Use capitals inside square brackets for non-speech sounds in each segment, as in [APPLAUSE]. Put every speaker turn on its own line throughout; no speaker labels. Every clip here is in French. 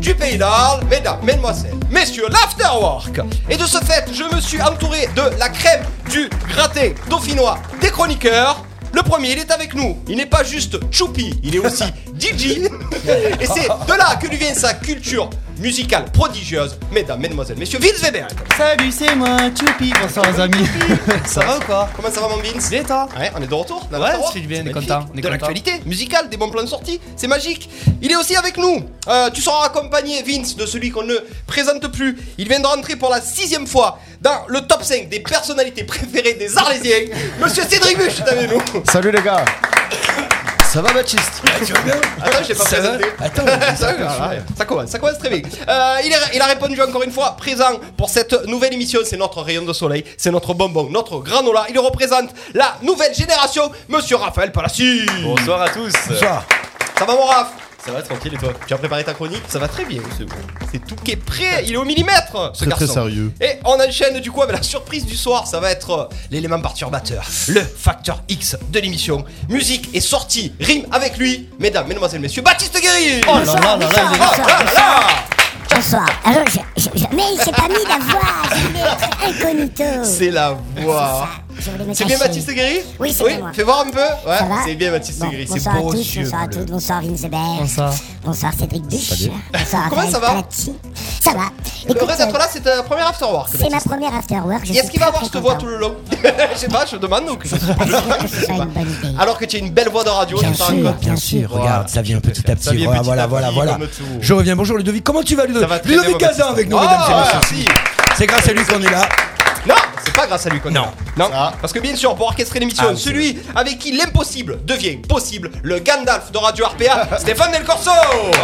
Hilal, mesdames, mesdemoiselles, messieurs, l'afterwork. Et de ce fait, je me suis entouré de la crème du gratin dauphinois des chroniqueurs. Le premier, il est avec nous. Il n'est pas juste Choupi, il est aussi [LAUGHS] DJ. Et c'est de là que lui vient sa culture musicale prodigieuse. Mesdames, mesdemoiselles, messieurs, Vince Weber.
Salut, c'est moi, Choupi. Bonsoir, les amis. [LAUGHS] ça va ou quoi
Comment ça va, mon Vince
Bien, toi
Ouais, on est de retour. dans
Ouais,
l'Afterwork.
ça fait du bien,
C'est
on est
magnifique.
content, on
De
est content.
l'actualité musicale, des bons plans de sortie, c'est magique. Il est aussi avec nous. Euh, tu seras accompagné, Vince, de celui qu'on ne présente plus. Il vient de rentrer pour la sixième fois dans le top 5 des personnalités préférées des Arlésiens. Monsieur Cédric Buche est avec nous.
Salut les gars Ça va Baptiste
Attends, je l'ai Ah pas présenté.
Attends,
Ça, ça commence, ça commence très bien. Euh, il, est- il a répondu encore une fois présent pour cette nouvelle émission. C'est notre rayon de soleil, c'est notre bonbon, notre granola. Il représente la nouvelle génération, Monsieur Raphaël Palassi.
Bonsoir à tous.
Euh,
Ça va mon Raph
Ça va tranquille et toi
Tu as préparé ta chronique Ça va très bien, c'est bon. C'est tout qui est prêt, il est au millimètre, ce
Très
garçon.
très sérieux.
Et on enchaîne du coup avec la surprise du soir, ça va être euh, l'élément perturbateur, le facteur X de l'émission. Musique et sortie, rime avec lui, mesdames, mesdemoiselles, messieurs, Baptiste Guéry
Oh là là là là, il est-
Ah, là, là.
Bonsoir. Alors, je, Ah je- je- mais j'ai pas mis la voix, j'ai mis le truc incognito.
C'est la voix
Je voulais me
C'est bien
cacher.
Baptiste Guéry
Oui, c'est bien moi.
Fais voir un peu Ouais,
Ça va
c'est bien Baptiste
Bon,
Guéry, c'est
bonsoir à
beau
tous,
yeux
bonsoir à tous,
bleus.
bonsoir Vince Hébert.
Bonsoir.
Bonsoir Cédric Buche. Bonsoir
Comment
Raphaël
ça va
Palazzi. Ça va.
Le
Écoute, euh,
vrai d'être là, c'est ta première afterwork.
c'est ma première afterwork. je
Et est-ce
suis
qu'il va
très,
avoir
très
cette voix
contente.
tout le long [LAUGHS] Je sais pas, je demande ou que-
Pas hein. sûr que ce soit une bonne idée.
Alors que tu as une belle voix de radio,
Bien
je t'en
sûr.
raconte.
Bien sûr,
Voilà,
regarde, ça vient petit
Ça
à petit.
vient
Voilà,
petit
voilà,
à
voilà,
petit,
voilà.
comme tout.
Je reviens. Bonjour Ludovic. Comment tu vas Ludovic
Ça va très
Ludovic
bien, mon
Gazin
petit
avec nous,
Oh,
mesdames et messieurs.
si.
C'est grâce à lui qu'on est là.
Non, c'est pas grâce à lui qu'on est
Non. Ah,
là. Non, parce que bien sûr, pour orchestrer l'émission, celui avec qui l'impossible devient possible, le Gandalf de Radio
[LAUGHS]
RPA, Stéphane Del Corso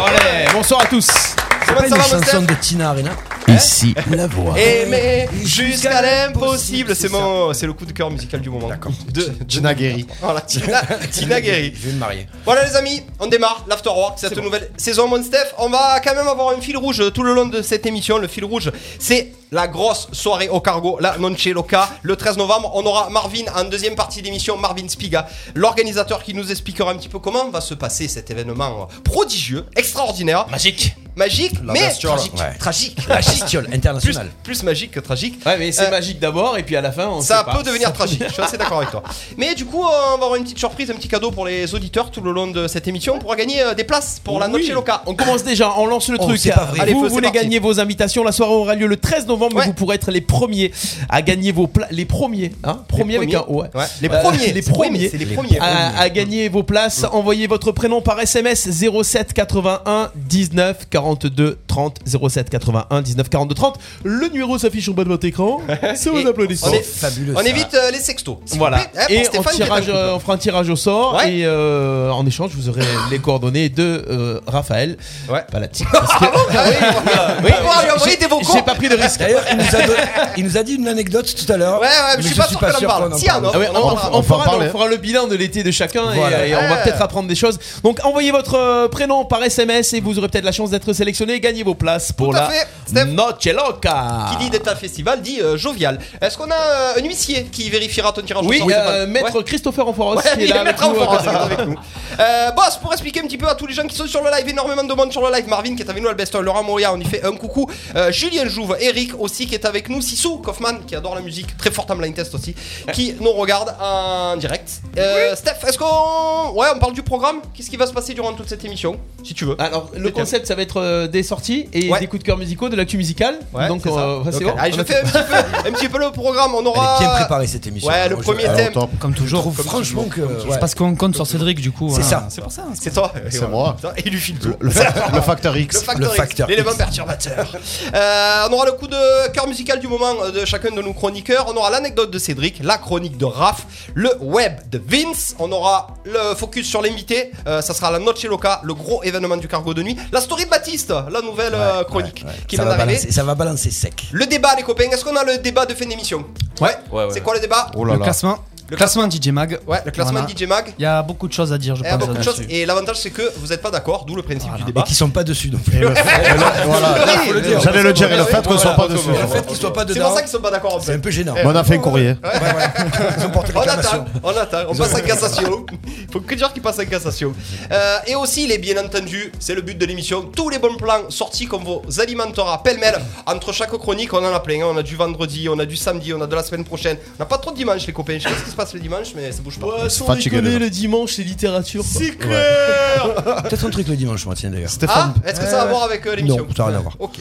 Allez, bonsoir à tous.
C'est
Comment
pas
ça
une
va, mon
chanson
Steph
de Tina Arena.
Eh
Ici.
La voix.
Aimer jusqu'à l'impossible, c'est
C'est ça.
mon, c'est le coup de cœur musical du moment. D'accord. De
Gina Guéry.
voilà,
[LAUGHS]
Tina, Tina Guéry.
Je vais me marier.
Voilà les amis, on démarre l'Afterwork, cette nouvelle saison Mon Steph. On va quand même avoir un fil rouge euh, tout le long de cette émission. Le fil rouge, c'est la grosse soirée au cargo, la Noche Loca. Le 13 novembre, on aura Marvin en deuxième partie d'émission, Marvin Spiga, l'organisateur qui nous expliquera un petit peu comment va se passer cet événement euh, prodigieux, extraordinaire,
Magique.
magique, mais
bestiole.
tragique.
Ouais.
Tragique.
La chistiole
Plus,
internationale.
plus magique que tragique.
Ouais, mais c'est
Euh,
magique d'abord et puis à la fin on
Ça
sait
peut
pas.
devenir tragique, [LAUGHS] je suis assez d'accord avec toi. Mais du coup, euh, on va avoir une petite surprise, un petit cadeau pour les auditeurs tout le long de cette émission. On pourra gagner euh, des places pour la
Oui.
Noche Loca.
On commence déjà, on lance le
Oh,
truc.
c'est pas vrai.
Vous
Allez, feu, c'est
voulez
parti.
gagner vos invitations. La soirée aura lieu le 13 novembre,
Ouais.
mais vous pourrez être les premiers à gagner vos pla- Les premiers, hein Premiers avec un O. ouais.
Ouais, Les
Euh,
premiers.
les
c'est- oui, mais
premiers.
C'est les premiers. Mm.
à, à gagner vos places. Envoyez votre prénom par SMS 07 81 19 42 30 07 81 19 42 30. Le numéro s'affiche en bas de
[LAUGHS]
votre écran. C'est
Et
vos applaudissements.
on est-
Fabuleux.
On
ça.
évite euh, les sextos. s'il vous
Voilà.
plaît, hein, pour
et on,
Stéphane qui est
tirage,
dans le
euh, on fera un tirage au sort.
Ouais.
Et euh, en échange, vous aurez les coordonnées de euh, Raphaël.
couple. Ouais. [LAUGHS]
Palati. Parce que-
Ah oui, voilà. Oui, on va lui envoyer des vocaux.
J'ai pas pris de risque.
D'ailleurs, il, nous a don- il nous a dit une anecdote tout à l'heure.
Ouais, ouais, mais je suis pas sûr qu'on en parle.
qu'on en
Si, un
Ah ouais, on,
On en
on-
parlera,
on
on peut en
fera,
parler.
on fera le bilan de l'été de chacun et-
Voilà.
et, on va
Ouais.
peut-être apprendre des choses. Donc envoyez votre euh, prénom par SMS et vous aurez peut-être la chance d'être sélectionné et gagner vos places pour
Tout à
la
fait, Steph.
Noche Loca.
Qui dit d'état festival dit euh, jovial. Est-ce qu'on a euh, un huissier qui vérifiera ton tirage au
Oui,
sort,
euh,
Stéphane Ouais.
maître Christopher Enforos
Ouais,
qui est
il
là
est
avec
maître
nous,
en
euh,
force, il est avec nous. Euh, boss, pour expliquer un petit peu à tous les gens qui sont sur le live, énormément de monde sur le live. Marvin qui est avec nous, Albestor, Laurent Moria, on y fait un coucou. Euh, Julien Jouve, Eric aussi qui est avec nous, Sissou Kaufman qui adore la musique, très fort en blind test aussi, qui nous regarde en direct. Euh, Steph, est-ce qu'on. Ouais, on parle du programme Qu'est-ce qui va se passer durant toute cette émission Si tu veux.
Alors le concept ça va être euh, des sorties et
Ouais.
des coups de cœur musicaux, de l'actu musicale.
Ouais,
Donc
c'est ça.
euh, ouais, c'est
Donc,
bon.
allez, je fais un petit, peu, un petit peu le programme. On
Elle est
aura.
bien préparée cette émission.
Ouais, le
Moi, je-
premier
alors,
thème.
top.
Comme
Je
toujours.
trouve franchement que.
C'est
ouais.
parce qu'on compte sur Cédric, du coup.
C'est
voilà.
Ah,
ça.
C'est pour ça. C'est toi.
C'est
Et voilà.
moi.
Putain, Et il lui file tout.
Le,
[LAUGHS]
fa- le facteur
Le
X.
facteur,
Le
X,
facteur
l'élément
X.
perturbateur. Euh, on aura le coup de cœur musical du moment euh, de chacun de nos chroniqueurs. On aura l'anecdote de Cédric, la chronique de Raph, le web de Vince. On aura le focus sur l'invité. Euh, ça sera la Noche Loca, le gros événement du cargo de nuit. La story de Baptiste, la nouvelle euh, chronique
Ouais, ouais.
qui
ça,
vient
va
d'arriver.
balancer, ça va balancer sec.
Le débat, les copains. Est-ce qu'on a le débat de fin d'émission
Ouais,
Ouais.
ouais,
C'est
ouais.
quoi le débat
Oh là
Le
là.
classement.
Le
Le classement DJ Mag.
Ouais, le classement
Voilà.
DJ Mag.
Il y a beaucoup de choses à dire, je
Il y a
pense.
Eh, beaucoup de choses.
là-dessus.
Et l'avantage, c'est que vous n'êtes pas d'accord, d'où le principe du débat.
Et qui sont pas dessus non plus.
[LAUGHS]
Voilà.
Faut le dire.
J'allais le dire, et le fait qu'on soit pas dessus.
Le fait qu'ils soient pas
C'est pour
dedans,
ça qu'ils sont pas d'accord en
c'est
fait.
un peu gênant.
Bon, on a fait un courrier.
Ouais, voilà.
[LAUGHS]
Ils ont porté
On attend,
réclamation.
on attend, on passe en cassation. Faut que dire qu'il passe en cassation. Euh, et aussi, il est bien entendu, c'est le but de l'émission, tous les bons plans sortis qu'on vous alimentera pêle-mêle. Entre chaque chronique, on en a plein. hein. On a du vendredi, on a du samedi, on a de la semaine prochaine. On n'a pas trop de dimanche, les copains. Je sais pas ce qui se passe le dimanche, mais ça bouge pas.
Ouais, sans
Fatigué,
déconner,
les
le dimanche, c'est littérature. quoi.
C'est clair
Peut-être un truc le dimanche, moi, tiens d'ailleurs.
Ah,
Stéphane.
est-ce que ça a à voir avec euh, l'émission
Non, ça n'a rien à voir.
Ok.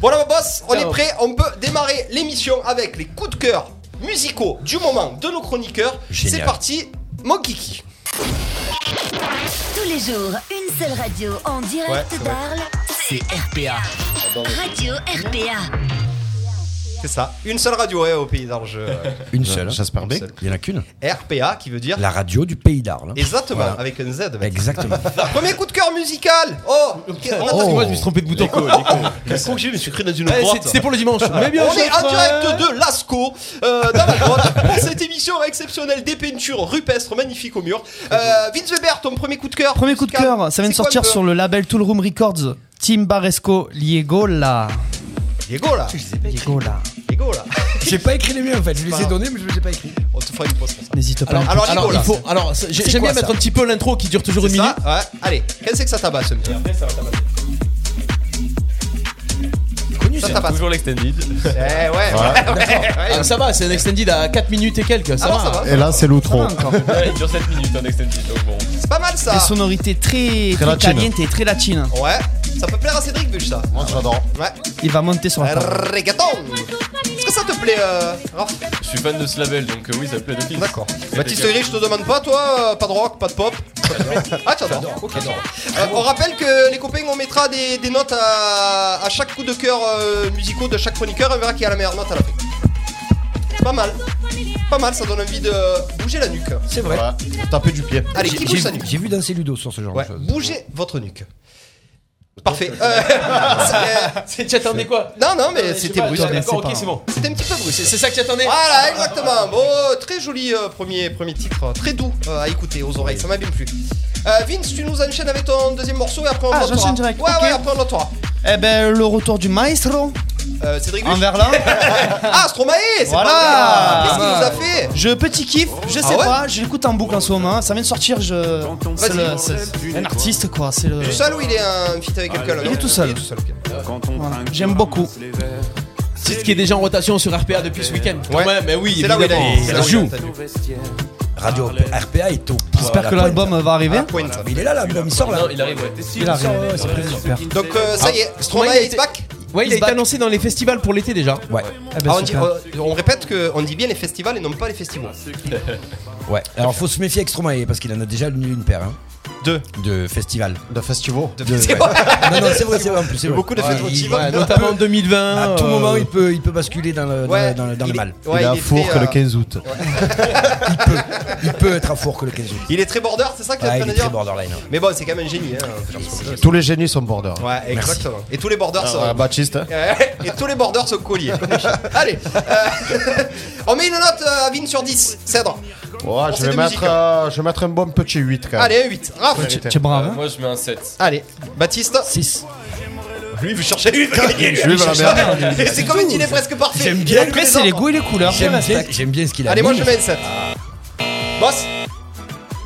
Voilà, mon boss, on est prêt. On peut démarrer l'émission avec les coups de cœur musicaux du moment de nos chroniqueurs.
Génial.
C'est parti, mon kiki.
Tous les jours, une seule radio en
Ouais,
direct
c'est vrai.
d'Arles. C'est RPA. Radio RPA.
C'est ça. Une seule radio hein, au pays d'Arge.
[LAUGHS]
euh,
Une seule.
J'espère bien.
Il y en a qu'une.
RPA qui veut dire
La radio du pays d'Arles.
exactement
Voilà.
avec un Z. mec.
Exactement.
Bah, Premier coup de cœur musical. Oh, on
Parce que
attend.
moi, je me suis trompé de bouton.
[LAUGHS] Qu'est-ce que j'ai Je me suis créé dans une
Eh,
grotte.
c'est- C'était pour
[LAUGHS]
le dimanche. Mais bien
On
sûr,
est en
frère.
direct de Lascaux, euh, dans la grotte, [LAUGHS] pour cette émission exceptionnelle des peintures rupestres magnifiques au mur. Euh, Vince Weber, ton premier coup de cœur.
Premier coup de cœur, ça vient de sortir sur le label Tool Room Records. Tim Baresco, Liegola.
Diego là.
Liegola.
Diego là.
J'ai pas écrit les miens en fait. Je les ai donnés, mais je les ai pas écrits.
On te fera une pause pour ça.
N'hésite pas.
Alors, Diego
Alors,
là.
il faut. Alors, c'est- j'ai- j'aime bien mettre un petit peu l'intro qui dure toujours une
C'est
minute.
ça ouais. Allez, qu'est-ce que c'est que ça tabasse ce petit
Connu,
Ça
ça.
tabasse.
Toujours l'extended.
Eh ouais, ouais, ouais.
Ah, ça va, c'est un extended à 4 minutes et quelques. Ça
Alors,
va.
ça va.
Et là, c'est l'outro.
Ouais, il dure 7 minutes en extended, donc bon.
C'est pas mal ça.
Des sonorités très, très
latine.
calientes et très latines.
Ouais, ça peut plaire à Cédric Buche ça.
Moi, j'adore.
Ouais.
Il va monter sur la table.
Reggaeton. Est-ce que ça te plaît, euh, Raph
Je suis fan de ce label, donc euh, oui, ça me plaît d'office.
D'accord. Baptiste Gris, je te demande pas, toi, euh, pas de rock, pas de pop. Ah, t'adores. Ok. Euh, on rappelle que les copains, on mettra des, des notes à, à chaque coup de cœur euh, musicaux de chaque chroniqueur et on verra qui a la meilleure note à la fin. C'est pas mal. Pas mal, ça donne envie de bouger la nuque.
C'est vrai.
Voilà. Taper du pied.
Allez, qui
J'ai-
bouge
J'ai
sa nuque
j'ai vu danser Ludo sur ce genre
Ouais,
de choses.
bougez votre nuque. Parfait. Euh, [LAUGHS] c'est-
C'est- Tu attendais quoi
non, non, mais
Je sais
c'était
pas,
brusque.
D'accord,
c'est
ok,
pas-
c'est bon.
C'était un petit peu brusque.
C'est ça que tu attendais
Voilà, exactement. Bon, euh, très joli euh, premier, premier titre, euh, très doux euh, à écouter aux oreilles, ça m'a bien plu. Euh, Vince, tu nous enchaînes avec ton deuxième morceau et après on
Ah,
notera.
j'enchaîne direct,
Ouais,
ok.
ouais, après on notera.
Eh ben, le retour du maestro
Euh, Cédric
en
Buche [LAUGHS]
Verlan.
Ah, Stromae, c'est
Voilà.
pas mal. Qu'est-ce qu'il nous a fait
Je petit kiff, je sais
Ah ouais
pas, je l'écoute en boucle en ce moment. Ça vient de sortir, je. C'est
Vas-y.
le- c'est un artiste quoi, c'est le.
Tout seul ou il est un feat avec quelqu'un là,
Il est
non
tout seul.
Il est tout seul, ok.
Voilà. J'aime beaucoup.
C'est ce qui est déjà en rotation sur RPA depuis ce week-end.
Ouais.
Ouais, mais oui,
C'est là où il
évidemment.
est. c'est
Ça
là où il
joue.
est entendu.
Radio RPA est au.
J'espère que l'album va arriver.
Ah, pointe.
Mais il est là, l'album, il sort là.
Non, il arrive, ouais.
Il arrive. Ouais, c'est prévu, super.
Donc euh, ça y est, Stromae
Stromae, Ah. il
is
était-
back.
Ouais, il a
He's
été
back.
annoncé dans les festivals pour l'été déjà.
Ouais,
Eh ben,
Ah, on, dit-
super.
euh, on répète qu'on dit bien les festivals et non pas les
[LAUGHS]
festivals.
ouais. Alors faut se méfier avec Stromae parce qu'il en a déjà annulé une paire. Hein.
Deux.
De festival.
De festival.
De
De-
festivals. [LAUGHS]
non, non, c'est vrai, c'est vrai. En plus, c'est vrai.
Beaucoup de fêtes
il-
motivées.
ouais,
Notamment en
peut-
2020.
À tout
euh,
moment, il peut, il peut basculer dans le, dans le- dans le- dans le
il est-
mal.
ouais,
il est à
est
Fourques
très,
le
euh,
15 août.
[LAUGHS] Il peut être à four que le 15 août.
Il est très border, c'est ça que tu es en
Ouais,
train
il
de
est très
dire
borderline. hein.
Mais bon, c'est quand même un génie. Hein, faut dire ce qu'on veut.
Tous les génies sont border.
Ouais, exactement. Et tous les borders sont.
Ah, Baptiste. hein.
Ouais, [LAUGHS] Et tous les borders sont
[LAUGHS]
colliers. Allez, euh, on met une note euh, à Vin sur 10, Cèdre.
Ouais, je
c'est
vais
de musique,
mettre, euh, je vais mettre un bon petit 8 quand même.
hein. Allez, un 8. Raph.
Tu tu es brave.
Euh,
hein
Moi, je mets un 7.
Allez, Baptiste.
6.
Lui, vous
[LAUGHS]
cherchez lui,
Je vais vers la merde.
Ah,
Et c'est comme il est presque parfait.
J'aime bien.
Après,
Après, c'est les goûts et les couleurs. je
J'aime bien,
respecte.
j'aime bien ce qu'il a
Allez, moi
mis.
je mets un 7. Boss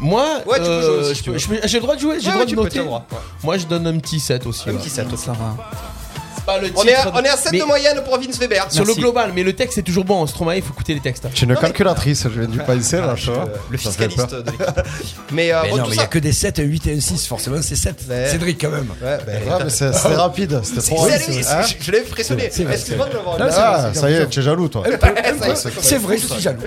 Moi,
Ouais, tu peux jouer
euh,
aussi,
je
tu
peux- je peux- j'ai le droit de jouer, j'ai
Ouais,
le droit
tu
de
peux,
noter.
t'as le droit, ouais.
Moi, je donne un petit 7 aussi.
Un
ouais.
petit 7.
Ça va.
C'est pas le
On
titre
est à,
de-
on est à 7
Mais
de moyenne pour Vince Weber.
Sur le
Merci.
global, mais le texte est toujours bon. En Stromae, il faut écouter les textes. Euh,
Tu es une calculatrice, je viens du penser là, tu vois.
Ah, Le
hein, Ça fait
fiscaliste
peur.
de l'équipe. Mais, euh,
Mais
bon,
non,
tout
mais il n'y a
ça-
que des 7, un 8 et un 6. Forcément, c'est 7.
Ouais.
Cédric, quand même. Ah.
Ouais, ben,
Ouais, mais c'est c'est rapide, c'était
C'est-
trop
c'est-
rapide.
c'est-
Hein
je- je l'ai impressionné.
C'est vrai, c'est
Excuse-moi de l'avoir
Non,
dit.
c'est vrai,
Ah,
c'est
ça y est,
comme
tu es jaloux toi.
C'est vrai, je suis jaloux.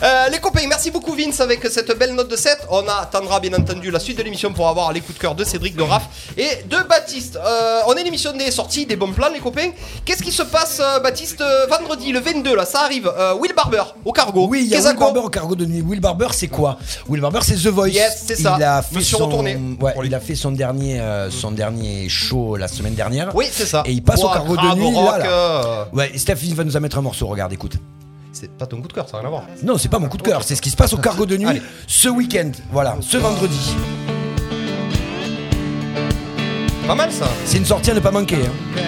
Euh, les copains, merci beaucoup Vince avec cette belle note de 7. On attendra bien entendu la suite de l'émission pour avoir les coups de cœur de Cédric, de Raph et de Baptiste. Euh, on est l'émission des sorties, des bons plans les copains. Qu'est-ce qui se passe euh, Baptiste euh, vendredi le 22 là Ça arrive. Euh, Will Barber au cargo.
Oui, il y a Will
Kezako.
Barber au cargo de nuit. Will Barber, c'est quoi Will Barber, c'est The Voice.
Yes, c'est ça.
Il a
Je
fait
me suis
son,
retourné
ouais, il a fait son dernier, euh, son dernier show la semaine dernière.
Oui, c'est ça.
Et il passe au
Bois,
cargo de
grave,
nuit,
rock,
là, là.
euh,
Ouais, Steph il va nous en mettre un morceau. Regarde, écoute.
C'est pas ton coup de cœur, ça n'a rien à voir.
Non, c'est pas mon coup de cœur, c'est ce qui se passe au cargo de nuit
Allez.
ce week-end. Voilà, ce vendredi.
Pas mal ça.
C'est une sortie à ne pas manquer. Hein.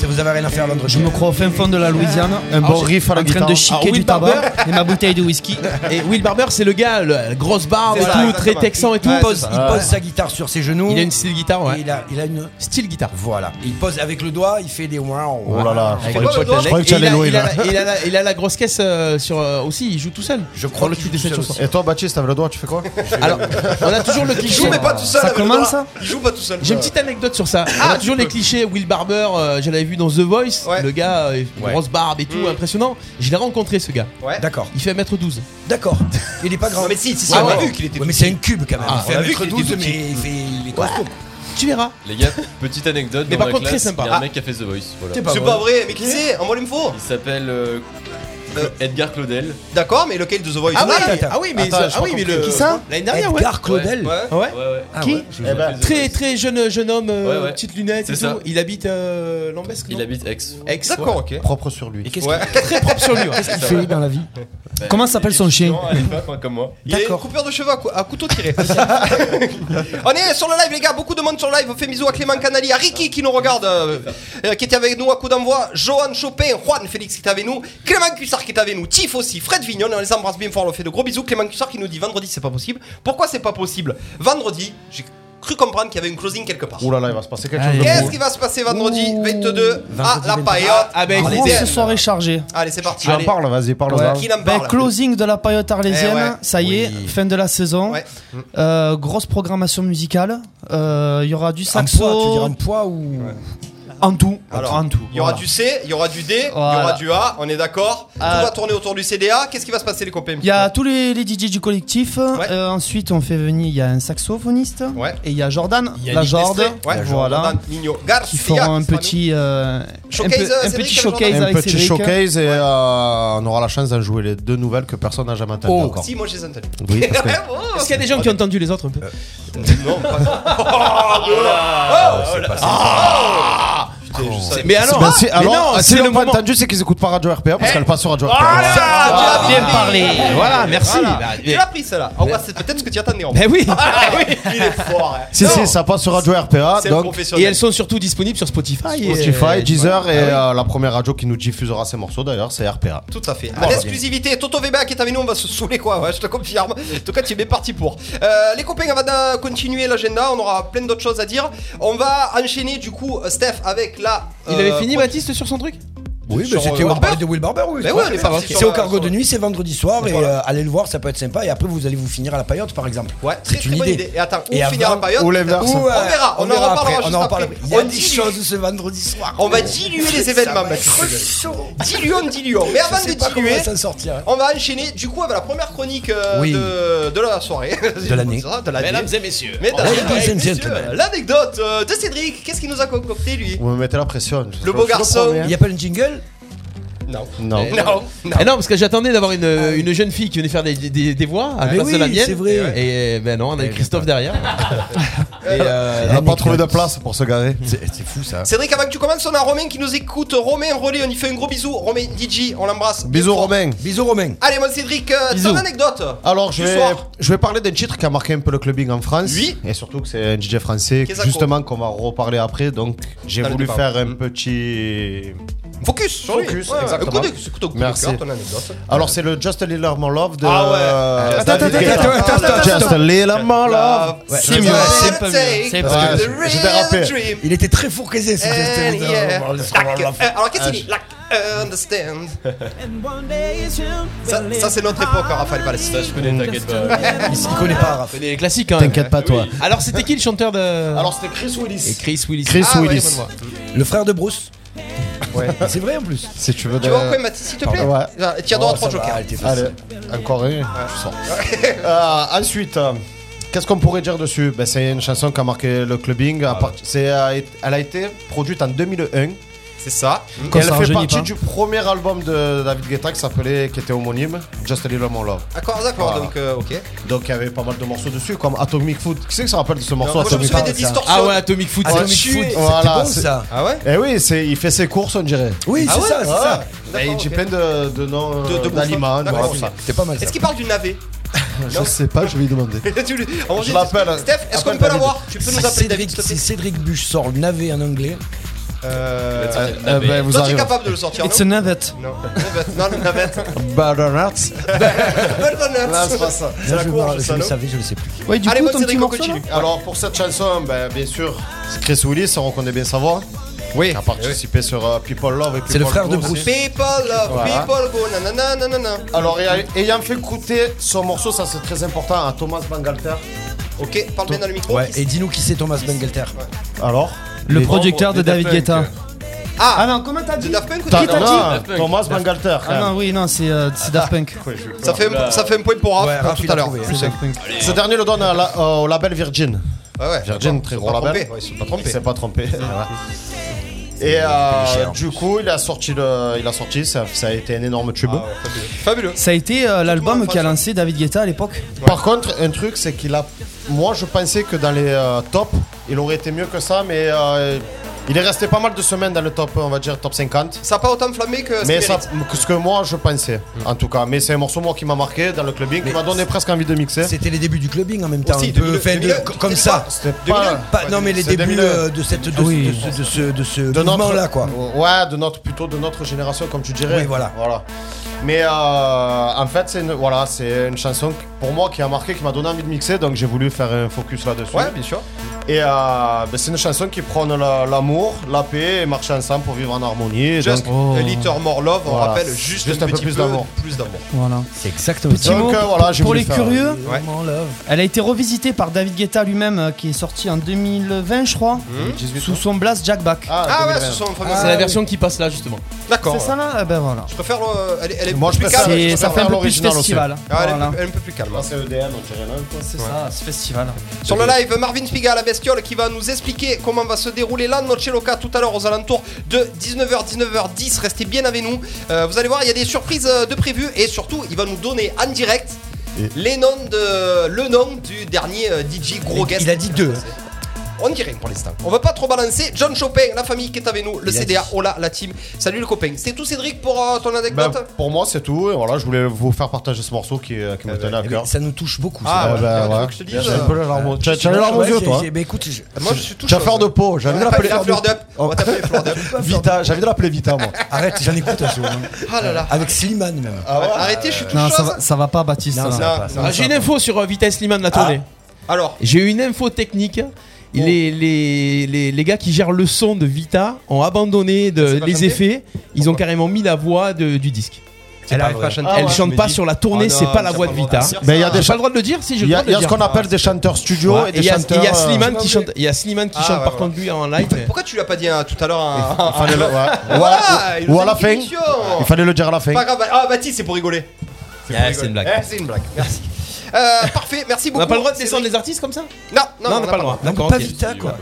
Ça vous avez rien à faire vendredi. Ah.
Je me crois au fin fond de la Louisiane.
Un bon
j'ai-
riff à la
En train
guitare.
de
Ah,
chiquer
Will
du tabac
Barber.
et ma bouteille de whisky.
Et Will Barber, c'est le gars, le- la grosse barbe,
C'est
et
ça,
tout,
exactement.
très texan et tout.
Ouais,
Il pose, il pose sa guitare sur ses genoux.
Il a une style guitare,
Et
ouais.
il a, il a une.
Style guitare.
Voilà. Il pose avec le doigt, il fait des.
Oh là là.
Fais pas le doigt.
Je croyais que tu
Et il,
allais
a,
loin,
il, a,
là.
la- il a la- il a la grosse caisse euh, sur euh, aussi, il joue tout seul.
Je crois
Dans le
qu'il
titre de
joue
cette
seul
chanson.
Et toi, Baptiste, avec le doigt, tu fais quoi
Alors, on a toujours
[LAUGHS]
le
Il
cliché.
joue mais pas tout seul.
Ça
avec le
commence,
doigt.
ça
Il joue pas tout seul.
J'ai une petite anecdote sur ça. on
Ah,
a toujours les clichés. Will Barber, euh, je l'avais vu dans The Voice.
Ouais.
Le gars, euh,
Ouais.
grosse barbe et tout,
Mm.
impressionnant. Je l'ai rencontré ce gars.
Ouais.
D'accord.
Il fait 1m12. [LAUGHS]
D'accord. Il est pas grand.
Non, mais si, si, si,
Ah
on a
ouais.
vu qu'il était.
Ouais, mais c'est un cube quand même.
Ah,
il
on
fait
a vu
1
qu'il était
12
tout petit.
mais il, fait, il est costaud.
Tu verras.
Les gars, petite anecdote.
Mais
dans
par
la
contre, très
classe,
sympa.
Il y a
Ah.
un mec qui a fait The Voice. voilà.
C'est
C'est pas vrai, mais qui c'est Envoie l'info.
Il s'appelle euh,
Euh,
Edgar Claudel.
D'accord, mais lequel de The Voice
Ah oui,
Ouais.
ah oui, mais,
Attends,
ça-
j'ai
ah
pas
oui, mais
compris.
le.
Qui ça
L'année dernière, ouais.
Edgar Claudel.
Ouais.
Ah ouais.
Ouais, ouais.
Ah
Qui
ouais, je-
Eh ben,
Très très jeune jeune homme, euh,
Ouais, ouais.
petite lunette et
C'est ça.
tout. Il habite euh, Lambesc.
Il
non
habite Aix.
Aix.
D'accord, ok.
Propre sur lui.
Et qu'est-ce
Ouais.
Très propre sur lui. ouais.
qu'il fait dans la vie
Bah,
Comment s'appelle son chien
Non, à l'époque, hein, comme moi.
Il est coupeur de cheveux à, cou- à couteau tiré. [LAUGHS] On est sur le live, les gars. Beaucoup de monde sur le live. On fait bisous à Clément Canali, à Ricky qui nous regarde, euh, euh, qui était avec nous à coup d'envoi. Johan Chopin, Juan Félix qui était avec nous. Clément Cussard qui était avec nous. Tiff aussi. Fred Vignon. On les embrasse bien fort. On leur fait de gros bisous. Clément Cussard qui nous dit vendredi, c'est pas possible. Pourquoi c'est pas possible Vendredi, j'ai cru comprendre qu'il y avait une closing quelque part.
Euh, Ouh là là, il va se passer quelque chose
Allez.
de
Qu'est-ce
beau.
qui va se passer vendredi
Ouh.
22 à
Vendredi
la
22.
paillote bah,
Ah, ben,
Arlésienne.
Grosse soirée chargée.
Allez, c'est parti.
Tu en
Allez.
parles, vas-y, parle-en.
Ouais.
Qui n'en
Ben,
parle
closing de la période arlésienne,
Eh ouais.
ça y est,
Oui.
fin de la saison.
Ouais.
Euh, grosse programmation musicale. Euh, Il y aura du
En
saxo.
poids, tu veux dire en poids ou.
En tout.
Alors,
en tout.
Il y aura
voilà.
du C, il y aura du D, il y aura
Voilà.
du A, on est d'accord.
Ah.
Tout va tourner autour du CDA. Qu'est-ce qui va se passer, les copains
Il y a tous les, les DJ du collectif. Euh, ensuite, on fait venir, il y a un saxophoniste.
Ouais.
Et il y a Jordan,
Il y a
la
Nick
Jorde,
Destré, ouais,
voilà,
Jordan, Nino, Garcia,
qui feront un
sera
petit, euh,
Showcase,
un, peu-
euh,
un
Cédric,
petit
avec
showcase
Jordan.
Un
avec
petit
Cédric. hein.
showcase et euh, on aura la chance d'en jouer les deux nouvelles que personne n'a jamais
Oh.
entendues
nous.
encore.
Si, moi je les ai entendus.
Oui,
[LAUGHS]
parce que-
Oh,
Est-ce qu'il y a des gens qui ont entendu les autres un peu
non, pas ça.
oh Ah,
Oh, oh, oh,
Mais alors,
Ben, si-
mais
alors,
non,
ah,
c'est
s'ils
le
l'ont pas
moment.
entendu, c'est qu'ils écoutent pas Radio RPA parce qu'elle passe sur Radio RPA.
Ah,
bien parlé.
Voilà, merci. Bah,
Tu
mais-
l'as pris celle-là. Oh, ouais, c'est peut-être ce que tu attendais en fait.
Ben oui.
Ah, oui, il est fort. hein.
Si,
Non,
si, ça passe sur Radio RPA.
c'est le
Ah, Donc,
Et
professionnel.
elles sont surtout disponibles sur Spotify. euh, Ah, et-
Spotify, Deezer et euh, la première radio qui nous diffusera ces morceaux d'ailleurs, c'est RPA.
Ah Tout à fait. En exclusivité, Toto Veba qui est avec nous, on va se saouler quoi, ouais, je te confirme. En tout cas, tu es bien parti pour. Euh, les copains, on va da- continuer l'agenda, on aura plein d'autres choses à dire. On va enchaîner du coup, Steph, avec la.
Il
euh,
avait fini Baptiste sur son truc
Oui,
Sur,
mais c'était
euh,
on
Barber
parlait de Will Barber, oui.
Mais
c'est
ouais,
vrai.
on est parti sur
C'est au
la-
cargo
sur
de
la-
nuit, c'est vendredi soir et
Voilà.
euh, allez le voir, ça peut être sympa. Et après, vous allez vous finir à la paillote, par exemple.
Ouais, très
C'est
très
une
bonne idée.
idée.
Et attends, où
Et
finira
avant-
la période
Ou les verres,
Ou,
ça.
On verra, on, en reparlera
après,
juste
euh, on en reparle.
après.
Il y a
On
des
dilue.
choses ce vendredi soir.
On va diluer les événements,
Ça va
Mathieu.
être chaud.
Diluons, diluons. Mais
Je
avant de
sais pas comment on
diluer.
va s'en sortir. hein.
On va enchaîner du coup avec la première chronique euh,
Oui.
de, de la soirée. [LAUGHS]
De l'année.
Oh,
Ah,
De l'année.
Mesdames et messieurs.
Mesdames
Ladies
et
and
messieurs,
gentlemen.
L'anecdote euh, de Cédric, qu'est-ce qu'il nous a concocté lui
Vous me mettez la pression. je-
Le
je-
beau
je
garçon.
promets, hein.
Il n'y a pas le jingle
Non.
Non.
Non, Ah. non.
Eh non, parce que j'attendais d'avoir une, une jeune fille qui venait faire des, des- des voix
Ah,
à la
Mais
place de la
oui,
mienne.
c'est vrai.
Et ben non, on
Eh,
a eu Christophe derrière.
Et, euh,
On n'a pas
Nicolas.
trouvé de place pour se garer.
C'est c'est fou ça.
Cédric, avant que tu commences, on a Romain qui nous écoute. Romain Relais, on y fait un gros bisou. Romain DJ, on l'embrasse.
Bisous
Bien fort.
Romain.
Bisous Romain.
Allez, mon Cédric, euh, ton
Bisous.
anecdote.
Alors je
Du
vais,
soir.
je vais parler d'un titre qui a marqué un peu le clubbing en France.
Oui.
Et surtout que c'est un DJ français
Qu'est-ce
justement qu'on va reparler après. Donc j'ai
Allez,
voulu
pardon.
faire un petit...
Focus sur lui.
Focus,
Mm. Ouais, ouais.
exactement.
Écoute, écoute, écoute, écoute,
Merci.
écoute, ton anecdote.
Alors c'est le Just a Little More Love de...
Ah ouais.
euh,
Attends,
David
attends,
Guetta.
attends, attends, attends, attends.
Just a Little More Love.
C'est mieux, c'est pas mieux. C'est parce
que- Ouais, j'étais rappé.
Il était très fort caisé ce euh,
And Eh,
test.
yeah. Like, euh, alors qu'est-ce qu'il dit
Ah,
Like, uh, understand. [LAUGHS] Ça, ça, c'est notre époque, hein, Raphaël Palais.
Ça, je connais, t'inquiète pas.
Il s'y connaît pas, Raph.
C'est des classiques, hein.
T'inquiète pas toi.
Alors, c'était qui le chanteur de.
Alors c'était Chris
Et
Willis.
Chris Willis.
Chris
Ah, ouais,
Willis.
bonne voix.
Le frère de Bruce. C'est vrai en plus. Oh,
si tu veux...
Tu
de-
vois quoi, Mathis, s'il te plaît
Pardon.
Ouais. Tiens, droit à 3 jokers.
Allez, encore un, je
[LAUGHS]
sors. Euh, ensuite, euh, qu'est-ce qu'on pourrait dire dessus Ben, C'est une chanson qui a marqué le clubbing. à part- c'est, euh, elle a été produite en 2001
C'est ça.
Et
Comme
elle
ça,
fait
rajeunit
partie
pas.
du premier album de David Guetta qui s'appelait, qui était homonyme, Just a Little More Love.
D'accord, d'accord,
Voilà.
donc euh, ok.
Donc il y avait pas mal de morceaux dessus, comme Atomic Foot. Qui c'est qui se rappelle de ce morceau
Euh, moi, je me
Atomic
souviens des
Foot, hein
distorsions.
Ah ouais, Atomic Foot.
Ah,
Atomic
tu-
Foot.
C'était
Voilà,
bon
c'est-
ça.
Ah ouais
Eh oui, c'est, il fait ses courses, on dirait.
Oui,
Ah
c'est
ouais
ça, c'est
Ouais.
ça.
D'accord,
Et il dit
ok.
plein de, de noms
De- de
euh,
bouffons.
d'aliments, de
D'accord,
tout
ok.
ça.
C'était pas mal ça.
Est-ce qu'il parle du navet
Je sais pas, je vais lui demander.
Tu lui- Ah, bon,
Je l'appelle.
Steph, est-ce qu'on
Appelle
peut
David.
l'avoir Tu peux nous appeler David,
Cédric,
s'il te
si
plaît
Cédric Buche sort le navet en anglais,
Euh,
Eh ben, vous
Toi, tu es
arrivez.
capable de le sortir, non
It's a navette.
Non, Navette, non, navette.
Butternut. Là, c'est pas ça.
C'est la
je, me-
courge,
je
ça,
le
non
savais, je le sais plus.
Ouais, du
Allez,
coup,
bonne
ton petit
Cédric, on
morceau,
continue.
là
Alors pour cette chanson, ben, bien sûr, Chris Willis, on reconnaît bien sa voix,
Oui.
qui a participé sur euh, People Love et
C'est le
People
frère de
Go.
Bruce.
People love,
Voilà.
people go, nanana, nanana.
Alors et- ayant fait écouter son morceau, ça c'est très important, à Thomas Bangalter.
Ok, parle bien dans le micro.
Ouais, et dis-nous qui c'est Thomas Bangalter.
Alors
Le
les-
projecteur de
membres des
David
Daft
Guetta.
Punk.
Ah
Ah,
non, comment t'as
de
dit
Daft Punk ou
T'as-
de Guetta
non,
Punk.
Thomas Bangalter. quand
Ah
même.
non, oui, non, c'est euh, c'est Daft Punk.
ça fait, un, ça fait un point pour Raph
Ouais,
euh,
pour
Raph,
tout
il
à
a
l'heure.
trouvé,
Plus
C'est
cinq.
Daft Punk.
Ce dernier le donne à la- euh, au label Virgin.
Ouais, ouais.
Virgin, très gros
Ils sont pas
label.
trompés, ouais, ils sont pas
Il
trompés.
s'est pas [LAUGHS] trompé. Voilà. Et euh, du coup, il a sorti, le, il a sorti, ça, ça a été un énorme tube.
Fabuleux.
Ça a été euh,
monde
l'album
en
qui a
face.
lancé David Guetta à l'époque.
Par contre, un truc, c'est qu'il a. Moi, je pensais que dans les euh, tops, il aurait été mieux que ça, mais euh, il est resté pas mal de semaines dans le top, on va dire, top 50.
Ça n'a pas autant flammé que ce
Mais
qu'il
ça,
mérite.
que ce que moi je pensais, en tout cas. Mais c'est un morceau moi qui m'a marqué dans le clubbing, qui
Hmm.
m'a
Mais
donné presque envie de mixer.
C'était les débuts du clubbing en même temps.
Aussi,
un peu,
2002,
enfin, de-
2002,
comme ça.
C'était
Pas- non, mais les
C'est
débuts
2001.
euh, de, cette, de,
Oui.
de ce- de ce, de ce
de notre
mouvement-là, quoi.
Ouais, de notre plutôt de notre génération comme tu dirais.
Oui, voilà.
Voilà. Mais euh, en fait, c'est une, voilà, c'est une chanson qui- pour moi qui a marqué, qui m'a donné envie de mixer, donc j'ai voulu faire un focus là-dessus.
Ouais, bien sûr.
Et euh, ben, c'est une chanson qui prône la- l'amour, la paix et marcher ensemble pour vivre en harmonie. Et
Just
donc,
a little more love, on
Voilà.
rappelle juste,
Juste
un,
un peu
petit
plus d'amour.
Plus d'amour.
Voilà.
C'est exactement
Petit
ça.
Donc,
mot
euh,
pour-
voilà, j'ai
pour
voulu
les
faire,
curieux.
Ouais.
Mon love.
Elle a été revisitée par David Guetta lui-même, euh, qui est sorti en 2020, je crois, sous son blast Jack Back.
Mmh. Ah ouais,
2020.
ce sont fameux.
C'est la version qui passe là, justement.
D'accord.
C'est ça là Eh ben voilà.
Je préfère. le- Elle est, elle est
Moi, je
plus
préfère-
calme.
C'est-
je
ça fait un
préfère
peu plus
l'original aussi.
Ah,
festival.
elle, est
Hein?
Voilà.
plus- elle est un peu plus calme.
Là, c'est EDM, on dirait même, quoi.
C'est ça, ce festival.
Sur le live, Marvin Spiga, la bestiole, qui va nous expliquer comment va se dérouler la Noche Loca tout à l'heure aux alentours de 19h, 19h10. Restez bien avec nous. Euh, vous allez voir, il y a des surprises euh, de prévues et surtout, il va nous donner en direct les noms de, le nom du dernier euh, DJ gros guest.
Il a dit deux. hein.
On dirait pour l'instant. On va pas trop balancer. John Chopin, la famille qui est avec nous, le
Il a
CDA,
dit.
Ola, la team. Salut le copain. C'est tout Cédric pour euh, ton
Ben,
anecdote
pour moi, c'est tout. Et voilà, je voulais vous faire partager ce morceau qui, euh, qui me tenait à
Eh ben,
cœur.
Ça nous touche beaucoup.
Ah,
ça.
ouais.
ben,
tu veux
ouais.
que je te dise,
euh,
J'ai un peu la larme aux- T'as- t'as la larme aux
Ouais,
yeux,
j'ai-
toi.
j'ai- bah, écoute, je-
Moi, je suis tout
Tu vas
chaud.
faire de peau, j'ai envie de
On va
l'appeler
faire la fleur d'up. On va t'appeler fleur d'up.
Vita, j'ai envie de l'appeler Vita moi.
arrête, j'en écoute un jour. hein.
Ah là là.
Avec Slimane même.
Arrêtez, je suis tout
Non,
chaud.
ça va, ça va pas, Baptiste.
Non,
ça
ça
va.
va
Non,
pas, ça
non.
va
Ah,
pas.
J'ai une info sur euh, Vitesse Liman de la tournée.
Alors,
J'ai une info technique. Les, les, les, les gars qui gèrent le son de Vita ont abandonné de-
C'est pas
les
chanté
effets. Ils ont carrément mis la voix de- du disque.
Ah,
elle arrive pas à chanter.
Elle
Je
chante
me
pas
dis-
sur la
Oh
tournée,
non,
c'est pas
t'as
la voix
pas
de
le droit de
Vita.
dire ça.
Ben, il y a des
J'ai pas
chanteurs.
le droit de le dire si
Il
je le
y a,
droit de
il y
le
a ce
dire.
qu'on appelle des chanteurs studio
Ouais,
et
et
des
Il y a,
chanteurs.
il y a
euh,
Slimane qui chante, il y a Slimane qui
Ah,
chante
ouais,
par
[LAUGHS]
ouais.
contre lui en live.
Pourquoi tu l'as pas dit hein, tout à l'heure hein
il fallait le-
[LAUGHS]
ouais. Ou
Voilà,
à-
il nous
Ou
a
à la
mis
fin.
une question.
Il fallait le dire à la fin.
Pas grave. Ah, Baptiste, c'est pour rigoler. C'est pour
Ah,
rigoler.
c'est une blague.
Eh, c'est une blague. Merci. Euh, parfait, merci
On
beaucoup.
n'a pas le droit de
Cédric.
descendre les artistes comme ça
Non, non,
Non, on n'a pas le droit.
Non,
D'accord,
pas
ok.
Vita quoi.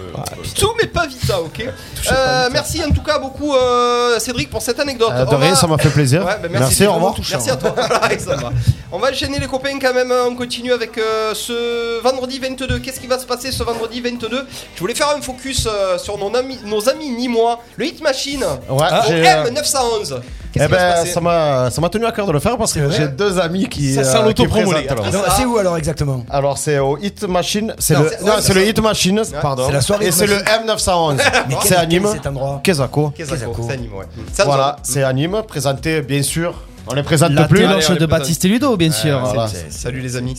Tout, mais pas Vita, ok. Euh,
hein.
merci en tout cas beaucoup, euh, Cédric, pour cette anecdote.
Euh, De
On va-
rien, ça m'a fait plaisir.
Ouais, bah, merci,
Merci,
c'est
au
vraiment
revoir.
touchant. Merci
[LAUGHS]
à toi. Voilà, ça va. On va enchaîner les copains quand même. hein. On continue avec euh, ce vendredi 22. Qu'est-ce qui va se passer ce vendredi 22 Je voulais faire un focus euh, sur nos amis, nos amis ni moi, le Hit Machine.
Ouais,
au
j'ai, euh,
M911. Qu'est-ce
eh
qui va se
ben,
passer
ça m'a, ça m'a tenu à cœur de le faire parce que j'ai deux amis qui. euh,
Ça sent
qui
l'autopromo, les
présentent,
gars.
alors.
Non,
ça.
C'est où alors exactement
Alors c'est au Hit Machine, c'est
Non,
le,
c'est-
non,
ouais,
c'est le Hit Machine, pardon.
C'est la soirée
Et
Hit
c'est le
Machine. [LAUGHS]
M911. c'est
quel-
à Nîmes.
quel est cet endroit
Kezako.
Kezako,
Kezako.
c'est anime, ouais.
Voilà, c'est à Nîmes, présenté bien sûr. On les présente
La
plus.
téloche
allez, on
de
les
Baptiste et Ludo, bien sûr.
voilà.
Salut les amis.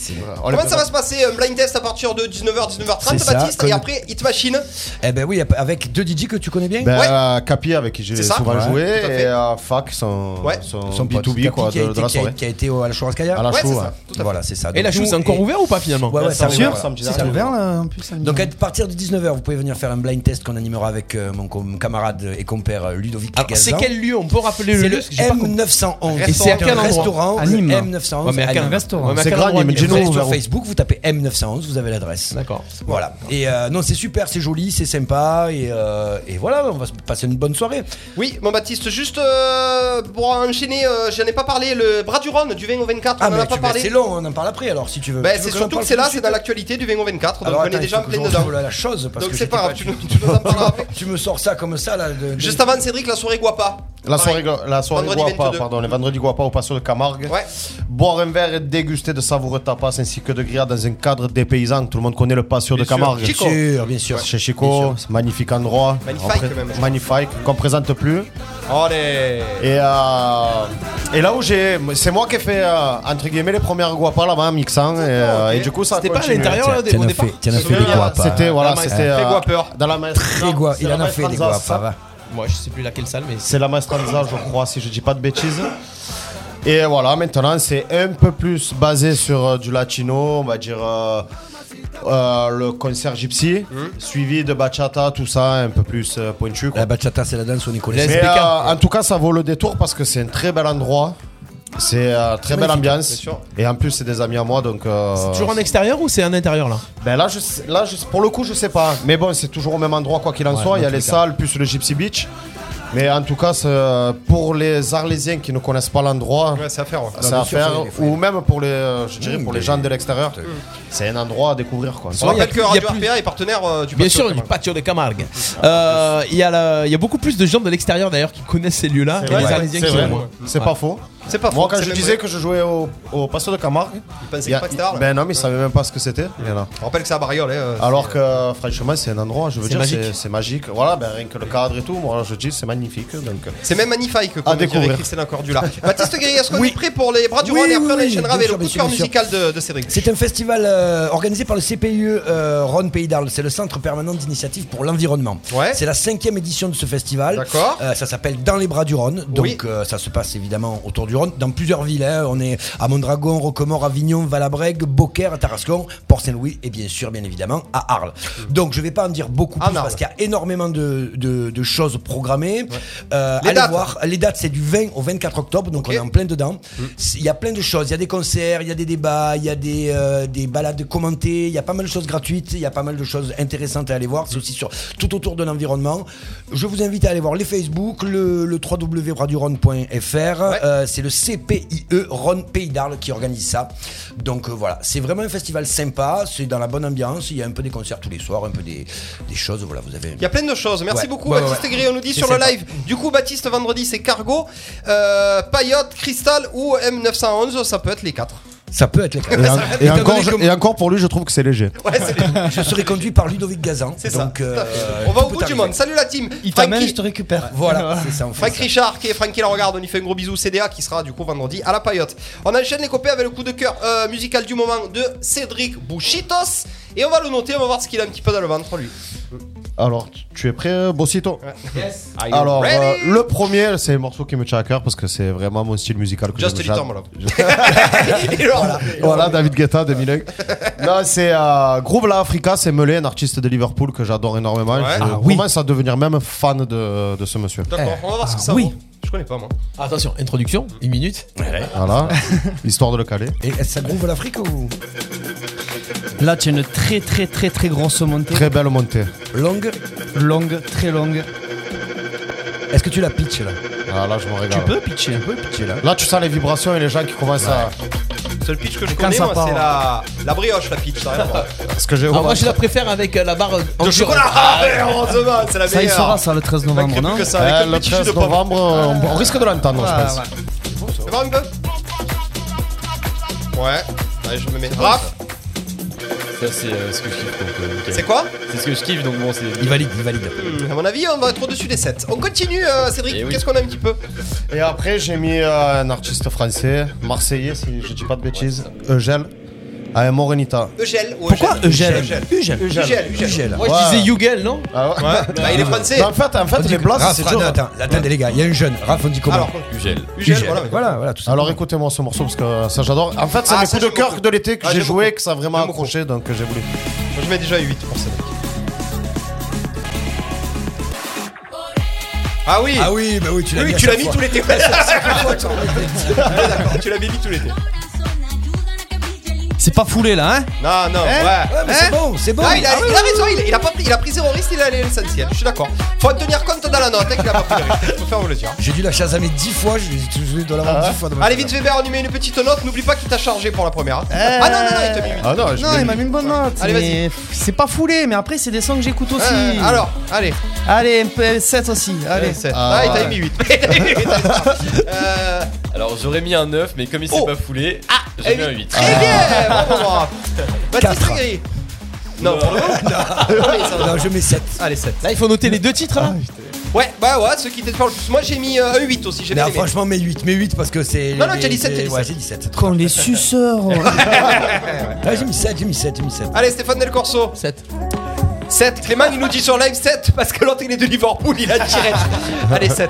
On les
Comment ça
présente-
va se passer un blind test à partir de 19h, 19h30
C'est ça,
Baptiste
comme-
et après Hit Machine
Eh ben oui, avec deux DJ que tu connais bien.
Ben,
Ouais.
euh, Capi avec qui j'ai
C'est ça,
souvent
ouais,
joué
tout à fait.
et euh, Fac son,
Ouais.
son,
Son pote,
B2B quoi,
Capi qui a
de, de
été-
la
qui a-
soirée.
qui a été au- à la Chouarascaïa.
À la
Ouais,
chou,
c'est
ouais.
ça, tout à fait.
Voilà, c'est ça.
Et la
Donc,
chose,
nous,
c'est encore
et-
ouvert ou pas finalement
Ouais, ouais, c'est
Samedi,
ouvert.
ouais, samedi
C'est
dernier.
ouvert.
Ouvert, là, en plus. samedi.
Donc à partir de 19h, vous pouvez venir faire un blind test qu'on animera avec euh, mon com- camarade et compère euh, Ludovic
Alors, c'est
Gazan.
quel lieu On peut rappeler le
C'est
lieu
le
parce que j'ai pas compris.
M911.
Et C'est à
C'est
quel
un
endroit
restaurant,
À Nîmes.
M911.
Ouais, mais à quel
Nîmes.
restaurant
Ouais, mais à
C'est
quel
grand,
endroit,
il me dit
Nîmes
non.
Vous allez sur
ouvert.
Facebook, vous tapez M911, vous avez l'adresse.
D'accord.
Voilà. Et euh, non, c'est super, c'est joli, c'est sympa. Et, euh, et voilà, on va se passer une bonne soirée.
Oui, mon Baptiste, juste euh, pour enchaîner, euh, j'en ai pas parlé, le bras du Rhône, du 20 au 24, on en a
Ah, mais
pas
tu- mais
parlé.
c'est long, on en parle après alors si tu veux.
Ben,
Tu veux
c'est
que j'en
surtout que
parle
c'est
tout
là,
de
c'est
suite
dans l'actualité du 20 au 24, donc
Alors,
on est
attends,
déjà
il
en
faut que
plein
je
dedans.
retrouve La, la chose, parce
Donc
que
c'est
j'étais
pas grave, tu,
du
nous-
tout-
tu nous en
[LAUGHS]
parleras après.
tu me sors ça comme ça là.
hein.
de- de-
Juste avant Cédric, la soirée Guapa.
La soirée, la soirée
Vendredi
Guapa,
22.
pardon, le vendredi Guapa au Passo de Camargue.
Ouais.
Boire un verre et déguster de savoureux tapas ainsi que de grillades dans un cadre dépaysant. Tout le monde connaît le Passo de
sûr.
Camargue.
Chico.
Bien sûr, bien sûr.
Chez Chico, c'est magnifique endroit.
Magnifique,
On pré-
même.
Magnifique, qu'on présente plus.
Allez
Et, euh, et là où j'ai. C'est moi qui ai fait, euh, entre guillemets, les premières Guapa là-bas en mixant. Et, euh, et du coup, ça a
C'était pas à
continué.
l'intérieur
Tiens,
là, au dé-
tiens,
au
on a
départ
fait- tiens, on a fait
Souvenir,
des guapas. hein.
C'était, voilà,
La maestra.
c'était.
Très
euh,
guapeur.
Dans la maestra.
Très guap-
C'est
il
la
en a fait des
maestranza,
guapas.
ça.
va.
Moi, je sais plus laquelle salle, mais.
hein. C'est la maestranza, je crois, si je dis pas de bêtises. Et voilà, maintenant, c'est un peu plus basé sur euh, du latino, on va dire euh, euh, le concert gypsy,
Hmm.
suivi de bachata, tout ça, un peu plus euh, pointu. quoi.
La bachata, c'est la danse où on est collé.
Laisse-
Mais
SPK.
euh, en tout cas, ça vaut le détour parce que c'est un très bel endroit. C'est euh, très belle ambiance.
sûr.
Et en plus, c'est des amis à moi, donc. euh,
C'est toujours en extérieur ou c'est en intérieur là
ben là, je, sais- là je, pour le coup, je sais pas. Mais bon, c'est toujours au même endroit, quoi qu'il en
Ouais,
soit. Il y a
dans tous
les
les cas.
salles, plus le Gypsy Beach. Mais en tout cas, c'est, euh, pour les Arlésiens qui ne connaissent pas l'endroit,
Ouais, c'est à faire. ouais.
c'est
bien
à
sûr,
faire.
faut y aller, faut y
Ou même pour les, euh, je dirais,
Mmh,
pour les
mais-
gens de l'extérieur, c'est un endroit à découvrir, quoi.
On
Ouais, y a
rappelle que
plus- y a
Radio
plus-
RPA est partenaire euh, du
Bien
Patio
sûr,
quand
du
même.
patio de Camargue. Euh, Il y, a la- il y a beaucoup plus de gens de l'extérieur d'ailleurs qui connaissent ces lieux-là. Et
Ouais,
les
ouais,
Arlésiens
c'est
qui
vrai.
sont moins.
C'est pas faux.
hein. C'est pas
Moi,
faux,
quand
c'est
je
même
disais
vrai.
que je jouais au, au Passo de Camargue,
Ils pensaient
il y a-
pas que c'était Arles.
ben non, mais ils savaient même pas ce que c'était. Il y en a.
On rappelle que c'est à Bariol. hein, euh,
Alors
c'est-
que euh, franchement, c'est un endroit, je veux
C'est
dire,
magique.
c'est- c'est magique. Voilà, ben, rien que le cadre et tout, moi je dis, c'est magnifique. Donc, euh,
C'est même magnifique comme
À
dirait
découvrir.
Christina Cordula.
[LAUGHS]
Baptiste Guerrier, est-ce qu'on
Oui.
est prêt pour les bras du
Oui,
Rhône et
oui,
après on
oui,
enchaînera avec
bien
le coup de
sûr,
cœur
bien sûr.
musical de, de Cédric
C'est un festival euh, organisé par le CPIE euh, Rhône Pays d'Arles. C'est le Centre Permanent d'Initiative pour l'Environnement.
Ouais.
C'est la cinquième édition de ce festival.
D'accord.
Euh, ça s'appelle Dans les bras du Rhône. Donc
Oui.
euh, ça se passe évidemment autour du Rhône, dans plusieurs villes. hein. On est à Mondragon, Rocamore, Avignon, Valabrègue, Beaucaire, Tarascon, Port-Saint-Louis et bien sûr, bien évidemment, à Arles.
Hmm.
Donc je vais pas en dire beaucoup
Ah,
plus
non.
parce qu'il y a énormément de, de- de choses programmées. Euh,
Les
allez
dates.
voir. Les dates, c'est du 20 au 24 octobre, donc
Ok.
on est en plein dedans. C'est- Il y a plein de choses. Il y a des concerts, il y a des débats, il y a des, euh, des balades commentées, il y a pas mal de choses gratuites, il y a pas mal de choses intéressantes à aller voir. C'est aussi sur tout autour de l'environnement. Je vous invite à aller voir les Facebook, le, le www.raduron.fr. Euh, c'est le CPIE E, Rhône Pays d'Arles qui organise ça. Donc euh, voilà, c'est vraiment un festival sympa, c'est dans la bonne ambiance. Il y a un peu des concerts tous les soirs, un peu des, des choses. Voilà, vous avez.
Il y a plein de choses. Merci
Ouais.
beaucoup,
Ouais, ouais,
Baptiste
ouais.
Guerrier. On nous dit
C'est
sur le
sympa.
live. Du coup, Baptiste, vendredi, c'est Cargo, euh, Payotte, Cristal ou M911. Ça peut être les quatre.
Ça peut
[LAUGHS]
être les
et, en- et
Étant
encore,
donné
je-
que-
et encore pour lui, je trouve que c'est léger.
Ouais, c'est les-
Je serai conduit par Ludovic Gazan.
c'est ça.
donc,
Tout à
euh,
fait. on va
tout
au
peut
bout du
arriver.
monde. Salut la team.
Il t'amène,
Frankie-
je te récupère.
Voilà, c'est ça, on fait
Franck
ça.
Richard qui est Frankie la regarde, on lui fait un gros bisou CDA qui sera du coup vendredi à la paillotte. On enchaîne les copains avec le coup de cœur euh, musical du moment de Cédric Bouchitos et on va le noter, on va voir ce qu'il a un petit peu dans le ventre lui.
Alors, tu es prêt, Bossito
Are you
Alors,
ready
euh, le premier, c'est un morceau qui me tient à cœur parce que c'est vraiment mon style musical. Que
Just
j'aime.
a little, mon love. [LAUGHS] Et alors,
[LAUGHS] Voilà, David Guetta, 2001. non, c'est euh, Groove La Africa, c'est Melé, un artiste de Liverpool que j'adore énormément.
Ouais.
Je
Ah
oui.
commence à devenir même fan de, de ce monsieur.
D'accord, on va voir ce que ça
oui.
vaut. Je connais pas moi.
Eh, ah Attention, introduction, une minute.
Eh. Voilà,
[LAUGHS]
histoire de le caler.
Et ça groove l'Afrique ou
Là, tu as une très très très très grosse montée.
Très belle montée.
longue
longue, très longue.
Est-ce que tu la pitches là
Ah, là, je me
Tu
regarde.
peux pitcher
peux pitcher là.
Là, tu sens les vibrations et les gens qui commencent à.
Le seul pitch que je connais
ça
moi
part, hein.
c'est la... la brioche la pitch, ça a rien à voir.
Parce que j'ai.
Ah, moi, je la préfère avec euh, la barre euh, en
De
cuir.
chocolat, ah, ouais, heureusement, c'est la
Ça, il
meilleure.
saura ça le 13
On
novembre,
manquerait
non
plus que ça,
Euh,
avec un
le
petit jus
13
de pomme.
novembre, on, on risque de l'entendre, je pense.
Tu voir un peu Ouais, Allez, je me mets. Rap,
Ça, c'est euh, ce que je kiffe. donc, euh, nickel.
c'est quoi
C'est ce que je kiffe, donc bon, c'est.
Il valide, il valide.
À mon avis, on va être au-dessus des 7. On continue, euh, Cédric.
Eh oui.
Qu'est-ce qu'on a un petit peu
Et après, j'ai mis euh, un artiste français, marseillais, si je dis pas de bêtises, Eugène, à Morenita.
Eugèle. Ou
Pourquoi Eugène
Ah, Eugèle.
Eugène
Eugèle, Eugèle.
Eugène.
Moi, je
Ouais.
disais Yugel, non
Ah ouais.
Bah, il est français.
Non, En fait, en fait les blases,
Raph,
c'est
attends,
dur.
attends, attendez Eh, les gars, il y a un jeune. Raph, on dit comment
Alors,
Ugel.
Eugèle,
Eugène.
voilà.
voilà, voilà, tout ça.
Alors écoutez-moi ce morceau parce que ça j'adore. En fait, c'est
Ah,
mes
ça,
coups de
j'aime
cœur
beaucoup.
de l'été que
Ah,
j'ai
j'aime
joué,
beaucoup.
que ça a vraiment
J'aime
accroché, donc euh, j'ai voulu.
Moi, je mets déjà 8 pour Cédric. Ah oui
Ah oui, bah oui, tu l'as
Oui,
mis.
tu l'as mis tout
[LAUGHS]
l'été. Ouais, [LAUGHS] D'accord, tu l'as mis tout l'été.
C'est pas foulé là, hein
Non, non, ouais.
Ouais, mais
Hein
c'est bon, c'est bon.
Ah, il a, il a raison, il, il a pas pris, il a pris zéro risque, il a allé à l'essentiel. Je suis d'accord. Faut en tenir compte dans la note, hein, qu'il a pas pris le risque. Faut faire vous le dire. Ah.
J'ai dû la chasamer 10 fois, je lui ai dit, je dois l'avoir 10 fois. dans ma
Allez,
tête.
vite, Weber, on y met une petite note. N'oublie pas qu'il t'a chargé pour la première. hein. Ah non, non, non, il t'a mis une.
Ah non, je
Non,
l'ai
il
mis.
m'a mis une bonne note.
Allez,
mais pff, C'est pas foulé, mais après, c'est des sons que j'écoute aussi.
Euh, alors, allez,
Allez, MP7 aussi. Allez.
allez, sept.
Ah,
Ah, il t'a
ouais.
mis 8. Il t'a mis huit, d'accord. Euh,
Alors j'aurais mis un 9, mais comme il s'est
Oh.
pas foulé,
eh
j'ai mis
oui.
un Ah. 8.
Très bien, bravo, bravo. Baptiste Gris. Non, pour le moment. Allez, ça va.
Non, je mets 7.
Allez, 7.
Là, il faut noter les deux titres. hein.
Ouais, bah ouais, ceux qui étaient pas le plus. Moi, j'ai mis euh, un 8 aussi, j'ai bien
Non,
aimé.
Ah, franchement, mets 8, mets 8 parce que c'est.
Non, non,
les-
t'as dit sept,
les-
t'as dit
Ouais,
sept.
j'ai dit 7.
Quand les suceurs.
Ah, j'ai mis 7, j'ai mis 7, j'ai mis 7.
[LAUGHS] Allez, Stéphane Del Corso.
7.
7. Clément, il nous dit sur live 7 parce que l'autre, il est de Liverpool, il a
[LAUGHS]
tiré. Allez, 7.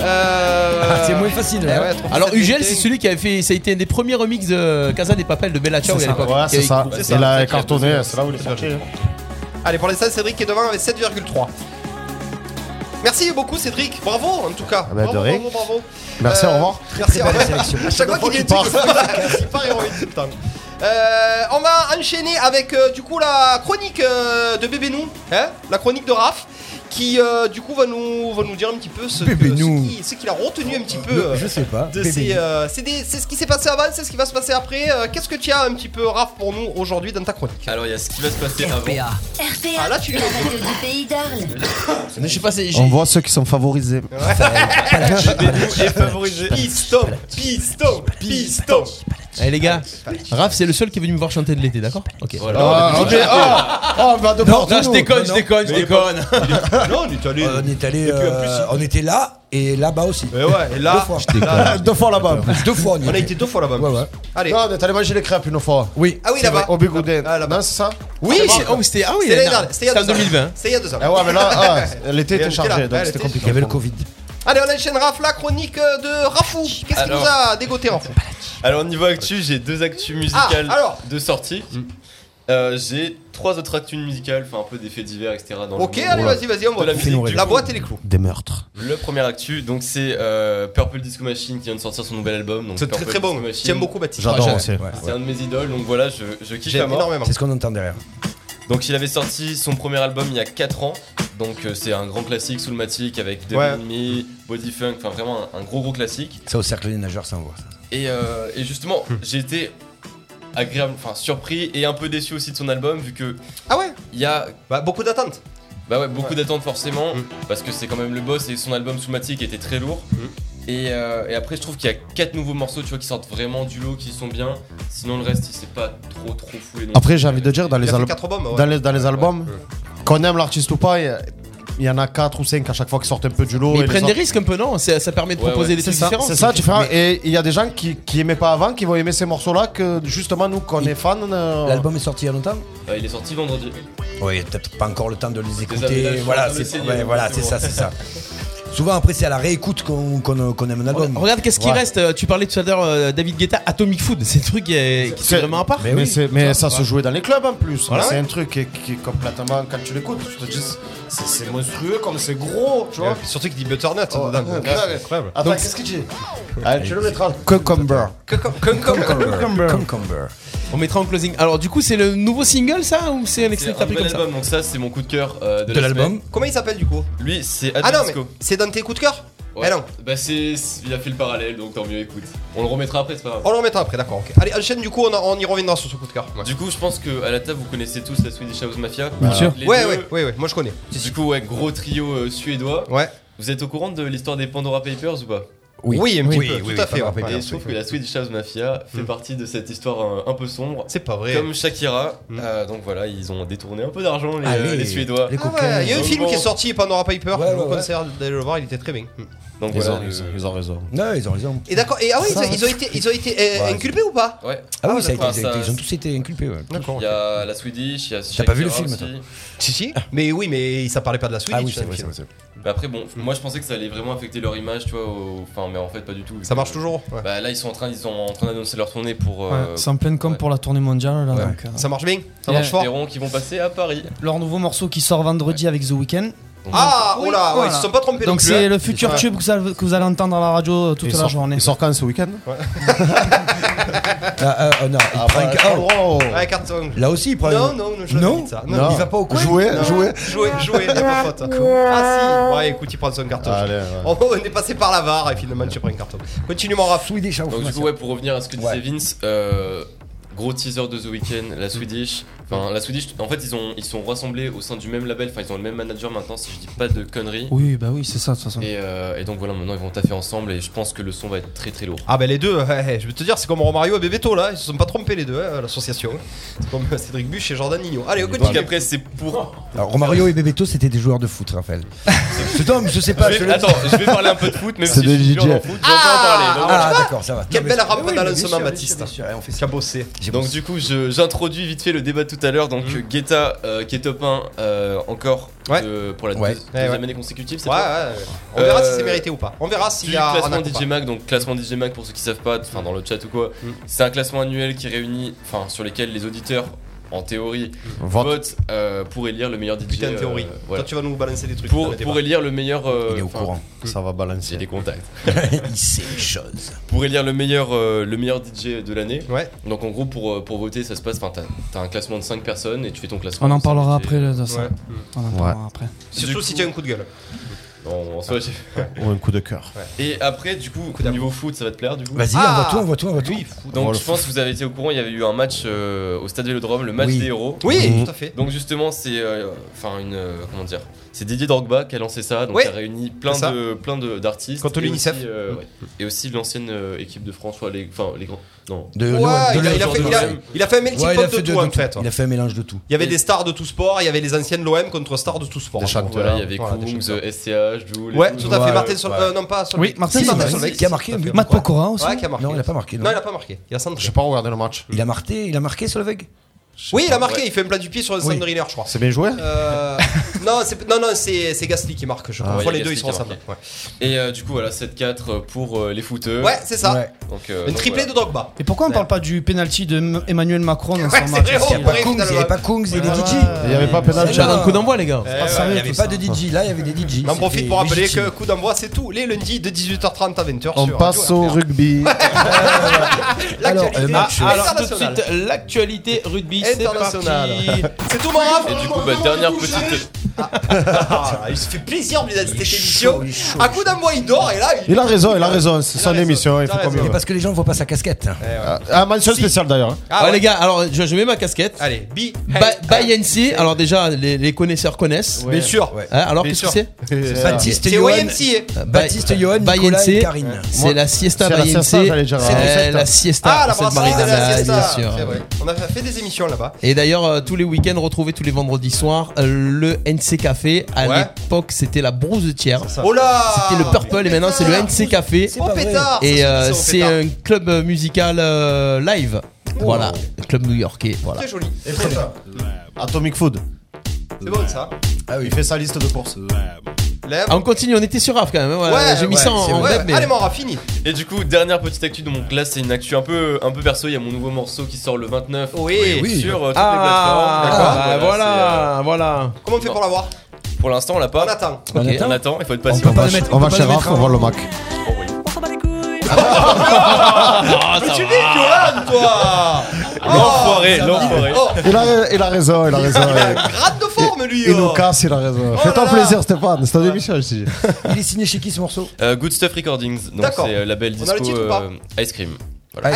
Ah,
Euh...
Ah, C'est moins facile hein.
Eh
là.
ouais, trop
hein. Alors
facile.
UGL c'est celui qui avait fait ça a été un des premiers remix de Casa des Papel de Bella Ciao à
C'est ça.
l'époque.
Ouais, c'est
Qui-
ça.
C'est ça.
Il a
C'est ça.
cartonné, c'est là où il est sorti. hein.
Allez, pour l'instant, Cédric est devant avec 7,3. Merci beaucoup, Cédric. Bravo, en tout cas.
Ah bah, de
bravo,
rien.
bravo, bravo.
Merci,
Euh,
au revoir.
Merci, au
belle
revoir.
sélection.
À chaque fois qu'il
Il
est
part.
il part héroïque tout le temps. Euh, on va enchaîner avec euh, du coup la chronique euh, de Bébé Nous, hein, la chronique de Raph, qui euh, du coup va nous, va nous dire un petit peu ce que-
Bébé
ce
Nous.
qui- ce qu'il a retenu un petit peu.
Non,
euh,
Je sais pas.
de
Bébé.
ces, euh, c'est des- c'est ce qui s'est passé avant, c'est ce qui va se passer après. Euh, Qu'est-ce que tu as un petit peu, Raph, pour nous aujourd'hui dans ta chronique
Alors il y a ce qui va se passer avant.
RPA,
Ah, là, tu-
la radio du pays d'Arles.
[LAUGHS] Je sais pas, c'est- j'ai-
On voit ceux qui sont favorisés.
Ah, J'ai favorisé. Piston, piston, piston.
Allez Eh, les gars, Raph c'est le seul qui est venu me voir chanter de l'été, d'accord Ok.
Voilà.
Ah, on est- oh, oh, bah, de
Non,
partout.
je déconne, je déconne, je
[LAUGHS]
déconne.
Non, on est allé.
Euh, On est allé, euh, on était là et là-bas aussi.
Mais ouais, et là,
Deux fois.
là,
Deux fois là-bas. en plus.
Deux fois on y
on a
était.
été deux fois là-bas. en
Ouais,
plus.
ouais.
Allez.
Non, on est allé manger les crêpes une fois.
Oui.
Ah oui, là-bas.
Au Bigouden.
Ah, là-bas.
Non, c'est ça
Oui,
C'est
c'est-
bon.
oh, c'était ah oui,
C'était l'année
non,
dernière, c'était il y a
c'était en
deux ans.
2020.
C'était il y a deux ans.
Ah ouais, mais là,
[LAUGHS]
ah, l'été
Et on
était
était là.
chargé,
Ouais,
donc c'était
l'été,
compliqué.
Il y avait le Covid.
Allez, on enchaîne Raph, la chronique euh, de Rafou. Qu'est-ce qu'il
Alors.
nous a dégoté, Rafou
Alors niveau actu, j'ai deux actus musicales
Ah, alors.
de sortie.
Mm.
Euh, j'ai trois autres actus musicales, enfin un peu des faits divers, etc. Dans le
Ok,
monde.
allez, vas-y, vas-y, on voit.
De la musique, du
La
coup.
boîte et les clous.
Des meurtres.
Le premier actu, donc c'est euh, Purple Disco Machine qui vient de sortir son nouvel album. donc
C'est très
Purple
très bon.
Disco Machine.
J'aime beaucoup Baptiste.
J'adore
Ouais,
aussi.
C'est un de mes idoles, donc voilà, je, je kiffe à
J'aime
mort.
énormément.
C'est ce qu'on entend derrière.
Donc il avait sorti son premier album il y a 4 ans. Donc euh, c'est un grand classique sous le matic avec Devil
Ouais.
Me, Body Funk, enfin vraiment un, un gros gros classique.
Ça au cercle des nageurs, ça envoie. ça.
Et, euh, et justement,
Hmm.
j'ai été agréable, enfin surpris et un peu déçu aussi de son album vu que
Ah ouais
il y a
Bah, beaucoup d'attentes.
bah ouais, beaucoup d'attentes forcément
Hmm.
Mm.
parce que c'est quand même le boss et son album sous matic était très lourd.
Hmm.
Et, euh, et après je trouve qu'il y a quatre nouveaux morceaux tu vois qui sortent vraiment du lot, qui sont bien. Sinon le reste il s'est pas trop trop fou.
Après, j'ai envie de dire, dans
Il
les,
a fait
al-
4 bombes. ouais.
dans les, dans les albums, qu'on aime l'artiste ou pas, il y a- il y en a 4 ou 5 à chaque fois qui sortent un peu du lot.
Mais
et
ils
les
prennent
autres-
des risques un peu, non ça, ça permet de
Ouais, ouais.
proposer des
C'est
trucs
ça,
différents.
c'est ça, différent. Et il y a des gens qui, qui aimaient pas avant, qui vont aimer ces morceaux-là, que justement, nous, qu'on est fans. euh,
L'album est sorti il y a longtemps
Euh, il est sorti vendredi.
Oui, peut-être pas encore le temps de les
Désolé, là, je
écouter.
suis en
Voilà,
train de
c'est
l'essayer,
ouais,
donc
voilà,
c'est
c'est
bon.
ça, c'est ça. Souvent après c'est à la réécoute qu'on qu'on- qu'on aime un
Regarde,
album.
regarde qu'est-ce qui
Ouais.
reste. euh, Tu parlais tout à l'heure euh, David Guetta, Atomic Food. [LAUGHS] C'est un truc qui est, qui est vraiment à part.
Mais, c'est- mais ça se jouait dans les clubs en plus.
Voilà,
c'est
ouais.
un truc qui, qui est complètement. Quand tu l'écoutes, tu te dis c'est c'est monstrueux comme c'est gros, tu
Ouais,
vois.
puis Surtout qu'il dit butternut.
Oh,
dedans,
ouais,
donc, c'est
ouais.
incroyable.
Attends, qu'est-ce qu'il dit Allez, ah, Tu le mettras. Cucumber.
Cucumber. Cucumber.
On mettra en closing. Alors du coup, c'est le nouveau single ça ou c'est un extrait
C'est
que t'as
un
pris
nouvel
comme ça
album, donc ça c'est mon coup de cœur euh, de,
De
la
l'album.
Comment il s'appelle du coup
semaine. Lui c'est
Ah non, mais
Adisco.
c'est dans tes coups de cœur Mais non.
Bah c'est, c'est- il a fait le parallèle donc tant mieux écoute. On le remettra après c'est pas grave.
On le remettra après, d'accord. ok. Allez, enchaîne du coup, on, en- on y reviendra sur ce coup de cœur. Ouais,
Du coup je pense que à la table vous connaissez tous la Swedish House Mafia.
Bien sûr.
Les
ouais,
deux,
ouais, ouais, ouais, moi je connais.
Du coup ouais gros trio euh, suédois.
Ouais.
Vous êtes au courant de l'histoire des Pandora Papers ou pas
Oui, un petit peu, tout à fait.
Pandora
ouais. Mm.
Et il se trouve que la Swedish House Mafia fait partie de cette histoire euh, un peu sombre.
C'est pas vrai. Mm.
Comme Shakira, euh, donc voilà, ils ont détourné un peu d'argent les,
Allez,
euh, les Suédois.
les
Ah
coquins.
ouais, il y a eu un
Donc
film
bon.
qui est sorti, Pandora Piper,
Ouais,
le
ouais, ouais.
concert d'aller le voir, il était très bien.
Donc
Ils
voilà,
ont,
le-
ils ont- ils ont raison.
Non, ils ont raison.
Et d'accord, et ah oui, ils,
Ça,
ils ont été, ils ont été euh,
Ouais.
inculpés ou pas
Ouais.
Ah oui, ça a été-
Enfin,
ça a été- ils ont tous été inculpés. ouais.
Il y a la Swedish, il y a
T'as pas vu le
Shakira
film,
aussi.
Si, si. Mais oui, mais ça parlait pas de la Switch.
Ah oui, c'est vrai, c'est vrai. c'est vrai.
Bah après bon, moi je pensais que ça allait vraiment affecter leur image, tu vois, au- enfin mais en fait pas du tout.
Ça marche toujours. ouais.
Bah là ils sont en train, ils sont en train d'annoncer leur tournée pour euh,
C'est en pleine com
ouais.
pour la tournée mondiale. Là,
Ouais.
donc, euh,
Ça marche bien, ça
Yeah.
marche fort.
Perron qui vont passer à Paris.
Leur nouveau morceau qui sort vendredi avec The Weeknd.
Ah, oh là, ouais,
Voilà.
ils se sont pas trompés
Donc
non plus, hein.
c'est le futur tube que, ça- que vous allez entendre à la radio euh, toute
Il
la
sort-
journée.
Il sort quand ce week-end
Ah, euh, euh, non, il prend un
bah,
ca- oh,
oh.
Ouais, carton.
Là aussi, il prend
Non,
une-
non, non, je
Non,
ça.
Non.
il va pas au coin.
Jouer, jouer.
Jouer, jouer, y a pas faute. hein. Ah si, ouais, écoute, il prend son carton.
Allez, ouais.
Oh, on est passé par la VAR et finalement tu prends un carton. Continue mon raf.
Souille des chats.
Donc du coup, ouais, pour revenir à ce que disait
Ouais.
Vince, euh, gros teaser de The Weeknd, la Swedish. Enfin, la Swedish, en fait, ils, ont, ils sont rassemblés au sein du même label, enfin, ils ont le même manager maintenant, si je dis pas de conneries.
Oui, bah oui, c'est ça de toute façon.
Et, euh, et donc voilà, maintenant ils vont taffer ensemble et je pense que le son va être très très lourd.
Ah ben les deux, ouais, ouais, je vais te dire, c'est comme Romario et Bebeto là, ils se sont pas trompés les deux, hein, l'association. C'est comme euh, Cédric Buche et Jordan Nino. Allez, on
Donc
continue.
après, c'est pour.
Alors, Romario et Bebeto, c'était des joueurs de foot, Raphaël. C'est homme, je sais pas.
Je
je
vais-
le-
attends, je vais parler un peu de foot, même
[LAUGHS]
C'est
si
des
je suis dur
DJ.
dans le foot, j'en peux en parler. donc-
Ah, d'accord, ça va.
Quelle
Non, mais-
belle rap
Oui,
dans
mais
le
bien
sommet,
sûr, bien
Baptiste.
sûr, bien sûr. Eh, on fait
Qui a bossé. Mm.
Donc du coup, je- j'introduis vite fait le débat tout à l'heure. Donc Guetta euh, qui est top 1 euh, encore
Ouais.
de- pour la
Ouais.
deuxi-
Ouais,
deuxième
Eh ouais.
année consécutive. c'est
Ouais, ouais,
ça
ouais. On verra
Euh,
si c'est mérité ou pas. On verra s'il
Du
y a un
classement
accord
DJ Mag, donc classement DJ Mag pour ceux qui savent pas,
Mm.
enfin dans le chat ou quoi, c'est un classement annuel qui réunit, enfin sur lesquels les auditeurs, en théorie,
Mm.
Vote.
votent euh, pour élire le meilleur DJ.
Putain,
euh,
théorie.
voilà.
Toi, tu vas nous balancer des trucs. dans
Pour,
le
pour
débat.
élire le meilleur. euh,
Il est au
enfin,
courant.
Mm.
Ça va
J'ai
balancer.
des contacts.
[LAUGHS] il sait les choses.
Pour élire le meilleur, euh, le meilleur DJ de l'année.
Ouais.
Donc en gros, pour, euh, pour voter, ça se passe. Enfin, t'as- t'as un classement de 5 personnes et tu fais ton classement.
On en
de cinq
parlera
DJ.
après là, de ça.
Ouais. Mm.
On en parlera après.
Surtout
coup-
si tu as un coup de gueule.
Non, en soi, j'ai-
Ou un coup de cœur.
Et après, du coup, au niveau foot, ça va te plaire du coup
Vas-y,
Ah.
on voit tout, on voit tout, on voit tout.
Donc
Oh, le
je pense que vous avez été au courant, il y avait eu un match euh, au Stade Vélodrome, le match
Oui.
des héros.
Oui,
Mhm.
tout à fait.
Donc justement, c'est euh, enfin une euh, comment dire, c'est Didier Drogba qui a lancé ça, donc
Oui.
qui a réuni plein
C'est ça.
de plein de d'artistes.
Contre
et
l'UNICEF. Mm.
aussi, euh, ouais. Et aussi l'ancienne euh, équipe de France, soit les enfin les grands. Non.
De-
Ouais,
de-
il,
de-
a, il a
de-
fait,
de-
il, a,
de-
il a fait un melting
Ouais, il
pot
a
de,
fait
tout,
de-
en
de-
fait.
Il a fait un mélange de tout.
Il y avait des stars de tout sport, il y avait les anciennes de l'OM contre stars de tout sport.
Des chanteurs.
Voilà, il y avait
Voilà, des
Coombs,
chanteurs.
euh, SCH, Joule. et
Ouais,
tout.
tout à fait.
Ouais,
Martin
ouais.
Sol- euh, non, pas Solveig.
Oui, Martin
Si,
Solveig.
Solveig,
Qui a
tout
marqué
à
un
fait.
but.
Matt Pokora aussi.
Ouais, qui a marqué.
Non, il a pas marqué. Non.
Non, il a pas marqué. Il a centré.
J'ai pas regardé le match.
Il a marqué, il a marqué sur le VEG
Oui, il a marqué.
Ouais.
Il fait un plat du pied sur le
Oui.
centre de je crois.
C'est bien joué
Euh, non, c'est- non, non, c'est c'est Gasly qui marque. Je confonds
ouais,
les
il y a
deux,
Ah, Gasly
ils sont
qui a
ensemble.
marqué.
Ouais,
Et euh, du coup, voilà, 7-4 pour euh, les footeux.
Ouais, c'est ça.
Ouais.
Donc, euh,
Une
donc,
triplée
voilà.
de Drogba.
Et pourquoi on parle pas du penalty de M- Emmanuel Macron dans
Ouais,
son
c'est
match
vrai,
aussi,
on
Il
là
n'y avait
Ouais,
pas Kungs, il n'y avait pas Kungs, il y avait DJ.
Il n'y avait pas pénal.
Ouais.
J'ai un coup d'envoi, les gars.
Euh, Eh ouais.
Il n'y
sérieux.
avait
tout
pas
Ah,
de
ça.
DJ, là il y avait des DJ.
On en profite
C'était
pour rappeler
légitime.
que coup d'envoi, c'est tout. Les lundis de 18h30 à 20h.
On
sur
passe
Radio
au
RPA.
rugby.
L'actualité
Alors, le match,
internationale.
Alors tout de suite, l'actualité rugby, c'est parti.
Internationale. C'est tout mon rap.
Et du coup, bah, dernière petite.
[LAUGHS] Ah, il se fait plaisir Blizzard cette émission.
chaud, il est chaud,
À coup d'envoi, il dort et là, il.
Il a raison, il a raison. C'est
Il a
son
raison.
émission. Il
T'as
faut
raison.
comme
Mais
il veut.
parce que les gens ne voient pas sa casquette.
Ah, ah, mention spéciale d'ailleurs.
Ah,
Ah,
ouais.
les gars, alors je, je mets ma casquette.
Allez, bi.
Ba- By NC, alors déjà les, les connaisseurs connaissent.
Bien sûr.
Ouais.
Hein, alors
Bien
qu'est-ce
sûr.
que c'est
Baptiste
C'est
Johan.
OMC.
Euh,
Baptiste
by-
Johan,
by
Nicolas
NC,
et Karine.
C'est la siesta
C'est la
by
siesta,
NC.
j'allais dire,
C'est
euh,
la,
la
siesta.
Ah, la
pour cette
brasserie de
barrière,
la
bien
siesta.
sûr.
C'est vrai. On a fait des émissions là-bas.
Et d'ailleurs, euh, tous les week-ends, retrouvez tous les vendredis soirs euh, le NC Café. À
Ouais.
l'époque, c'était la brousetière.
Oh là
C'était le Purple et maintenant c'est le NC Café.
Au
pas vrai.
pétard
Et
ça,
euh,
au
c'est
pétard.
un club musical euh, live. Voilà, club new-yorkais. Voilà.
Très joli. C'est
Atomic Food.
bon ça.
Ah oui, il fait sa liste de courses.
Lève.
Ah, on continue, on était sur RAF quand même. hein, voilà. J'ai mis ça en,
c'est
en
vrai.
dab, mais-
Allez, Mora, fini.
Et du coup, dernière petite actu, donc là c'est une actu un peu, un peu perso, il y a mon nouveau morceau qui sort le 29
Oui.
oui.
sur euh, toutes
Ah,
les plateformes.
bah,
c'est,
voilà, voilà.
Comment on fait pour l'avoir
euh, pour l'instant on l'a
On
pas.
attend.
Ok.
On attend. il faut être patient.
On peut pas le mettre-
On va
peut
chez
pas le
Raph,
mettre
on
en-
va le Mac.
Ah,
Ah,
Mais tu es violent, toi
L'enfoiré,
ça me dit-
l'enfoiré.
Oh,
Il a, il a raison, il a raison.
grade de forme, lui
Il
oh.
nous casse, il a raison.
là
Fais-toi
là.
plaisir, Stéphane. C'est ton émission aussi.
Il est signé chez qui ce morceau
Euh, Good Stuff Recordings, donc
D'accord.
c'est euh, label
On
disco
a le titre ou pas
euh, Ice Cream.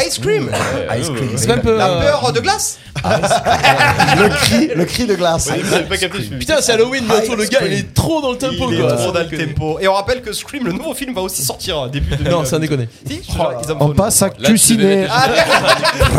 Ice Cream
Ouais,
Ice
ouais,
Cream.
ouais.
C'est pas un peu.
La
euh,
peur de glace
Le cri, le cri de
Ah,
glace.
Ouais, vous avez pas capté, je suis-
Putain, c'est Halloween bientôt, le gars, il est trop dans le tempo
Il est
quoi.
trop
Sans
dans le
déconner.
tempo. Et on rappelle que Scream, le nouveau film, va aussi sortir hein, début de.
Non, ça déconne.
Si, je te jure, ils en font
On
une.
passe à
Là, tu
Actu Ciné.
devais
Ah,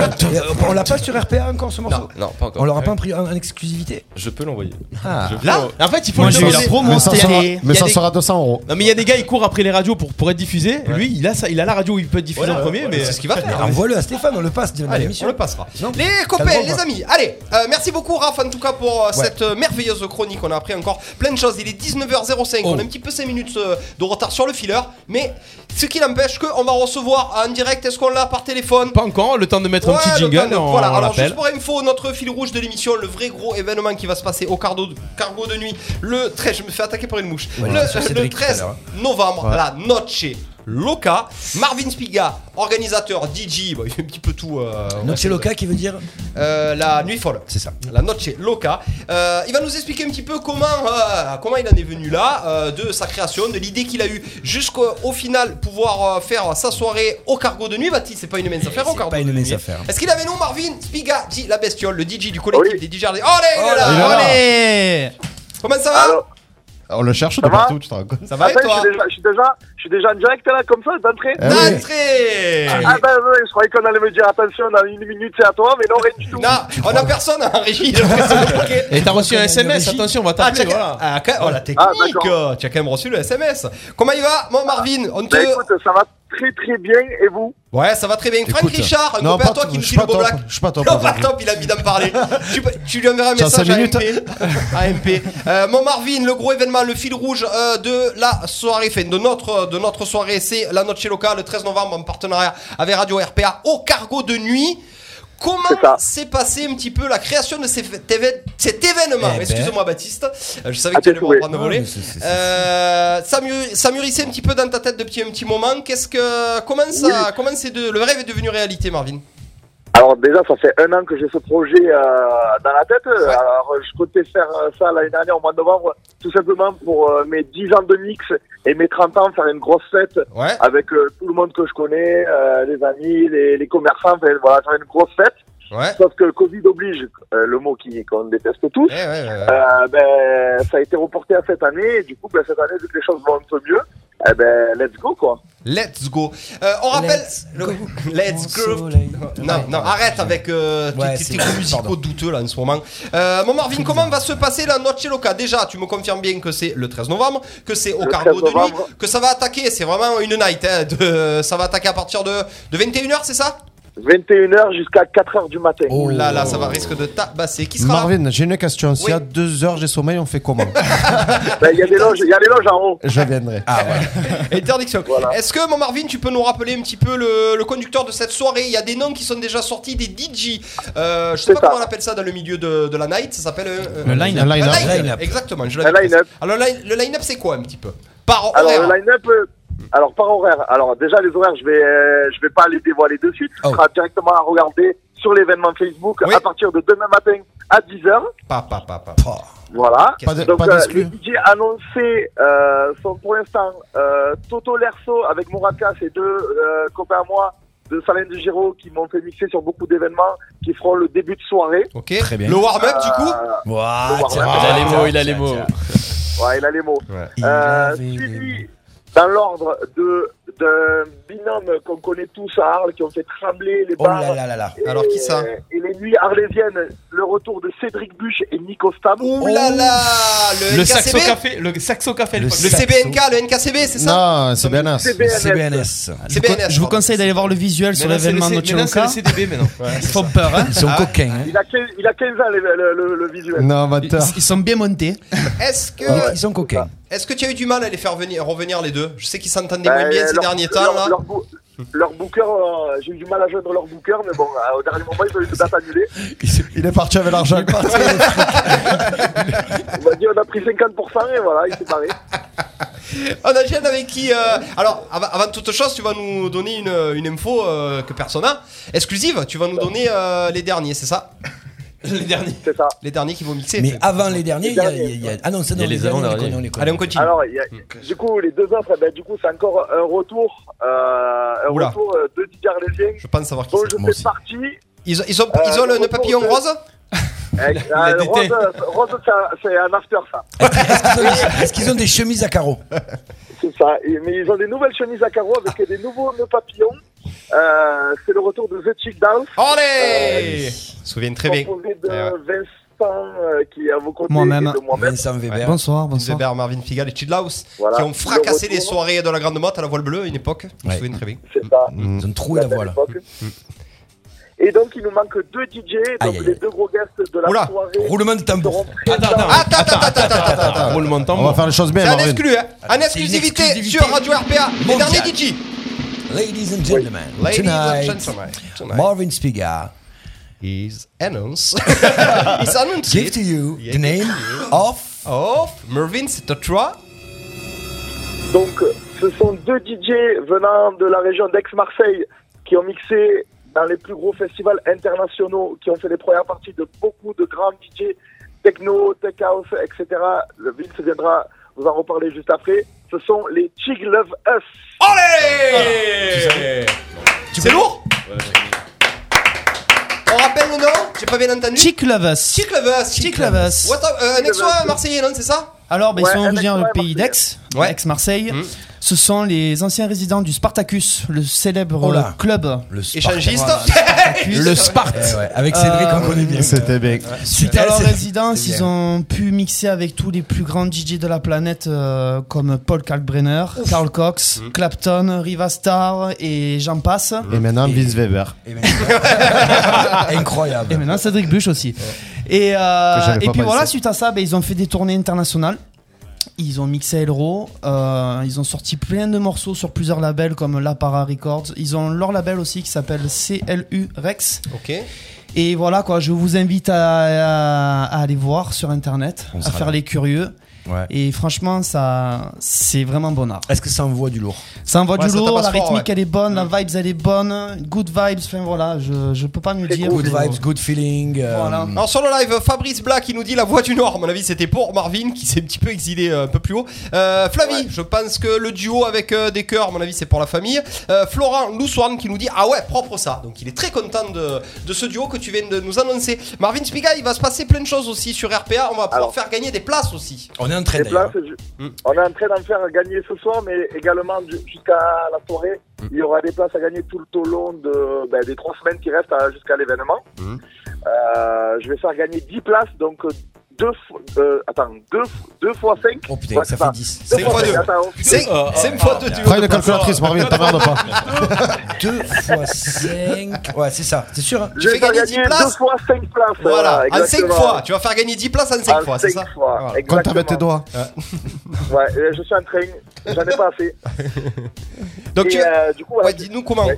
être-
On l'a pas sur RPA encore ce morceau
Non, pas encore.
On leur a pas un prix en en exclusivité
Je peux l'envoyer.
Ah.
Je peux
Là,
l'envoyer.
en fait, il faut
Moi,
le
j'ai eu la
demander.
promo,
Mais ça
Il y a
sera-
des-
mais
il y a
ça
des-
sera 200 euros.
Non mais il y a des gars ils courent après les radios pour, pour être diffusés. Lui il a ça, il a la radio où il peut être diffusé en premier mais
C'est ce qu'il va faire.
Mais renvoie-le à Stéphane, on le passe de
Allez, on
l'émission.
le passera.
Non.
Les
Ça se
copains,
voit
les
pas.
amis, allez, euh, merci beaucoup Raph en tout cas pour euh,
Ouais.
cette euh, merveilleuse chronique. On a appris encore plein de choses. Il est 19h05,
Oh.
on a un petit peu 5 minutes euh, de retard sur le fileur, mais ce qui n'empêche qu'on va recevoir en direct, est-ce qu'on l'a par téléphone
Pas encore, le temps de mettre un
Ouais,
petit
le
jingle,
Panda.
on,
voilà,
on
alors juste
l'appelle.
pour info, notre fil rouge de l'émission, le vrai gros événement qui va se passer au cargo de, cargo de nuit, le 13, je me fais attaquer par une mouche,
Ouais,
le,
j'ai reçu
le
Cédric tout à
13
l'heure,
hein.
novembre, la Noche Loca, Marvin Spiga, organisateur, DJ, bah, il fait un petit peu tout. euh,
Donc c'est Loca qui veut dire
euh, la nuit folle.
C'est ça.
La Noche Loca. Euh, il va nous expliquer un petit peu comment, euh, comment il en est venu là, euh, de sa création, de l'idée qu'il a eue jusqu'au au final pouvoir euh, faire sa soirée au cargo de nuit. Baptiste, c'est pas une mince affaire au
C'est
cargo
pas une
de
mince
nuit.
affaire.
Est-ce qu'il avait nous Marvin Spiga, dit la bestiole, le DJ du collectif des DJ Allez, il est là,
Il est là.
allez.
Allez
Comment ça va
Alors,
On le cherche de
Ça va
partout, tu te rends compte.
Ça va et
attends, je,
toi
suis déjà, je, suis déjà, je suis déjà en direct là, comme ça, d'entrée.
Eh oui.
D'entrée
Ah ben ouais, je croyais qu'on allait me dire attention, dans une minute c'est à toi, mais non, rien du tout.
Non, on a personne en régie. j'ai l'impression, ok.
Et t'as reçu un
Comme
SMS,
Brigitte.
attention, on va
Ah, tu
t'appeler, voilà.
[LAUGHS] oh
Ah,
la technique, euh, tu as quand même reçu le SMS. Comment il va, mon Marvin On te,
Ben, écoute, ça va très très bien, et vous
Ouais, ça va très bien. Franck
Écoute,
Richard, un
non,
copain à
pas
toi
t-
qui me
je
dit
suis
le
pas
beau
top.
black.
Je suis pas top
Non,
aujourd'hui.
top, il a mis d'en
[LAUGHS]
parler. tu, peux- tu lui enverras un
Tiens,
message
cinq
à
minutes.
MP. À MP. Euh, mon Marvin, le gros événement, le fil rouge euh, de la soirée, enfin, de notre, de notre soirée, c'est la Noche Loca le 13 novembre en partenariat avec Radio RPA au cargo de nuit.
C'est ça.
Comment s'est passé un petit peu la création de cet, évén- cet événement
Eh ben.
Excuse-moi Baptiste, Euh, je savais
Ah,
que tu allais me
t'es doué.
reprendre le volet.
Ah, mais c'est- c'est- c'est-
Euh, ça mû- ça mûrissait un petit peu dans ta tête depuis un petit moment. Qu'est-ce que comment ça comment c'est de, le rêve est devenu réalité, Marvin
Alors déjà, ça fait un an que j'ai ce projet euh, dans la tête. Alors je comptais faire euh, ça l'année dernière au mois de novembre, tout simplement pour euh, mes 10 ans de mix et mes 30 ans, faire une grosse fête
Ouais.
avec euh, tout le monde que je connais, euh, les amis, les, les commerçants, enfin, voilà, faire une grosse fête.
Ouais.
Sauf que le Covid oblige, euh, le mot qui qu'on déteste tous.
Eh ouais, ouais, ouais.
Euh, ben, ça a été reporté à cette année. Et du coup, ben, cette année, vu que les choses vont un peu mieux, eh ben, let's go, quoi.
Let's go. Euh, on rappelle
Let's
le-
go.
[LAUGHS] Let's
Mon
go.
soleil.
Non, non, arrête avec euh, tes-
Ouais,
tes
c'est-
tes goûts musicaux
pardon.
douteux là en ce moment. Euh, mon Marvin, comment va se passer la Noche Loca Déjà, tu me confirmes bien que c'est le 13 novembre, que c'est au
Le
cargo
13
de nuit,
novembre.
que ça va attaquer. C'est vraiment une night. hein, de, ça va attaquer à partir de, de 21h, c'est ça
21h jusqu'à 4h du matin.
Oh là là, ça va risque de tabasser. Qui sera là
Marvin, j'ai une question. S'il y a
Oui.
deux heures, j'ai sommeil, on fait comment
Ben, Il y a des loges, il y a des loges en haut.
Je viendrai.
[LAUGHS] Interdiction.
Voilà.
Est-ce que, mon Marvin, tu peux nous rappeler un petit peu le, le conducteur de cette soirée Il y a des noms qui sont déjà sortis, des DJ. Euh, je sais
C'est
pas
ça.
comment on appelle ça dans le milieu de, de la night. Ça s'appelle. euh,
Le
euh,
line-up.
Un
un
line-up.
line-up.
Line-up.
Exactement. Je
Un
l'avais
line-up.
pas. Alors, line- le line-up, c'est quoi un petit peu Par
Alors,
horaire.
le line-up, euh, alors, par horaire. Alors, déjà, les horaires, je vais, euh, je vais pas les dévoiler de suite. Ce
Oh.
sera directement à regarder sur l'événement Facebook
Oui.
à partir de demain matin à 10h.
Pa, pa, pa, pa.
Voilà.
Pas de-
Donc,
pas
euh,
d'exclus.
les DJ annoncés euh, sont pour l'instant euh, Toto Lerso avec Moraka, c'est deux euh, copains à moi de Salin de Giro qui m'ont fait mixer sur beaucoup d'événements qui feront le début de soirée. Euh,
Ok.
Très bien.
Le warm-up, du coup
Ouah,
Faut voir
tiens,
la-
Il a les mots, il a
tiens,
les mots.
tiens.
Ouais, il a les mots.
Il
Euh,
avait les
suivi dans l'ordre de d'un binôme qu'on connaît tous à Arles qui ont fait trembler les
Oh
bars.
là là là là.
Et,
Alors, qui ça
Et les nuits arlésiennes, le retour de Cédric Buche et Nico Stab.
Ouh là là Le,
Le
NKCB
saxo café, le saxo café,
Le
le
Le
saxo.
CBNK, le NKCB, c'est ça
Non, c'est bien. as.
CBNS.
CBNS.
Je vous
CBNS.
con- je vous
pardon.
conseille d'aller voir le visuel sur
Mais là, c'est le
l'événement
C-
Noche
mais là, c'est le
Loca.
CDB maintenant.
Ils font peur,
Ah.
hein
Ils sont coquins. hein.
Il a, 15, il a 15 ans le, le- le- le visuel.
Non,
ils,
menteur.
ils sont bien montés.
Est-ce que,
Ils sont coquins.
est-ce que tu as eu du mal à les faire venir, revenir les deux Je sais qu'ils s'entendaient
Ben,
moins bien ces
leur-
derniers temps.
leur-
là.
Leur, bou- leur booker, euh, j'ai eu du mal à joindre leur booker, mais bon, euh, au dernier moment, ils ont eu une date annulée.
Il est parti avec l'argent.
On m'a dit, on a pris 50% et voilà, il s'est barré.
On enchaîne avec qui euh, Alors, av- avant toute chose, tu vas nous donner une, une info euh, que personne n'a, exclusive. Tu vas nous donner euh, les derniers, c'est ça
Les derniers.
C'est ça.
Les derniers qui vont mixer.
Mais avant les derniers, il y a- il y a. Ah non, c'est
Il y a
dans
les
les derniers, on les
avant-derniers.
connaît, on les connaît.
Allez, on continue.
Alors, il y a- du coup, les deux autres, eh ben, du coup, c'est encore un retour, euh, un
Oula.
retour euh, de Didier Arlésien.
Je pense savoir qui
Dont
c'est.
je
Moi
fais
aussi.
partie.
Ils, ont- ils ont,
Euh,
ils ont le,
le
nœud papillon
retour de-
rose
Euh,
la
Rose,
DT.
Rose, c'est un- c'est un after, ça.
Est-ce qu'ils ont- Est-ce qu'ils ont des chemises à carreaux
C'est ça. Et- mais ils ont des nouvelles chemises à carreaux avec des nouveaux nœuds papillons. Euh, c'est le retour de The Chick Dance.
Allez Souviens très bien.
composé de
Eh ouais.
Vince- euh, qui est à vos côtés
Moi-même.
et de moi-même.
Vincent Weber.
Ouais.
Bonsoir, bonsoir.
Weber, Marvin Figal et Chidlaus
Voilà.
qui ont fracassé
Le
les
retour,
soirées de la Grande Motte à la voile bleue à une époque. Mm. Je me
Ouais.
souviens très bien.
C'est ça.
Mm.
Ils ont troué la
belle
voile.
époque. Et donc, il nous manque
[LAUGHS]
deux DJ, donc
Aïe, aïe,
les
aïe.
deux gros guests de la
Oula.
soirée.
Roulement de
seront
tambour.
présents.
Attends, attends, attends, attends, attends, attends.
Roulement de
On va
tambour.
faire les choses bien,
C'est en
Marvin.
exclu, hein. En
c'est une
exclusivité
exclusivité
sur Radio RPA. Les
mondiale.
derniers DJ.
Ladies and gentlemen,
Ladies and
tonight,
gentlemen, tonight
Marvin Spiga
is announced. It's announced.
give to you the name of
Of Mervyn Sitotra.
Donc, ce sont deux DJ venant de la région d'Aix-Marseille qui ont mixé dans les plus gros festivals internationaux, qui ont fait les premières parties de beaucoup de grands DJ techno, tech house, etc. Le Vince viendra vous en reparler juste après. Ce sont les Chig Love Us.
Allez C'est lourd On rappelle le nom J'ai pas bien entendu.
Chick Lovas.
Chic Lovers.
Chic Lovers.
What up, euh, un ex
Lovers.
marseillais, non, c'est ça
Alors, ben,
Ouais,
ils sont
un
originaires du
Marseillais.
pays d'Aix,
hein.
Ouais.
Aix-Marseille.
Mhm.
Ce sont les anciens résidents du Spartacus, le célèbre
Oh là.
club.
le Spartan.
Échangiste. [LAUGHS]
Le Sparte.
[LAUGHS] Eh ouais, avec Cédric,
Euh,
on connaît bien.
C'était bien.
Suite à leur
c'est-
résidence,
c'est
ils
bien.
ont pu mixer avec tous les plus grands DJ de la planète euh, comme Paul Kalkbrenner, Carl Cox,
Mm.
Clapton, Riva Star et j'en passe.
Et maintenant, Vince Weber.
Et maintenant-
Et
Incroyable.
maintenant Cédric Buche aussi. Et, euh,
Que j'avais pas
et puis
pensé.
voilà, suite à ça, ben, ils ont fait des tournées internationales. Ils ont mixé Elro, euh, ils ont sorti plein de morceaux sur plusieurs labels comme La Para Records. Ils ont leur label aussi qui s'appelle CLU Rex.
Ok.
Et voilà quoi, je vous invite à, à- à aller voir sur internet,
On
à
sera
faire
là.
les curieux.
Ouais.
Et franchement, ça, c'est vraiment bon art.
Est-ce que ça envoie du lourd
Ça envoie
Ouais,
du
ça
lourd,
tape à
la
ce fort,
rythmique
ouais. Mm.
elle est bonne, la vibes elle est bonne, good vibes, enfin voilà, je, je peux pas mieux dire.
Good
Vous-
vibes, good feeling. euh,
Voilà.
Alors sur le live, Fabrice Black qui nous dit la voix du Nord. À mon avis, c'était pour Marvin qui s'est un petit peu exilé euh, un peu plus haut. Euh, Flavie, je pense que le duo avec euh, des chœurs, à mon avis, c'est pour la famille. Euh, Florent Louswan qui nous dit ah ouais, propre ça. Donc il est très content de, de ce duo que tu viens de nous annoncer. Marvin Spiga, il va se passer plein de choses aussi sur RPA. On va pouvoir
Alors.
faire gagner des places aussi.
On est en train
Les
d'ailleurs.
places, je-
Mm.
on est en train d'en faire gagner ce soir, mais également ju- jusqu'à la soirée,
Mm.
il y aura des places à gagner tout le long de, ben, des trois semaines qui restent à- jusqu'à
Mm.
l'événement. Euh, je vais faire gagner 10 places, donc euh, deux, fo- euh, attends, deux, f- deux fois 5.
Oh putain, ça fait 10.
C'est fois deux.
Attends,
C'est
Euh,
c'est une fois de duo.
Prends une calculatrice, Marvin, t'emmerdes
[LAUGHS]
pas.
2 fois 5. Ouais, c'est ça, c'est sûr. hein
je
Tu
vais
fais
faire
gagner
gagner
10 places.
deux fois 5 places.
Voilà, en 5
exactement.
fois. Tu vas faire gagner 10 places en 5
En
fois, c'est
cinq
ça
fois,
Compte avec tes
exactement.
doigts.
Ouais, euh, je suis en train, j'en ai pas assez.
Donc
Et,
tu
euh, du coup, voilà,
ouais, dis-nous comment.
Ouais.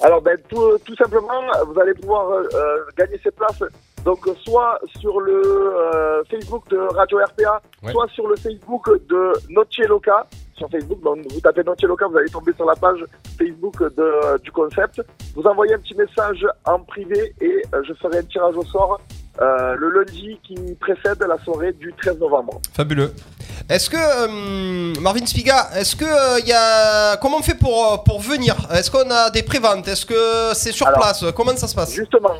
Alors, ben, tout, tout simplement, vous allez pouvoir euh, euh, gagner ces places. Donc, euh, soit sur le euh, Facebook de Radio RPA,
Ouais.
soit sur le Facebook de Noceloca. Sur Facebook, donc, vous tapez Noceloca, vous allez tomber sur la page Facebook de, du concept. Vous envoyez un petit message en privé et euh, je ferai un tirage au sort euh, le lundi qui précède la soirée du 13 novembre.
Fabuleux. Est-ce que euh, Marvin Spiga, est-ce que euh, y a comment on fait pour euh, pour venir Est-ce qu'on a des préventes Est-ce que c'est sur
Alors,
place Comment ça se passe
Justement,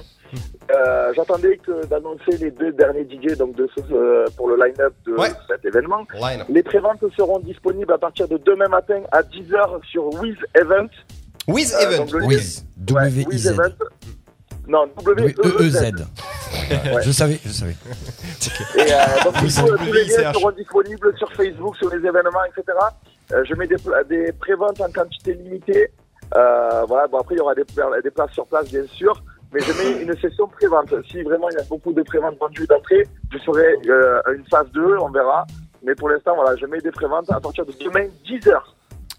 euh, j'attendais que d'annoncer les deux derniers DJ donc de ce- euh, pour le line-up de
Ouais.
cet événement.
Line.
Les préventes seront disponibles à partir de demain matin à 10h sur Wiz Event.
With
Euh,
Event.
donc le-
Oui,
Ouais, Wiz
W-I-Z.
Event. Non, E
Oui,
W-E-E-Z.
E-E-Z. E Je savais, je savais.
Et
[LAUGHS]
[LAUGHS]
euh, donc, du
Wiz
coup, euh, tous les
W-I-Z.
liens seront disponibles sur Facebook, sur les événements, etc. Euh, je mets des, pla- des préventes en quantité limitée. Euh, voilà, bon, après, il y aura des, pla- des places sur place, bien sûr. Mais je mets une session prévente. Si vraiment il y a beaucoup de préventes vendues d'après, je ferai euh, une phase 2, on verra. Mais pour l'instant, voilà, je mets des préventes à partir de demain, 10h.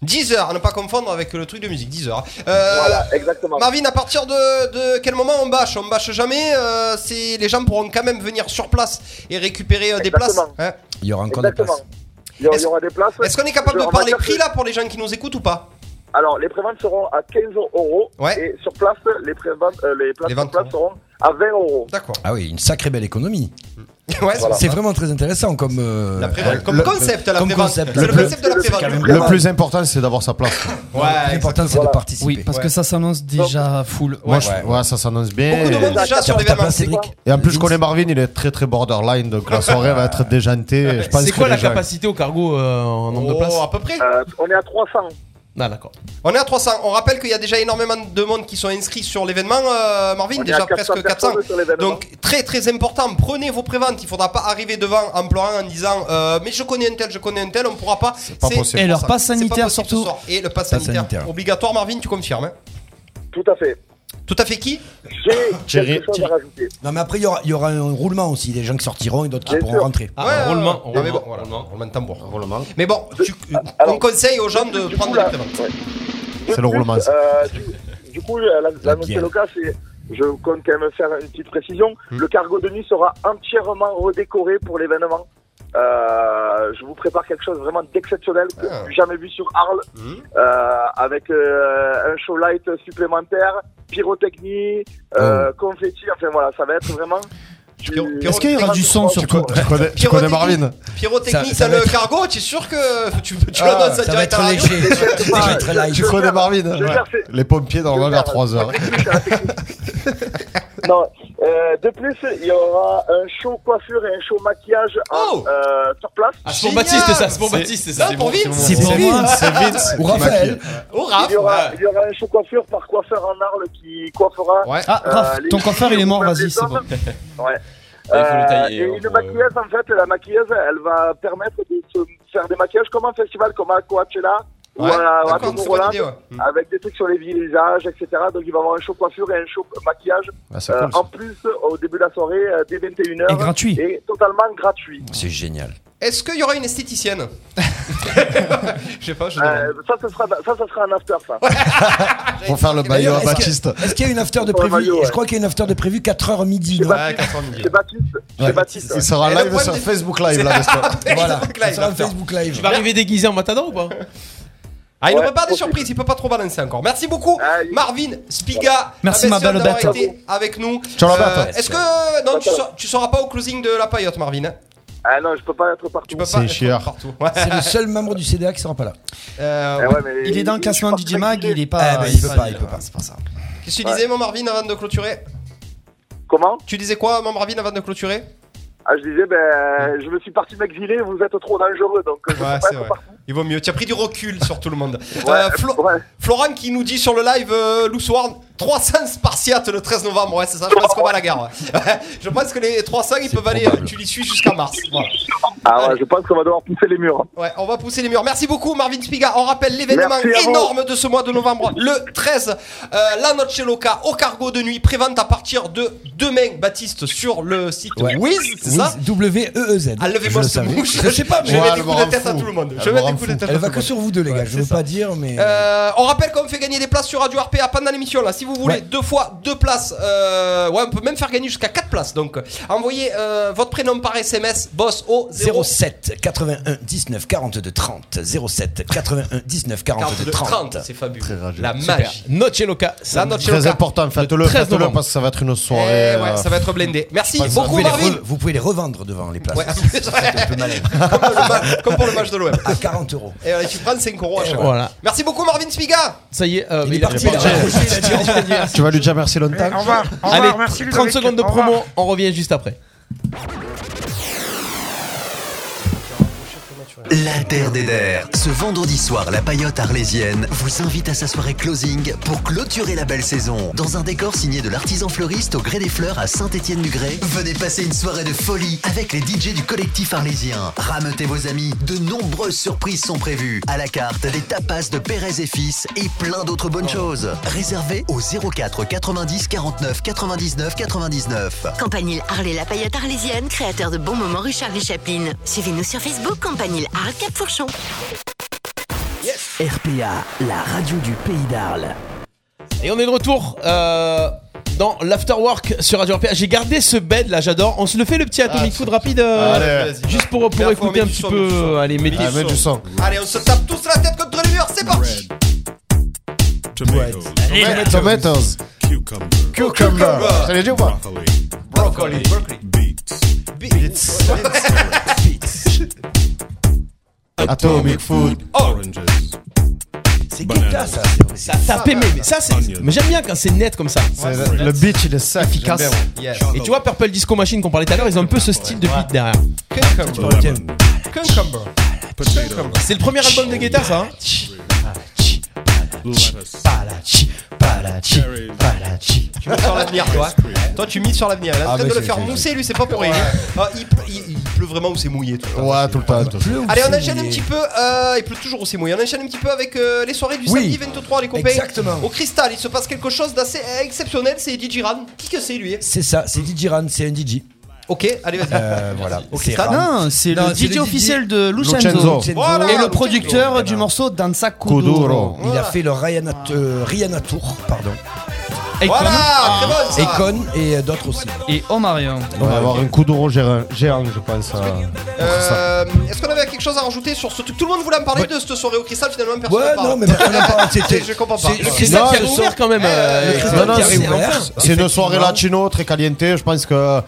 10 heures, à ne pas confondre avec le truc de musique. 10 heures. Euh,
Voilà, exactement.
Marvin, à partir de, de quel moment on bâche On bâche jamais. euh, c'est les gens pourront quand même venir sur place et récupérer euh, des places.
Exactement.
hein.
Il y aura encore des
Exactement.
places.
Il y, aura- il
Est-ce-
y aura des places.
Est-ce qu'on est capable
Je-
de
on va
parler
dire
prix
que-
là pour les gens qui nous écoutent ou pas
Alors, les préventes seront à 15 euros.
Ouais.
Et sur place, les, préventes, euh, les places
Les
sur
20
place seront à 20 euros.
D'accord.
Ah oui, une sacrée belle économie.
[LAUGHS] Ouais,
Voilà.
C'est vraiment très intéressant comme. euh,
La prévente. Comme
le-
concept, la
comme
prévente.
concept.
C'est le
Le-
concept de la
le-
prévente.
quand même
Le plus important, c'est d'avoir sa place.
Ouais,
L'important, c'est de
Voilà.
participer.
Oui, parce
Ouais.
que ça s'annonce déjà full.
Moi,
Ouais.
je-
ouais.
ouais, ça s'annonce bien.
Beaucoup de
Et-
monde déjà sur
T'as pas ta
l'événement.
place, Cédric
Et en plus, je connais Marvin, il est très très borderline, donc la soirée va être déjantée. Je pense
C'est
que
quoi
les
la
gens-
capacité au cargo euh, en nombre de
Oh,
places
à peu près.
Euh, on est à 300.
Ah, d'accord.
On est à 300. On rappelle qu'il y a déjà énormément de monde qui sont inscrits sur l'événement, euh, Marvin,
On est
déjà
à 400
presque 400.
personnes sur l'événement.
Donc très très important, prenez vos préventes. Il faudra pas arriver devant en pleurant en disant euh, mais je connais un tel, je connais un tel, on pourra pas.
pas possible.
Et leur
ça.
passe
C'est pas
sanitaire,
possible
surtout.
ce soir. Et le pass
Passe
sanitaire.
sanitaire.
obligatoire, Marvin, tu confirmes. hein
Tout à fait.
Tout à fait qui [LAUGHS]
J'ai
Thierry-
quelque chose
Thierry-
à rajouter.
Non, mais après, il y aura, il y aura un roulement aussi, des gens qui sortiront et d'autres qui
Bien
pourront
sûr.
rentrer.
Ah,
Ouais,
roulement,
ouais, ouais. Ah, mais
roulement,
bon, voilà.
roulement.
On le met en tambour.
Roulement.
Mais bon, tu-
alors-
on conseille aux gens de
Du
prendre
coup,
des
là,
préventes.
ouais.
C'est le roulement. ça.
Euh, du, du coup, euh, la, la,
La
l'annonce
pierre.
locale, c'est. Je compte quand même faire une petite précision.
Hmm.
Le cargo de nuit sera entièrement redécoré pour l'événement. Euh, je vous prépare quelque chose vraiment d'exceptionnel que
Ah.
j'ai jamais vu sur Arles,
Hmm.
Mhm.
euh, avec euh, un show light supplémentaire, pyrotechnie, euh, confetti. Enfin voilà, ça va être vraiment. du-
Pyro- pyro-
Est-ce Oh. qu'il y aura du son
Tu
surtout
connais-
Tu connais, tu connais Marvin
Pyrotechnie
Ça- ça
dans
va
le
être-
cargo, tu es sûr que tu, tu
Ah,
l'annonces
ça va
direct
être
à la radio
léger. Ça va être très
Tu
light.
connais Marvin
Je vais faire, c'est-
Les pompiers normalement vers 3h.
[LAUGHS] non, euh, de plus, il y aura un show coiffure et un show maquillage en-
Oh
euh, sur place.
Ah, c'est pour
Génial.
Baptiste, ça. C'est pour Baptiste, c'est ça.
Non, pour Vince.
C'est pour moi.
C'est Vince.
Ou Raphaël.
Oh, Raph.
Il y, aura,
ouais.
il y aura un show coiffure par coiffeur en Arles qui coiffera.
Ouais.
Ah,
euh,
Raph,
les
ton
filles
coiffeur il est mort,
ou même
vas-y,
les
c'est bon.
hommes. Ouais.
Ah, il faut le
Euh,
tailler,
et
hein,
une
pour, euh,
maquilleuse, en fait, la maquilleuse, elle va permettre de se faire des maquillages comme un festival, comme à Coachella ou
Ouais,
à, à
d'accord, c'est bonne
Tomorrowland,
idée, ouais. Mm.
avec des trucs sur les visages, etc. Donc il va y avoir un show coiffure et un show maquillage.
Bah,
Ah, c'est
Euh,
cool, ça.
en plus, au début de la soirée, euh, dès 21h.
Et gratuit.
Et totalement gratuit.
C'est génial.
Est-ce qu'il y aura une esthéticienne Je sais pas, je
Euh, ça, ce sera, ça, ça sera un after, ça.
[LAUGHS]
Pour faire le baillot
D'ailleurs,
à
est-ce que-
Baptiste.
Est-ce qu'il y a une after de
Pour le
prévu
maillot, ouais.
Je crois qu'il y a une after de prévu 4h midi. non
pas- C'est Baptiste. C'est
Ouais.
Baptiste.
Il sera
Et le
live
problème
sur
des-
Facebook Live là,
[LAUGHS]
Bastien.
[LAUGHS] Voilà,
Facebook
ça
Live,
sera un
l'after.
Facebook Live.
Tu vas arriver déguisé en matador ou pas
Ah, il
Ouais,
ne prépare des
possible.
surprises, il peut pas trop balancer encore. Merci beaucoup,
Ah, il-
Marvin, Spiga,
Merci, ma
Abessian,
belle
d'avoir
bête.
été avec nous. Euh,
Ciao, la bête.
Est-ce que. Non, tu,
Ciao.
sor- tu seras pas au closing de la paillote, Marvin. hein
Ah non, je peux pas être
tu
partout.
peux
C'est
pas être
chier.
partout. Ouais.
C'est le seul membre du CDA qui sera pas là.
Euh,
Ah
ouais.
ouais, mais-
Il est dans le
je
classement
suis
DJ Mag, il est
Eh ben,
pas.
il peut pas, il peut pas.
C'est pas ça.
Qu'est-ce que tu disais, mon Marvin, avant de clôturer
Comment
Tu disais quoi, mon Marvin, avant de clôturer
Ah, je disais, ben, je me suis parti m'exiler, vous êtes trop dangereux, donc je
Mm. Ouais,
peux pas
c'est
être
vrai.
partout.
Il vaut mieux. Tu as pris du recul sur tout le monde.
[LAUGHS] Ouais,
Euh, Flo-
ouais.
Florent qui nous dit sur le live euh, Lou Swarm, 300 Spartiates le 13 novembre. Ouais, c'est ça, je pense qu'on va à la guerre. ouais. [LAUGHS] je pense que les 300, ils peuvent aller. euh, Tu les suis jusqu'à mars. Voilà.
Ah ouais, je pense qu'on va devoir pousser les murs. hein.
Ouais, on va pousser les murs. Merci beaucoup, Marvin Spiga. On rappelle l'événement
Merci à vous.
énorme de ce mois de novembre, le 13, euh, la Noche Loca au cargo de nuit. Prévente à partir de demain, Baptiste, sur le site
Ouais.
Wiz, c'est ça
W-E-E-z.
Ah, levez-moi
Je le
ce
savais.
mouche.
Je sais pas,
Je
mais
Ouais,
vais mettre des
elle me
coups de
rend
tête à
fou.
tout le monde. Je
Elle
vais
me
mettre
rend
des coups de
fou.
tête à
elle
tout le
va
monde.
que sur vous deux, les gars. Je veux pas dire, mais.
Euh, on rappelle qu'on fait gagner des places sur Radio RPA pendant l'émission. Là, si vous voulez,
Ouais.
deux fois deux places. euh, ouais, on peut même faire gagner jusqu'à quatre places. Donc, envoyez euh, votre prénom par SMS, boss au 0.
07 81 19 42 30 07 81 19 42 30
c'est fabuleux.
radieux.
La magie.
Noche Loca.
La
ça-
noche
Très
locale.
important, faites-le
13
faites-le
novembre.
parce que ça va être une
Eh
soirée.
ouais,
euh,
ça va être blindé. Merci
Vous
beaucoup,
pouvez, les
Marvin.
re- vous pouvez les revendre devant les places.
Ouais, c'est vrai. comme, pour le match- comme pour le match de l'OM.
À 40 euros.
Et euh, tu prends 5 euros à chaque fois.
Voilà.
Merci beaucoup, Marvin Spiga.
Ça y est, euh,
Il est
il a-
parti, là.
Il a dit au revoir.
Tu vas lui dire merci longtemps.
Allez, 30 secondes de promo, on revient juste après.
L'Interdéder. Ce vendredi soir, la paillote arlésienne vous invite à sa soirée closing pour clôturer la belle saison. Dans un décor signé de l'artisan fleuriste au gré des fleurs à Saint-Étienne-du-Gré, venez passer une soirée de folie avec les DJ du collectif arlésien. Rameutez vos amis, de nombreuses surprises sont prévues. À la carte, des tapas de Pérez et Fils et plein d'autres bonnes choses. Réservé au 04 90 49 99 99.
Campanile Harley la paillote arlésienne, créateur de bons moments rue Charlie Chaplin. Suivez-nous sur Facebook, Campanile Harley Cap Fourchon.
RPA, la radio du pays d'Arles.
Et on est de retour euh, dans l'afterwork sur Radio RPA. J'ai gardé ce bed là, j'adore. On se le fait le petit Atomic
Ah,
Food rapide. euh,
Allez.
Juste pour, pour
Merde, faut
écouter un
mettre du
petit
son,
peu. euh,
mettre du son.
Allez, mettez
Ah, mets du son.
Allez, on se tape tous la tête contre le mur. C'est parti.
Tomatoes. Cucumber. Ça les dit ou pas
Broccoli. Broccoli. Beats.
Atomic Food.
C'est Keka, ça.
Ça tape, mais, mais ça, c'est. Mais j'aime bien quand c'est net comme ça.
C'est le- Le beat, il est sec.
Efficace.
j'aime bien.
Yes.
Et tu vois, Purple Disco Machine qu'on parlait tout à l'heure, ils ont un peu ce style de beat derrière.
Cucumber.
Tiens,
Cucumber.
C'est le premier album de guitare, ça. hein
Palachi, Palachi, Palachi, Palachi. Tu mises sur l'avenir, toi. Toi, tu mises sur l'avenir. Il est en
Ah,
train
mais
de le
c'est-
faire
c'est-
mousser, lui, c'est pas pour rien. Ah, il, il- il pleut vraiment ou c'est mouillé tout le temps.
Ouais, tout le temps. tout le temps.
Allez, on enchaîne un petit peu. euh, il pleut toujours aussi mouillé. On enchaîne un petit peu avec euh, les soirées du
Oui.
samedi 23, les copains.
Exactement.
Au Cristal, il se passe quelque chose d'assez exceptionnel. C'est Eddie Giran. Qui que c'est, lui hein
C'est ça, c'est DJ Ran, c'est un DJ.
Ok, allez,
[LAUGHS]
vas-y.
Euh, voilà.
Au
C'est
Cristal.
Ran.
Non, c'est
Non,
le DJ officiel de Lucenzo,
Lucenzo.
Voilà,
et le
Lucenzo.
producteur du morceau Danza Kuduro.
Kuduro.
Il a fait le Rihanna, euh, Rihanna Tour, pardon.
Voilà, très bonne ça.
Econ et d'autres aussi.
Et Omarion.
On va avoir un coup d'euro géant, géant, je pense. euh, pour ça.
Euh, Est-ce qu'on avait quelque chose à rajouter sur ce truc Tout le monde voulait me parler de cette soirée au cristal, finalement, personne
Ouais,
n'en parle.
non, mais personne n'en
[LAUGHS]
parle, c'était-
Je comprends pas.
c'est-
Ouais.
C'est ça
Non,
qui a
ce
ouvert quand même. euh,
le
Non, non,
Qui a
c'est-
réouvert,
C'est une soirée
effectivement.
latino très caliente. Je pense que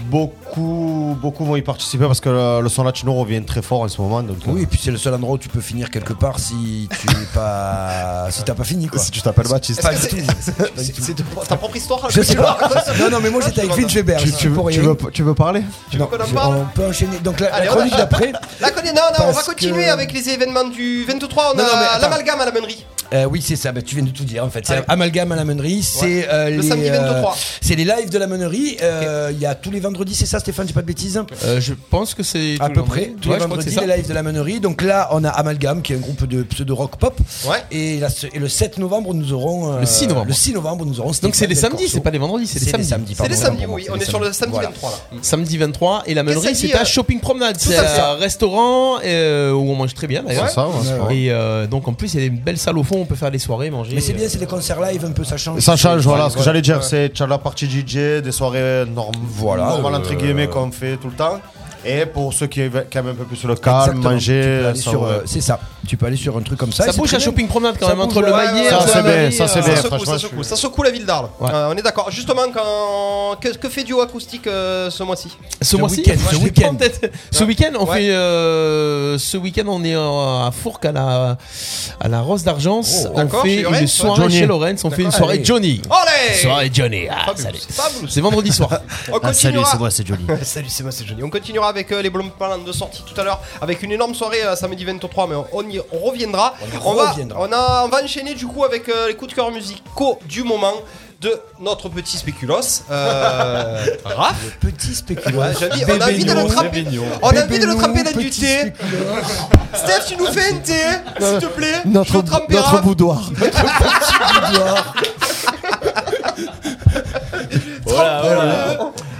beaucoup, beaucoup vont y participer parce que le, le son latino revient très fort en ce moment. Donc, euh,
Oui, et puis c'est le seul endroit où tu peux finir quelque part si tu n'es
[LAUGHS]
pas. si t'as pas fini quoi.
si tu t'appelles Baptiste,
Pas du tout. Pas du
C'est
tout.
c'est de- ta propre histoire.
Je sais pas. Non, non, mais moi j'étais avec Vince Weber.
tu, tu veux-
Pour
tu
rien.
veux, tu veux parler
Non,
qu'on en
je-
parle
on peut enchaîner. Donc la, la
Allez, on
chronique
a-
d'après.
La connaît- non, non, on va
Parce
continuer
que-
avec les événements du 23. On
Non, non, mais
a
attends.
l'amalgame à la meunerie.
Euh, oui, c'est ça. Bah, tu viens de tout dire en fait. C'est
Ouais.
Amalgame à la Meunerie. C'est euh,
Le
les,
samedi 23.
euh, c'est les lives de la Meunerie. Euh, Il y a tous les vendredis, c'est ça, Stéphane J'ai pas de bêtises.
euh, je pense que c'est
À
tout
peu
le
près,
monde.
tous
Ouais,
les
je crois que
vendredis,
c'est ça.
les lives de la Meunerie. Donc là, on a Amalgame, qui est un groupe de pseudo-rock pop.
Ouais.
Et, la- et le 7 novembre, nous aurons. euh,
Le 6 novembre.
Le 6 novembre, nous aurons.
Donc c'est
Stéphane
les samedis,
Delcorso.
c'est pas les vendredis, c'est les
C'est les
samedis.
samedis,
C'est
pardon,
les
autant
samedis,
pour moi,
oui.
c'est
On
les
est sur le
samedis.
samedi
Voilà.
23 là.
Samedi 23 et la meunerie
samedi,
c'est
euh,
à Ah, Shopping Promenade, c'est
à fait.
un restaurant euh, où on mange très bien d'ailleurs.
C'est ça, ouais, c'est pas grave.
Et euh, donc en plus il y a des belles salles au fond, on peut faire des soirées, manger.
Mais c'est
euh,
bien, c'est des concerts live, un peu, ça change.
Ça change, voilà. Ce que
Ouais.
j'allais dire, c'est tu as la partie DJ, des soirées norm-
Voilà,
normales,
euh,
entre guillemets, qu'on fait tout le temps. Et pour ceux qui aiment un peu plus le calme,
Exactement.
manger,
Tu peux aller
ça,
sur,
ouais.
euh, c'est ça. Tu peux aller sur un truc comme ça.
Ça
et c'est
bouge
très
à
bien.
Shopping Promenade quand
Ça
même
bouge,
entre le
ouais,
maillet,
ouais,
entre
ça, c'est
la
bien,
mairie,
ça, c'est
euh,
bien.
Ça secoue,
franchement,
ça
je suis-
secoue, ça secoue la ville d'Arles.
Ouais.
Euh, on est d'accord. Justement, quand... que, que fait Duo Acoustique euh, ce mois-ci
Ce mois-ci,
week-end,
moi,
ce
je l'ai
week-end.
pas en tête. Ce week-end, on
Ouais.
fait. euh, ce week-end, on est euh, à Fourques à la à la Rose d'Argence. on
Oh, D'accord,
fait
chez
une
Lorenz, ouais.
soirée
Johnny.
chez Lorenz. On fait une
D'accord,
soirée
allez.
Johnny.
Allez
Soirée Johnny. Ah,
Fabulous,
salut.
fabulous.
C'est vendredi
[LAUGHS]
Ah,
soir.
On continuera
Ah, c'est Johnny.
Ouais, [LAUGHS] Salut, c'est moi, c'est Johnny. On continuera avec euh, les Blondes Parlantes de sortie tout à l'heure, avec une énorme soirée euh, samedi 23, mais on, on y reviendra.
On y
va,
reviendra.
on, a- on va enchaîner du coup avec euh, les coups de cœur musicaux du moment de notre petit spéculos,
[LAUGHS]
euh, Raph.
Petit spéculant.
Ouais, j'ai envie- on a envie de le trapper. On a envie de le trapper là du thé. Steph, tu nous fais un thé, hein, s'il te plaît. Je veux
Notre,
tremper
notre
Raph.
boudoir.
[LAUGHS]
Oh,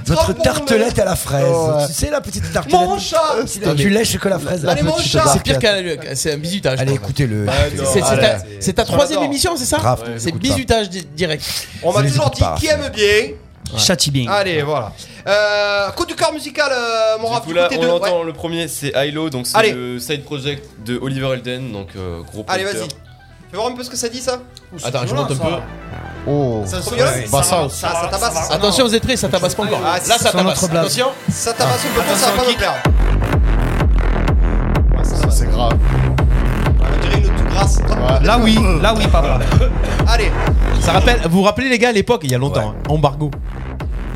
Votre
Trempons-le.
tartelette à la fraise.
Ouais.
Tu sais, la petite tartelette.
Mon chat.
Tu- Tu lèches que la fraise.
Allez, mon chat.
C'est pire qu'à la- C'est un bisutage.
Allez,
quoi.
écoutez-le.
C'est- c'est- c'est ta- C'est ta troisième
J'adore.
émission, c'est ça
Grave,
C'est
écoute pas.
bisutage di- direct.
On m'a
les
toujours
écoute
dit
pas,
qui
ça.
aime bien.
Chatibing.
Allez, voilà. Euh, coup de cœur musical, euh, mon
Du
Raph,
coup
du
là,
côté
on
de- ouais.
l'entend, le premier c'est Hilo, donc
Allez.
c'est le side project de Oliver Elden, donc euh, gros
Allez,
producteur.
vas-y. Fais voir un peu ce que ça dit, ça
Attends, je monte un peu.
Oh.
Trop violent
Bah, ça,
Ça, ça tabasse.
Attention, vous êtes prêts, ça tabasse pas encore.
Ah,
Là,
c'est
ça
sur
tabasse.
notre blague.
Attention.
Ça
Ah,
tabasse un peu trop, ça va pas me plaire. Ouais, ça tabasse.
c'est grave.
On dirait une toute grasse.
Là
[LAUGHS]
oui, là oui, pardon.
Allez,
Ça rappelle, vous vous rappelez les gars à l'époque, il y a longtemps, hein, embargo.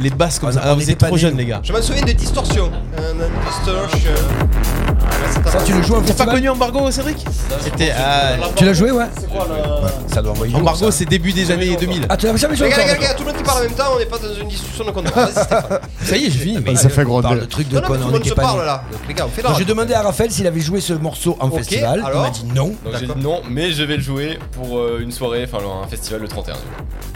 Les basses comme
Ah,
ça.
on
Ah, vous
était
êtes
pas
trop
nés,
jeunes
nous.
les gars.
je me souviens de Distorsion. Un, un Distortion. Ah, là,
Ça,
tabasse.
tu le joues
T'as
en
pas
festival
connu Embargo, Cédric C'était. ah,
Tu l'as joué, ouais Oh Ouais, Ça doit envoyer. lourd,
Embargo,
ça.
c'est début des années 2000.
Ah, tu l'as jamais joué
Les gars, les gars,
encore
les gars, tout le monde qui parle en même temps, on n'est pas dans une discussion de contrat. Vas-y, Stéphane.
Ça y est, j'ai fini.
Il s'est Ah, fait
On parle de
gronder.
trucs de
Non, non, mais tout
con, on
le monde
n'était
se
pas
parle
nés.
là. Donc, les gars, on fait la
J'ai
radio.
demandé à Raphaël s'il avait joué ce morceau en
Ok,
festival. Il
alors
m'a dit non.
Donc j'ai dit non, mais je vais le jouer pour euh, une soirée, enfin un festival le 31.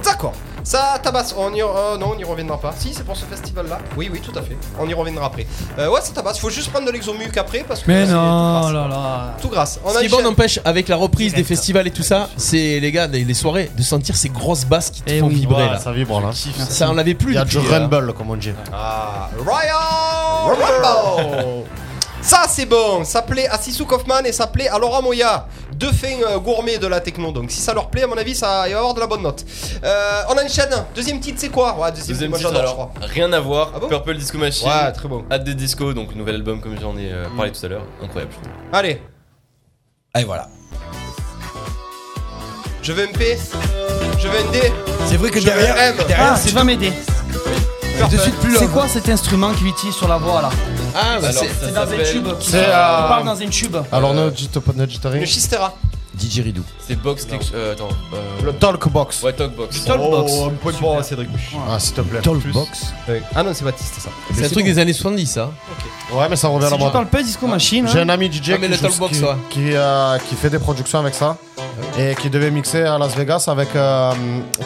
D'accord. Ça tabasse. On y... euh, non, on y reviendra pas. Si, c'est pour ce festival-là. Oui, oui, tout à fait. On y reviendra après. Euh, ouais, ça tabasse. Faut juste prendre de l'exomuc après parce que.
Mais
c'est
non, oh
tout
là
grâce.
là.
Tout grâce. On
Ce
a
qui est
une
bon,
chaîne.
n'empêche, avec la reprise des festivals et tout ça, c'est les gars, les, les soirées, de sentir ces grosses basses qui te
Eh
font
oui.
vibrer là.
Ça vibre là.
Ça, on l'avait plus.
Il y a
depuis,
du
euh,
rumble, comme on dit.
Ah, Royal Rumble. Ça c'est bon, ça plaît à Sissou Kaufman et ça plaît à Laura Moya. Deux fins euh, gourmets de la techno, donc si ça leur plaît, à mon avis, ça, il va y avoir de la bonne note. Euh, on enchaîne. Deuxième titre, c'est quoi Ouais, deuxième,
Deuxième
titre,
titre
moi, j'adore,
alors, rien à voir,
Ah bon
Purple Disco
je
Machine,
crois. Ouais, très Mm. bon.
Hâte des Disco, donc nouvel album comme j'en ai euh, parlé tout à l'heure, incroyable je trouve.
Allez,
Allez, voilà.
je veux un P, je veux un D,
C'est vrai que
je veux
derrière.
un M.
derrière,
Ah, tu vas m'aider.
c'est de suite plus long.
C'est quoi cet instrument qui utilise sur la voix là
Ah, bah,
Alors,
c'est-
ça
C'est dans un
s'appelle-
tube. qui-
C'est, euh,
On parle dans un tube.
Alors, ne dites pas- ne dites rien.
Une chistera.
DJ Ridou.
C'est box quelque chose. euh, attends. euh,
Le Talkbox.
Ouais, Talkbox.
Oh, un point pour Cédric. Ah, s'il te plaît.
Talkbox.
Ah non, c'est Baptiste, ça.
C'est un truc des années 70, ça.
Ouais, mais ça revient à
Si
la
tu
mode.
parles pas Disco Machine,
J'ai
hein,
un ami DJ
Ouais, mais
qui,
le
joue-
Talkbox,
qui,
ouais.
qui, euh, qui fait des productions avec ça et qui devait mixer à Las Vegas avec euh,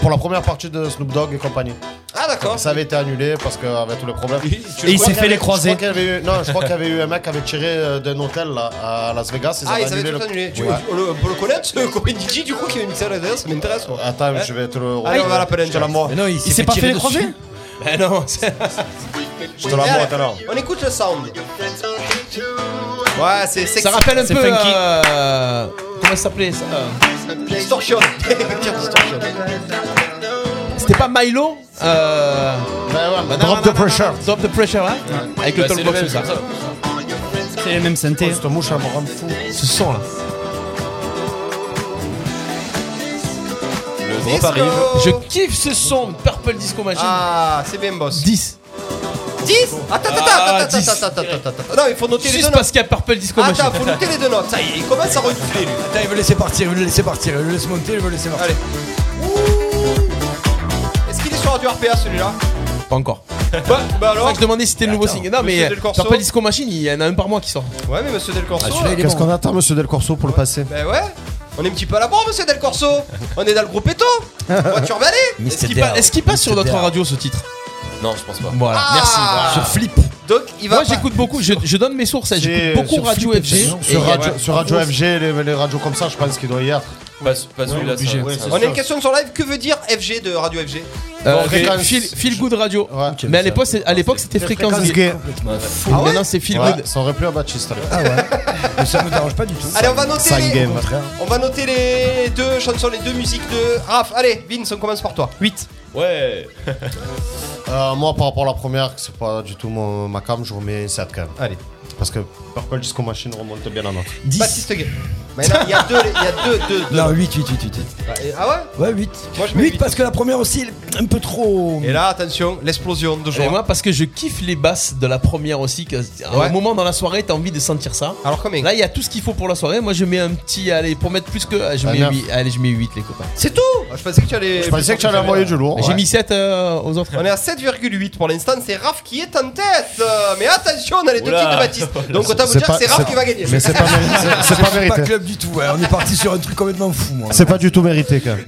pour la première partie de Snoop Dogg et compagnie.
Ah d'accord.
Ça avait été annulé parce qu'avec tout le problème.
Tu
et il
le vois
s'est fait les croiser.
Je crois qu'il y avait eu, non, je crois qu'il y avait eu un mec qui avait tiré euh, d'un hôtel là, à Las Vegas. Ils
Ah,
avaient
ils avaient
annulé
tout
le-
annulé. Tu
Ouais.
on le, on le connaît, ce Comedy du coup, qui avait mixé à la dernière, ça m'intéresse. moi.
Attends, je vais te le.
Allez, on va l'appeler
Je te la
Angela.
montre.
Mais non, il
Il s'est pas fait les croiser
[LAUGHS]
Bah non, c'est-
Je te la
Allez,
montre alors.
On écoute le sound. Ouais, c'est sexy.
ça rappelle un
C'est
peu.
funky.
euh, Comment ça s'appelait ça euh, [LAUGHS]
Distortion. [LAUGHS] Tiens, distortion.
C'était pas Milo euh,
Ben Drop the pressure.
Drop the pressure, hein Avec
Bah,
le
c'est le
talkbox,
même,
tout
c'est
ça.
comme ça.
C'est les mêmes synthés.
Cette mouche, elle me rend fou.
Ce son là.
Le
Disco.
Je kiffe ce son de Purple Disco Machine.
Ah, c'est bien boss.
10.
10 Attends, attends,
Ah,
attends,
dix.
attends, attends, attends, attends. Non, il faut noter les deux
Juste
notes.
parce qu'il y a Purple Disco Machine.
Attends, faut noter les deux notes. Ça y est, il commence à renifler lui.
Attends, il veut laisser partir, il veut laisser partir, il veut laisser monter, il veut laisser partir.
Allez. Ouh. Est-ce qu'il est sur du RPA celui-là
Pas encore.
[LAUGHS] Bah, bah
C'est pour ça
alors
que je demandais si c'était le nouveau
Attends,
single. Non,
Monsieur
mais
Del Corso.
Purple Disco Machine, il y en a un par mois qui sort.
Ouais, mais monsieur Del Corso.
Ah,
euh,
celui-là, il est
Qu'est-ce
bon.
qu'on attend, monsieur Del Corso, pour le passer
Bah ouais On est un petit peu à la bourre, monsieur Del Corso On est dans le groupe Eto Voiture Vallée
[LAUGHS]
Est-ce qu'il pa- est-ce qu'il passe sur notre
Mr. Dare.
radio ce titre
Non, je pense pas.
Voilà,
Ah.
merci. Sur Flip.
Donc il va.
Moi
pas-
j'écoute beaucoup, je, je donne mes sources, hein,
C'est-
j'écoute
euh,
beaucoup
sur
Radio
Flip,
FG.
sur-
et-
Sur Radio,
ouais.
sur Radio FG, les, les radios comme ça, je pense qu'il doit y être.
Pas, pas celui-là.
obligé.
ça-
Ouais,
ça-
c'est
On a
sûr.
une question sur live, que veut dire FG de Radio FG
Euh,
Bon,
feel-
fréquence.
feel, feel Good Radio.
Ouais.
Mais à l'époque, c'est- à l'époque, c'était Fréquence
Fréquence
Gay.
gay.
Et Maintenant c'est Feel
Ah Ouais,
Good.
ça aurait plu à Baptiste. là. [LAUGHS]
Mais ça me dérange pas du tout.
Allez, on va noter.
Sign
Les...
game.
On va noter les deux chansons, les deux musiques de Raph. Allez, Vince, on commence par toi.
8.
Ouais.
[LAUGHS] Euh, moi, par rapport à la première, que c'est pas du tout mon- ma cam, je remets 7 quand même.
Allez.
Parce que Purple Disco Machine remonte bien à notre.
10.
Baptiste Gay. Mais non, il y a deux, il y a deux, deux, deux.
Non, 8, 8, 8, 8.
Ah ouais
Ouais, 8.
Moi, je mets
8
huit.
parce que la première aussi, elle est un peu trop.
Et là, attention, l'explosion de
Et
joie.
moi parce que je kiffe les basses de la première aussi. Que, à
Ouais.
un moment dans la soirée, t'as envie de sentir ça.
Alors combien
Là, il y a tout ce qu'il faut pour la soirée. Moi, je mets un petit. Allez, pour mettre plus que. ah, Je
Un
mets
Ah, neuf.
8, allez, je mets 8, les copains.
C'est tout Ah, Je pensais que tu allais.
Je pensais que tu allais envoyer du lourd.
J'ai
Ouais.
mis 7 euh, aux autres.
On est à 7,8 pour l'instant, c'est Raph qui est en tête. Euh, Mais attention, on a les deux
Oula.
titres de
[LAUGHS]
Baptiste. Donc autant vous
C'est
dire
pas-
que c'est Raph
c'est-
qui va gagner.
Mais
[LAUGHS]
c'est pas, méri- c'est- c'est pas
Pas
mérité.
club du tout, ouais. on est parti sur un truc complètement fou, moi.
C'est pas du tout mérité quand même.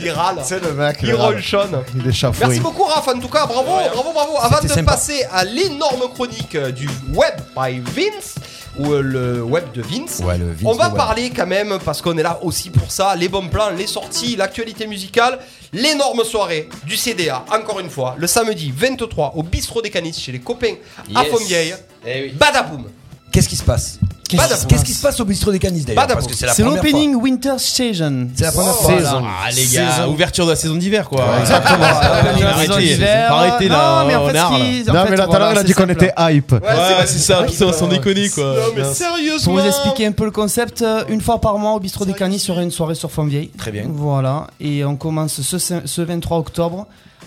Il râle.
C'est le mec.
Il
le rap.
ronchonne.
Il est chafoué.
Merci beaucoup Raph en tout cas, bravo, bravo, bravo. Avant de
C'était sympa.
passer à l'énorme chronique euh, du web by Vince, ou euh, le web de Vince,
Ouais, le Vince
on va
de web.
parler quand même, parce qu'on est là aussi pour ça, les bons plans, les sorties, l'actualité musicale, l'énorme soirée du CDA, encore une fois, le samedi 23 au Bistrot des Canis chez les copains à
Yes.
Fontvieille.
Eh oui.
Badaboum
Qu'est-ce qui se passe
Qu'est-ce qui se
Qu'est-ce qui se passe au bistrot des Canis d'ailleurs
Pas d'abord.
Parce que c'est la
C'est
première fois.
l'opening Winter Station.
C'est la
Oh,
première fois.
Saison.
Ah, les gars, ouverture de la saison d'hiver, quoi. [LAUGHS]
Exactement.
Arrêtez, arrêtez là,
Non, mais en
on
fait,
arle.
ce qui- en
Non,
fait,
mais là, tout à l'heure,
voilà,
il a
c'est
dit qu'on
simple.
était hype.
Ouais, c'est ça, putain, sans déconner, quoi.
Non mais sérieusement
Pour vous expliquer un peu le concept, euh, une fois par mois au Bistrot des Canis, il y aura une soirée sur Fontvieille. Très
bien.
Voilà, et on commence ce, cin- ce 23 octobre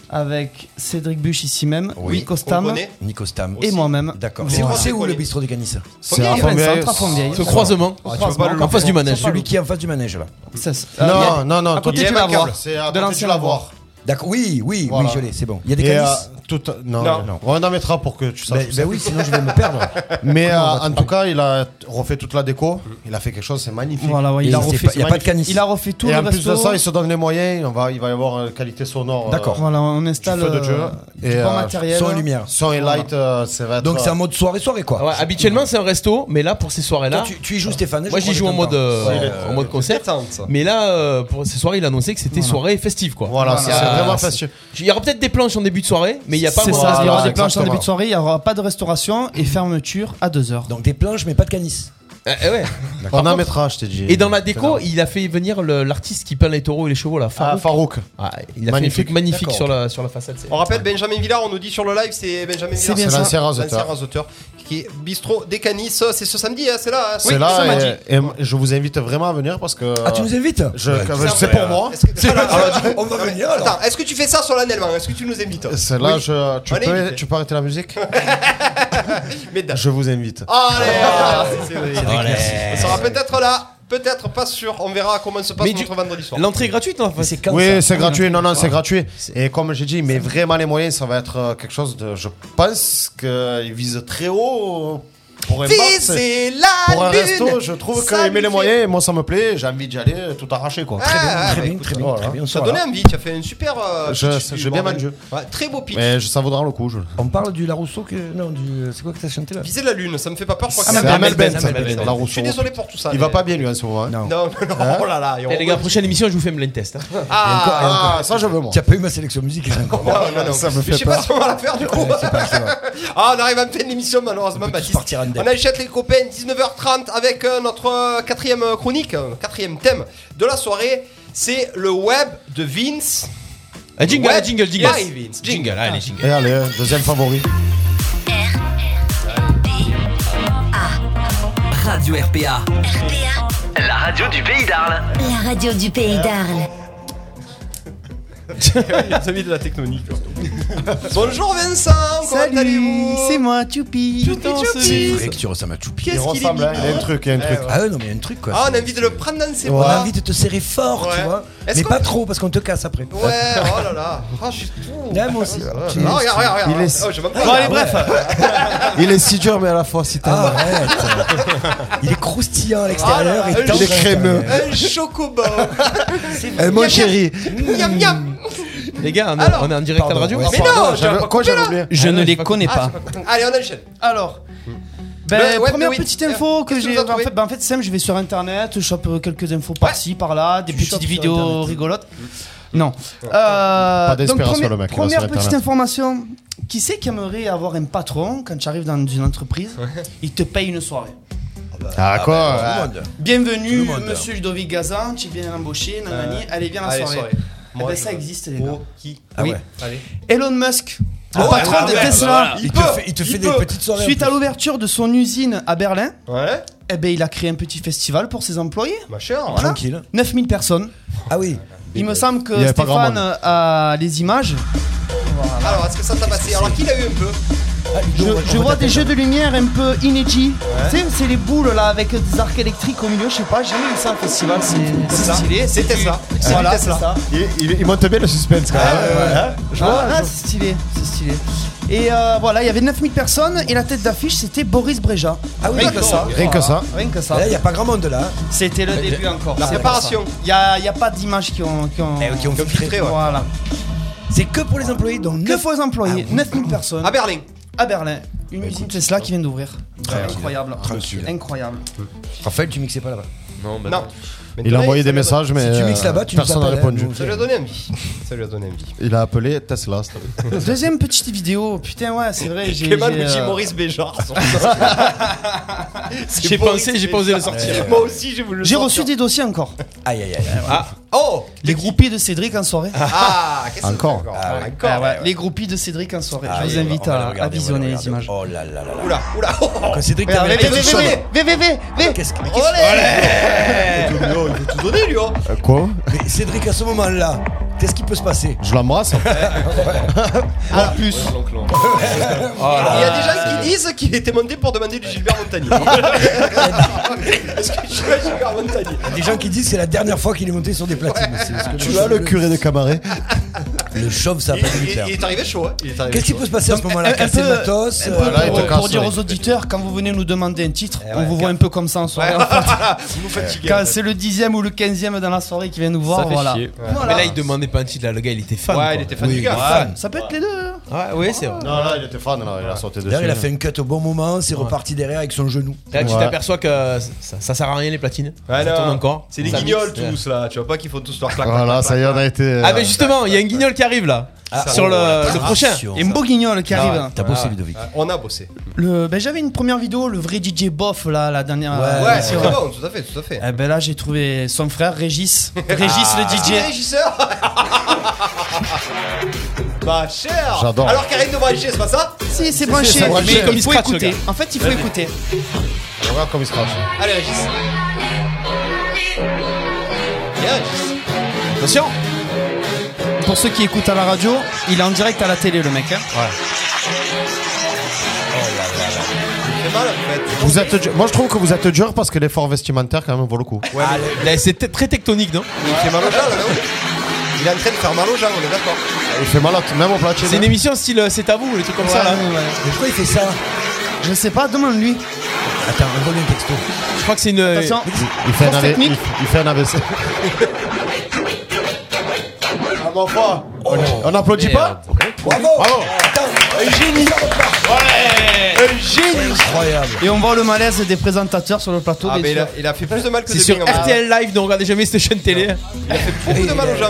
avec Cédric Buche ici même,
Oui,
Nico
on
Stam
connaît.
Nico Stam.
et moi-même.
D'accord.
Voilà.
C'est- C'est où
Voilà.
le bistrot des Canis
C'est
Fontvieille,
à
Plein centre à
Fontvieille.
Fontvieille.
Ce croisement.
Au croisement.
En face du manège.
Celui qui est en face du manège là.
Ça, c'est- euh, il y a-
Non, non, non.
Ah,
à
toi,
côté
tu-
du lavoir.
C'est à
De
côté
l'ancien
du lavoir.
lavoir.
D'accord. Oui, oui,
Voilà.
oui, je l'ai. C'est bon. Il y a des
Et,
Canis.
euh, tout, non,
Non.
non. On en mettra pour que tu saches.
Ben
tout
ben oui, sinon je vais me perdre.
ça. [LAUGHS] Mais euh, en tout cas, il a refait toute la déco. Il a fait quelque chose, c'est magnifique.
Voilà, ouais,
Et
il, a
c'est
refait,
pas- Il n'y a pas de Canis.
il a refait tout
Et
le
en plus de
resto.
ça, il se donne les moyens. On va, il va y avoir euh, qualité sonore. euh,
D'accord.
Voilà, on installe
feu de Dieu.
euh,
Et,
du bon
euh,
matériel.
Sans lumière.
son et light, euh, ça va être.
Donc c'est
euh,
en mode soirée, soirée quoi.
Ouais, habituellement, c'est un resto, mais là, pour ces soirées-là.
Toi, tu, tu y joues Stéphane je
Moi, j'y
crois,
joue
de
en
temps
mode,
temps.
euh,
Ouais,
en mode concept.
Détente.
Mais là, euh, pour ces soirées, il annonçait que c'était soirée festive, quoi.
Voilà, c'est- c'est
Ah,
vraiment
c'est-
facile.
Il y aura peut-être des planches en début de soirée, mais il n'y a pas
C'est
vraiment-
ça, il y aura
Voilà,
des planches en
exactement.
début de soirée, il n'y aura pas de restauration et fermeture à 2h.
Donc des planches, mais pas de Canis.
Euh, euh, ouais.
On en mettra, je t'ai dit.
Et dans la déco, il a fait venir le- l'artiste qui peint les taureaux et les chevaux, là,
Ah,
Farouk.
Farouk.
Ah, il a
Magnifique.
fait un truc magnifique
D'accord.
sur la, sur la façade. c'est-
On rappelle Benjamin Villard, on nous dit sur le live, c'est Benjamin
C'est
Villard.
bien
C'est
ça.
l'ancien
L'ancien
rasoteur.
Razauteur, qui est bistrot des Canis. C'est ce samedi, hein, c'est là. hein.
C'est là, et, et m- je vous invite vraiment à venir parce que.
Ah, tu nous invites
je,
Ouais.
que- C'est pour
Hein
moi.
Est-ce que- Voilà.
Ah, bah, On va venir alors.
Attends, est-ce que tu fais ça solennellement Est-ce que tu nous invites
C'est là, Euh, je, tu,
On est
peux,
invité.
tu peux arrêter la
[LAUGHS]
musique [LAUGHS]
Mesdames.
Je vous invite. [LAUGHS]
Allez, ah, c'est vrai.
Allez.
On sera peut-être là. Peut-être pas sûr, on verra comment se passe
Mais
notre vendredi soir.
L'entrée est gratuite, non Enfin,
Oui, c'est gratuit. Non, non, c'est gratuit. Et comme j'ai dit, mais vraiment les moyens, ça va être euh, quelque chose de. Je pense qu'ils visent très haut. Pour un, bar,
Visez
c'est-
la
pour un
lune,
resto, je trouve qu'ils met les
sacrifiez-
moyens. Et moi, ça me plaît. J'ai envie d'y aller tout arraché. Quoi.
Très bien, Ah, très bah, bien, écoute,
très bien.
Ça donné envie, tu as fait un super. euh,
Je-
pitch
je-
du
j'ai bien
bordel.
mangé.
Ouais, très beau pitch.
Mais je- ça vaudra le coup. Je...
On parle du Larousseau que. Non, du. C'est quoi que t'as chanté là
Viser la lune, ça me fait pas peur. je crois que
C'est
ça-
Amel Bent,
Amel Bent.
la Rousseau.
Je suis désolé pour tout ça.
Il va
mais-
pas bien lui en ce moment. hein.
Non, non, non, oh là là. et on
Eh, les gars,
re-
prochaine émission, je vous fais un blind test. hein.
Ah,
Ah, ça je veux moi.
T'as pas eu ma sélection musique là, encore.
non, non, non.
ça me
Mais Je
fait
sais pas
peur.
si on va la faire du coup. [LAUGHS] Ah, on arrive à me faire une émission malheureusement, Baptiste.
partir en
On
dette.
achète les copains 19h30 avec euh, notre euh, quatrième euh, chronique, euh, quatrième thème de la soirée. C'est le web de Vince.
Ah, jingle,
Ouais.
jingle, jingle.
Bye, Vince.
Jingle, allez, jingle.
Et allez, deuxième favori.
Ah.
Radio RPA. La radio du pays d'Arles.
La radio du pays d'Arles.
[LAUGHS] Les amis de la technonique. [LAUGHS] Bonjour Vincent, comment allez-vous
Salut, c'est moi, Tchoupi.
C'est vrai que tu ressembles à Choupi.
Il
Qu'est-ce qu'il est
ressemble, hein,
mignon.
il y a un truc, il y a un truc.
Ah ouais, non, mais il y a un truc quoi.
Ah, on a envie de le prendre dans ses
On a
bras.
envie de te serrer fort,
Ouais.
tu vois.
Est-ce
Mais
qu'on
pas
peut-
trop parce qu'on te casse après.
Ouais, oh là là. Ah, je suis tout.
Ouais, moi aussi. Tu-
Ah, regarde, regarde, regarde.
Il est-
Oh, je vais même
Bon,
pas-
allez, bref.
Il est si dur, mais à la fois si tendre.
Arrête. Il est croustillant à l'extérieur
Ah là,
et
un
tendre à
chocobo.
l'intérieur.
Un chocobo.
Eh, mon
Miam,
chéri.
miam, miam, miam.
Les gars, on est-
Alors,
on est en direct à la radio.
Mais non, Ah j'avais
Quoi
pas coupé,
j'avais
là.
oublié
Je ne les connais
Ah,
pas.
c'est pas- Allez, on enchaîne.
Alors, ben,
Le web
première
de Wit.
petite info que
Euh, Qu'est-ce que
j'ai.
vous en
En
trouvez
fait, ben, en fait, Sam, je vais sur internet, je chope euh, quelques infos par-ci, par-là, des
Tu chopes
petites
sur
vidéos
Internet.
rigolotes. Non. Euh,
Pas d'espérance,
donc, première-
le mec, il va
Première
sur
petite
Internet.
information. Qui c'est qui aimerait avoir un patron quand tu arrives dans une entreprise Il te paye une soirée.
Ah, quoi
Tout
ah.
le monde.
Bienvenue,
Tout le monde.
monsieur Ludovic Gazan, tu viens l'embaucher, nanani, allez, viens la
allez,
soirée.
soirée.
Eh
Moi,
ben,
je
ça
veux.
existe, les gars.
qui
Ah
Oui.
ouais.
Allez.
Elon Musk, le
Ah ouais,
patron
ah
de
ouais,
Tesla,
Il te
peut,
fait- il te
il
fait des
peut.
petites soirées.
suite à l'ouverture de son usine à Berlin,
Ouais,
eh ben, il a créé un petit festival pour ses employés.
ma chère.
Voilà.
Tranquille.
9000 personnes.
Ah oui.
Il me semble que
Il y avait pas grand
Stéphane
monde.
a les images.
Alors, est-ce que ça t'a passé Alors, qui l'a eu un peu
Ah,
Je,
Ludo, on va-
je
on va
vois
taper
des
dans-
jeux de lumière un peu inédits. Tu sais, c'est les boules là avec des arcs électriques au milieu. Je sais pas, j'ai jamais vu ça au festival. C'est c'est stylé.
C'est Tesla. C'est
Voilà, c'est
Tesla.
ça.
Il, il, il monte bien le suspense quand même. Hein
Ah, ah, c'est stylé, c'est stylé. Et euh, voilà, il y avait 9000 personnes et la tête d'affiche c'était Boris Breja.
Ah oui,
rien que
d'accord.
ça.
Rien que ça.
Rien que ça.
Là, il n'y Eh, a pas grand monde là. hein.
C'était le début encore.
La
C'est
préparation.
Il n'y a, il y a pas d'images qui ont. Qui ont...
Eh, ok, on
Comme
filtrait.
filtré, ouais.
Voilà.
C'est que pour les employés, donc
Que
neuf
faut les employés 9000 personnes
Ah À Berlin. Bah,
à Berlin. Une usine Tesla qui vient d'ouvrir. Incroyable.
Tranquille.
Incroyable.
Raphaël, tu mixais pas là-bas.
Non, bah
Non.
Il a envoyé des messages, mais
Si tu
euh,
mixes là-bas, tu nous
personne n'a
appelles,
répondu.
hein, nous.
Ça lui a donné envie. Ça lui a donné envie.
Il a appelé Tesla. cette année.
[LAUGHS] Deuxième petite vidéo. Putain, ouais, c'est vrai. J'ai.
Clément
j'ai,
Luigi
euh,
Maurice
[LAUGHS]
Béjart.
[LAUGHS]
C'est
J'ai
Boris
pensé, j'ai pas osé le
Béjart.
sortir.
Moi aussi, j'ai voulu le
j'ai
sortir.
reçu des dossiers encore.
Aïe, aïe, Ah. aïe.
Oh
Les groupies de Cédric en soirée.
Ah, qu'est-ce que c'est
Encore.
Ah, ouais.
Ah
Encore.
ouais, Les groupies de Cédric en soirée.
Ah
Je vous
oui,
invite
on va
à,
les
à
regarder, on va les
visionner les
regarder.
images.
Oh là là là là.
Oula, oula. oh, oh, oh.
Quand Cédric,
Regarde,
t'avais
vé, vé,
raison,
vé,
Sean.
vé, vé, vé, vé.
Ah, Qu'est-ce que-
Il faut tout donner, lui. hein.
Euh, Quoi
Mais Cédric, à ce moment-là, qu'est-ce qui peut se passer
Je l'embrasse En plus.
[LAUGHS]
Il y a des gens [LAUGHS] qui disent qu'il était monté pour demander du Gilbert [LAUGHS] Montagnier. Est-ce que tu vois Gilbert Montagnier
Il y a des gens qui disent que c'est la dernière fois qu'il est monté sur des platines. C'est- c'est-
Tu as le curé de Camaret.
Le chauve, ça a
il,
pas dû
il- il est arrivé chaud. hein. Il est arrivé
Qu'est-ce qui
chaud.
peut se passer à ce moment-là
un- un
Casser le
peu-
matos euh,
un
Eh
peu
Voilà, il te
pour,
casse
pour dire
les-
aux auditeurs, quand vous venez nous demander un titre, on vous voit un peu comme ça en soirée. en fait.
[LAUGHS]
Vous nous fatiguez.
Quand c'est le dixième ou le quinzième dans la soirée qui vient nous voir, voilà.
Mais là, il demandait pas un titre, là, le gars, il était fan.
Ouais, il
quoi.
était fan du gars.
Fan. Ça peut être les deux. hein.
Ouais, ouais, c'est vrai.
Non, là, il était fan, là, il a sauté dessus.
D'ailleurs, il a fait une cut au bon moment, c'est reparti derrière avec son genou.
C'est vrai que tu
Ouais.
t'aperçois que ça, ça sert à rien les platines.
Ouais,
ça
non.
tourne encore.
C'est des
Ça
guignols
mixe.
tous là. Tu vois pas qu'ils font tous leur claque.
Voilà, ça y est, on a été.
Ah, mais justement, il y a un guignol qui arrive là.
Ah,
Ah,
Ah,
oh,
sur
oh,
le, le prochain.
Attention.
Et Mbo Guignol qui arrive.
Ah T'as bossé, Ludovic.
Euh, On a bossé.
Le, ben, j'avais une première vidéo, le vrai DJ Boff, là, la dernière.
Ouais,
Ouais,
euh,
c'est très
émission.
bon, tout à fait, tout à fait. Ah,
Eh ben là, j'ai trouvé son frère, Régis.
Ah,
Régis, le DJ.
Régisseur Bah, cher
J'adore.
Alors, Karine de Brachet, c'est pas ça
Si, c'est branché,
c'est branché.
mais
Comme
il
il
faut
scratch, le
écouter.
gars.
En fait, il faut écouter.
Regarde comme il se crache.
Allez, Régis. Bien, Régis.
Attention.
Pour ceux qui écoutent à la radio, il est en direct à la télé, le mec. hein.
fait mal en fait.
Vous êtes dur- Moi je trouve que vous êtes dur parce que l'effort vestimentaire quand même vaut le coup.
Ah,
C'est très tectonique, non
Il fait mal aux gens là, non
Ah,
Il est en train de faire mal aux gens, on est d'accord.
Il fait mal à- même au platine.
C'est une émission style euh, c'est à vous, les trucs comme ça là.
Mais pourquoi il fait ça
Je sais pas, demande-lui.
Attends, envoie un texto.
Je crois que c'est une.
Attention.
Il fait, un
Force
AV-
technique.
il, il fait un AVC. Ah, mon foi. On- On applaudit pas
Bravo, Attends, un génie
Un génie
Incroyable
Et on voit le malaise des présentateurs sur le plateau.
Ah,
bien
mais il
sûr.
a, il a fait plus de mal que
C'est
de
sur
bien, en fait.
RTL Live, ne regardez jamais cette chaîne télé.
Il a fait beaucoup de mal aux gens.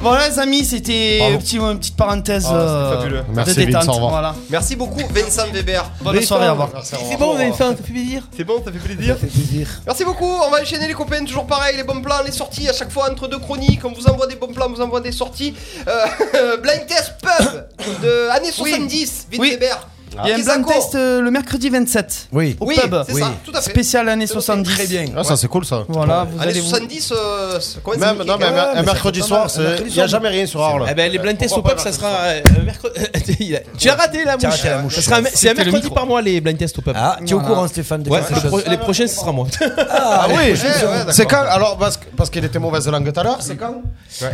Voilà les amis, c'était
Bravo.
un petit- une petite parenthèse
Ah, c'était
euh,
fabuleux.
Merci,
de détente.
Vince, au revoir.
Voilà.
Merci beaucoup, Vincent Weber.
Bonne soirée, au revoir.
C'est bon, vous avez fait un fait plaisir.
C'est bon, ça fait plaisir. Ah, Merci beaucoup, on va enchaîner les copains, toujours pareil, les bons plans, les sorties, à chaque fois entre deux chroniques, on vous envoie des bons plans, on vous envoie des sorties. Euh, [LAUGHS] blind test pub de années 70, Vite
Oui.
Weber.
Il y a un blind test euh, le mercredi 27
Oui.
au
Ah. Oui,
pub.
c'est ça, tout à fait.
Spécial année
Très
70.
Très bien.
Ah, ça c'est cool ça.
Voilà, vous
Années
allez vous.
70, euh, c'est- comment ça
Même,
s'appelle
non, mais
quelqu'un
un- un mercredi soir, c'est- il
mercredi
n'y a
soir.
jamais rien sur Arles.
Eh ben, les blind tests au
Pourquoi
pub,
pas
ça sera euh, mercredi. [LAUGHS] Il a- Tu as raté la
Tu as
mouche.
raté la mouche.
Ça sera un- C'est un
C'était le
mercredi
micro.
par mois les blind tests au pub.
Ah, tu es au
Voilà.
courant, Stéphane, de
Ouais,
quelque
le
chose
pro- les prochaines, ce sera moi.
Ah [LAUGHS] oui,
ouais, ouais,
c'est quand Alors parce que- parce qu'il était mauvaise langue tout à l'heure, c'est quand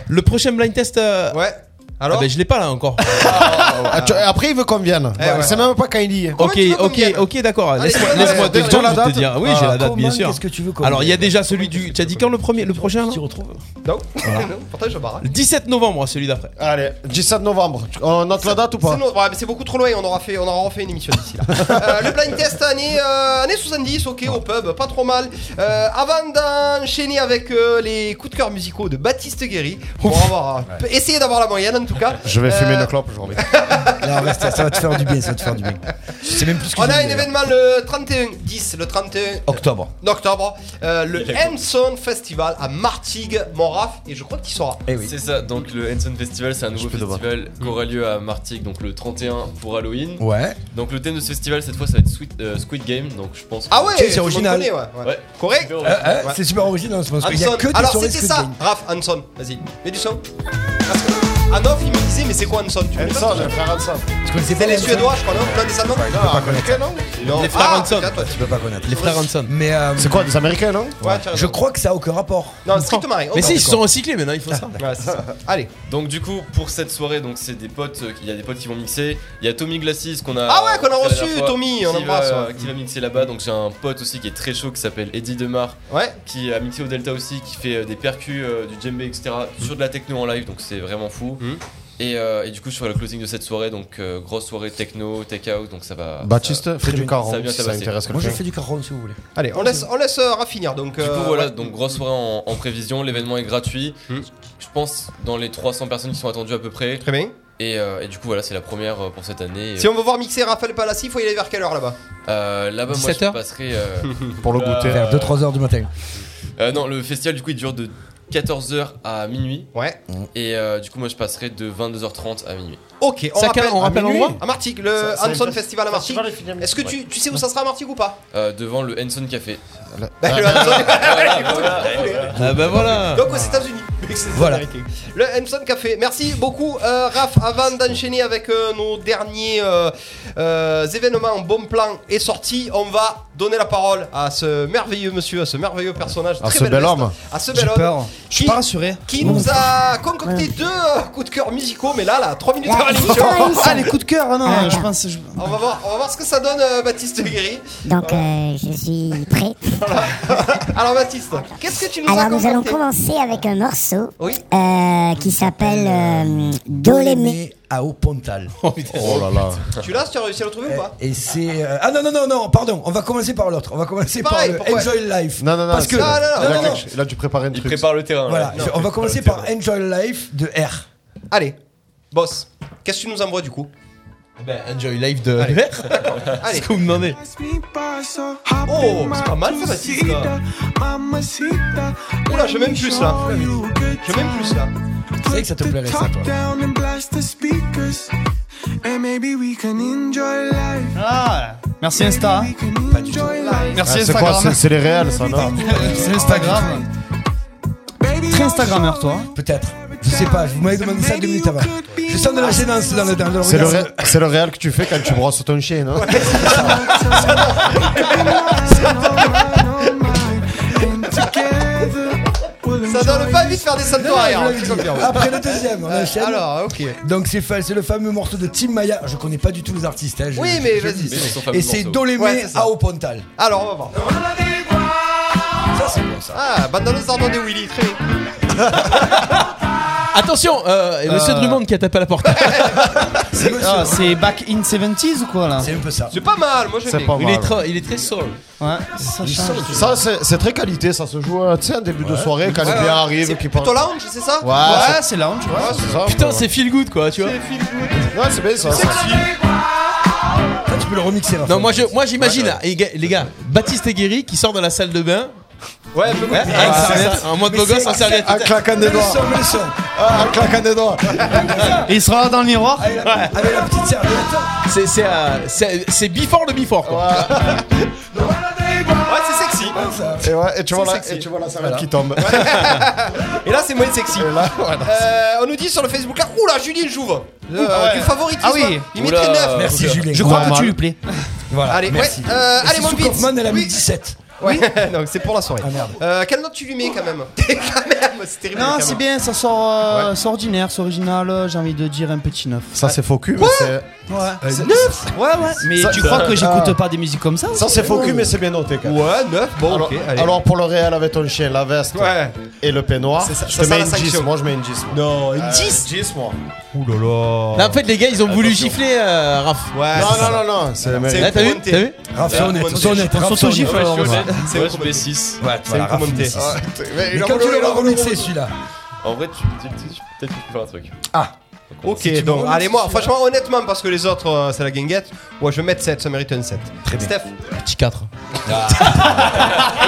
Le prochain blind test. euh,
Ouais,
Ah
alors
ben, je l'ai pas
[LAUGHS]
là encore.
Ah, tu- Après il veut qu'on vienne.
Eh, ouais.
C'est même pas quand il y est.
Comment
Ok,
tu veux qu'on
ok,
vienne
ok, d'accord.
Allez,
Laisse-moi
donne-
laisse
donne-
deux
donne
secondes
la
pour te
date.
dire. Oui, j'ai la date, bien sûr.
Qu'est-ce que tu veux qu'on
Alors, il y a déjà celui du. Tu as dit quand le premier, le prochain là
Tu retrouves
Non, non, pourtant je barre.
Le 17 novembre, celui d'après.
Allez, 17 novembre. Tu- On note la date ou
C'est
pas
no- ouais, mais c'est beaucoup trop loin, on aura fait, on aura refait une émission
[LAUGHS]
d'ici là. Euh, le blind test année, euh, année 70, ok, au pub, pas trop mal. Euh, avant d'enchaîner avec euh, les coups de cœur musicaux de Baptiste Guéry, pour avoir, euh, essayer d'avoir la moyenne en tout cas.
Je vais
Euh,
fumer une clope aujourd'hui.
[LAUGHS] Non, reste, ça va te faire du bien, ça va te faire du bien. Je sais même plus ce que
On
j'ai
a
dit,
un
d'ailleurs.
événement le 31 10, le 31
Octobre.
octobre, euh, le Hanson Festival à Martigues, Montraf, et je crois qu'il sera.
Eh oui.
C'est ça, donc le Henson Festival, c'est un nouveau
peux te
festival qui aura lieu à Martigues, donc le 31 pour Halloween.
Ouais.
Donc le thème de ce festival, cette fois, ça va être Squid, euh, Squid Game, donc je pense. que-
Ah ouais,
Tiens, c'est
tout le monde
original.
connaît, ouais, ouais.
Ouais.
Correct
Euh,
Ouais.
C'est super original, je pense. Il y a
Hanson.
que des
Alors
soirées
c'était
Squid
ça,
Game.
Raph Hanson, vas-y, mets du son. Parce que- Ah non, il me disait, mais c'est quoi Hanson Tu connais
Hanson,
pas
le frère Hanson.
Tu
C'est
connaissais pas
les
Hanson
Suédois, je crois, non Plein des Allemands
Ah, américain, non
Non.
Les frères
Ah,
Hanson.
putain, toi, tu-
Tu peux pas connaître.
Les frères Hanson.
Mais euh,
C'est quoi, des américains, non
Ouais, tu as
je
raison.
crois que ça a aucun rapport.
Non, strictement rien.
Mais
Oh,
si, ils
d'accord. Ah.
se sont recyclés maintenant,
Ah,
ils font ça.
Ouais, c'est ça. [LAUGHS] Allez.
Donc du coup, pour cette soirée, donc c'est des potes, euh, il y a des potes qui vont mixer. Il y a Tommy Glacis qu'on a.
Ah ouais, qu'on a
la
reçu,
dernière fois,
Tommy, on
qui
l'embrasse,
va-
ouais.
Qui va mixer là-bas. Donc j'ai un pote aussi qui est très chaud qui s'appelle Eddie Demar,
Ouais.
qui a mixé au Delta aussi, qui fait euh, des percus, euh, du djembé, etc. sur de la techno en live, donc c'est vraiment fou.
Mm.
Et, euh, et du coup, je ferai le closing de cette soirée, donc euh, grosse soirée techno, tech out, donc ça va. ça-
Baptiste, fais du
Ça a
caron
bien
si ça
tabassé.
intéresse
Moi, je
quelqu'un.
fais du caron si vous voulez.
Allez, on laisse, on laisse euh, Raph finir, Donc,
Du coup,
euh,
voilà,
ouais. Hmm.
donc grosse soirée en, en prévision. L'événement est gratuit. Je pense dans les 300 personnes qui sont attendues à peu près.
Très bien.
Et, euh, et du coup, voilà, c'est la première euh, pour cette année.
Si on veut voir mixer Raphaël Palassi, faut y aller vers quelle heure là-bas
Euh, Là-bas, moi,
17
je
heures
passerai.
[LAUGHS]
euh,
Pour le goûter.
Vers 2-3 heures du matin.
euh, non, le festival, du coup, il dure de 14h à minuit.
Ouais.
Et euh, du coup, moi, je passerai de 22h30 à minuit.
Ok, on
Chacun,
rappelle,
on rappelle
à minuit.
l'endroit
À Martigues, le
Ça, c'est
Hanson
le
Festival à Martigues.
festival, il finit à
Est-ce que tu, tu sais où ça sera à Martigues ou pas
Euh, devant le Henson Café.
[LAUGHS] Bah, le Hanson-
Ah
ben
bah voilà.
Donc aux États-Unis.
Voilà.
Le Hanson Café. Merci beaucoup, euh, Raph. Avant d'enchaîner avec euh, nos derniers euh, euh, événements en bon plan et sortie, on va donner la parole à ce merveilleux monsieur, à ce merveilleux personnage.
À
très
ce
belle
bel
veste,
homme.
À ce
J'ai
bel homme.
peur. Je suis
Qui-
pas rassuré.
Qui nous a concocté deux euh, coups de cœur musicaux, mais là, là, 3 minutes avant l'émission.
[LAUGHS] Ah, les coups de cœur, ah non, je pense. je-
On va voir, on va voir ce que ça donne, euh, Baptiste Guéry.
Donc euh, je suis
[LAUGHS]
prêt.
Alors, Baptiste, qu'est-ce que tu nous as
Alors nous allons
concocté
commencer avec un morceau
Oui.
euh, qui s'appelle euh, Dolémé.
Dolémé à Pontal.
Oh là là.
Tu l'as, tu as réussi à le trouver ou pas
Et c'est. euh, Ah non, non, non, non, pardon, on va commencer par l'autre. On va commencer
C'est
par
pareil,
le
pourquoi
Enjoy Life.
Non, non, non.
Parce que.
c'est-
Non, non, non,
il, a
non,
quelque- il a dû préparer un
Il
truc.
prépare le terrain.
Voilà,
là.
je- on va commencer par Enjoy Life de R.
Allez, boss, qu'est-ce que tu nous envoies du coup
Ben, enjoy life de verre.
Allez.
[LAUGHS] Ce que vous me demandez.
Oh, c'est pas mal ça, Baptiste. Là. Oula, j'ai même plus là. J'ai même plus là.
C'est vrai que ça te plairait ça, toi.
Ah, merci Insta. hein.
Pas du tout.
Ah,
Merci
c'est quoi
Instagram.
c'est- C'est les
[LAUGHS]
réels, ça, non
C'est Instagram. Très Instagrammeur, toi.
Peut-être. Je sais pas, vous m'avez demandé ça deux minutes avant. Je sens de la gênance dans le, dans le
C'est le,
regard.
ré- c'est le réel que tu fais quand tu brosses ton chien, non
Ça donne pas envie de faire des saltos
Non, non,
arrière. hein,
je l'avais
c'est
dit.
bien.
Après le deuxième, on
Euh,
enchaîne.
Alors, ok.
Donc c'est fa- c'est le fameux morceau de Tim Maya. Je connais pas du tout les artistes. hein, je-
Oui, mais
je-
vas-y.
je-
Mais ils sont
Et
fameux
c'est
morceaux.
Dolémé
Ouais, c'est ça.
à Opontal.
Alors, on va voir.
Ça, c'est bon ça.
Ah, Bandanos Ardent de Willy, très bien.
Attention, euh, et monsieur
Euh.
Drummond qui a tapé à la porte.
[LAUGHS] C'est ah, c'est back in 70s ou quoi là
C'est un peu ça.
C'est pas mal, moi j'aime
C'est
bien.
pas
il, est
mal.
très, il est très soul.
Ouais, ça
Il
change.
sort- Ça, c'est c'est très qualité, ça se joue, euh, tu sais, en début de soirée, quand
Ouais,
les
ouais.
biens arrivent,
C'est
qui
plutôt lounge, c'est ça
Ouais,
Ouais,
c'est-
c'est lounge, ouais.
ouais, c'est ça.
Putain,
ouais.
c'est feel good quoi, tu vois.
Ouais, c'est bien ça. ça.
Ça, tu peux le remixer. Raphaël.
Non, moi je- moi, j'imagine, les gars- les gars, Baptiste Guéry qui sort de la salle de bain.
Ouais, peu
hein, avec une serviette, En mode
Mais
beau gosse,
c'est-
en serviette.
En claquant des
Mets le
doigts.
son, mets le son.
Ah, en claquant des doigts.
Et il sera dans le miroir
Avec la- Avec la petite serviette.
C'est- C'est euh, c'est- c'est before le before quoi.
Ouais, c'est sexy.
Et, ouais, et, tu vois la,
sexy.
et tu vois la serviette qui
[LAUGHS]
tombe.
Et là, c'est moins sexy.
Et là, voilà.
Euh, on nous dit sur le Facebook là, oula, Julien Jouve. Euh,
Ouais.
Du favoritisme.
Ah oui.
Il mettrait
Oula.
9.
Merci Julien.
Je crois que
Normal.
tu lui plais.
Voilà.
Allez,
merci.
ouais, euh,
Et
allez,
c'est
mon
sous
beat.
Kaufman, elle a mis
Oui.
17.
[LAUGHS] Ouais, donc c'est pour la soirée. Ah,
Ah, merde.
Euh, quelle note tu lui mets quand même [LAUGHS] Quand même, c'est terrible.
Non,
quand
c'est
même.
bien, ça sort, euh, c'est ordinaire, c'est original, euh, j'ai envie de dire un petit neuf.
Ça, c'est faux cul, mais c'est.
Ouais. Neuf Ouais, ouais. Mais
Ça-
tu crois que
Ah.
j'écoute pas des musiques comme ça
Ça, c'est faux cul, mais c'est bien noté, quand même.
Ouais, 9, bon,
Alors,
ok. Allez.
alors, pour le réel avec ton chien, la veste
ouais.
et le peignoir,
C'est ça-
je
ça
te
sent
mets
la
une 10.
sanction.
Moi, je mets une 10.
Non, une
Euh,
10
10, moi.
Là, en fait, les gars, ils ont voulu gifler euh, Raph.
Ouais,
Non,
c'est
non,
ça.
non, non, Oh. c'est le
C'est-
même.
Là, t'as vu
Monté.
T'as vu
Raph, c'est
Ouais,
honnête.
ouais,
C'est honnête. Raph, c'est honnête.
s'autogifle,
Ouais,
alors,
je,
ouais.
mets- ouais, je mets 6.
Ouais, voilà,
Raph,
Raph,
il met
c'est-
six.
Mais
Mais
il a
quand tu
voulu-
l'auras remixé celui-là.
En vrai, tu tu- tu- tu- peut-être que tu peux faire un truc.
Ah. Ok,
Si tu
donc
veux,
allez, moi,
si tu veux.
franchement, honnêtement, parce que les autres, euh, c'est la guinguette. Ouais, je vais mettre 7, ça mérite un 7.
Très bien.
Steph,
Petit 4.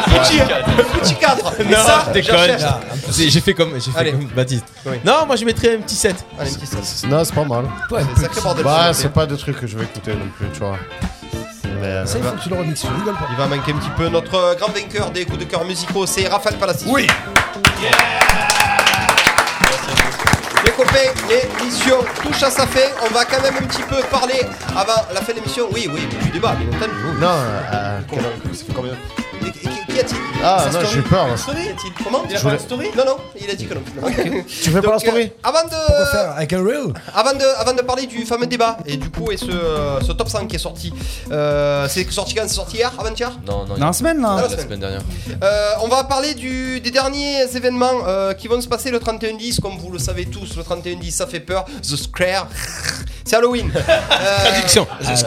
petit, petit 4. Mais ça,
je déconne.
j'achète.
Ah,
J'ai j'ai fait comme, j'ai fait
Allez.
comme Baptiste.
Oui.
Non, moi je mettrais un petit 7.
Allez, petit 7.
Non, c'est pas mal.
ouais,
C'est sacré bordel.
Bah,
ce
c'est pas des trucs que je vais écouter non plus, tu vois.
Oh.
Mais, euh,
Ça, il faut que tu le remixes. Je rigole pas.
Il va manquer un petit peu notre euh, grand vainqueur des coups de cœur musicaux, c'est Raphaël Palassi.
Oui.
Les copains, l'émission touche à sa fin. On va quand même un petit peu parler avant la fin de l'émission. Oui, oui, du débat, bien entendu. oui.
Non, euh, quel- ça fait combien
Et- et- Qu'y a-t-il
Ah,
Sa
non,
story
j'ai eu peur, là.
Sa story, a-t-il Comment Il
a Je pas voulais- de
story Non, non, il a dit que non. [LAUGHS]
Tu fais pas la
Donc,
story
euh, avant,
Pourquoi
de,
faire avec un reel
avant, de, avant de parler du fameux débat, et du coup, et ce, euh, ce top 5 qui est sorti, euh, c'est sorti quand C'est sorti hier Avant-hier
Non, non, il y
Dans
a-
la semaine là
Ah,
la
semaine.
semaine dernière.
Euh, on va parler du, des derniers événements euh, qui vont se passer le 31-10. Comme vous le savez tous, le 31-10, ça fait peur. The Square, c'est Halloween. Euh,
Traduction.
Ah,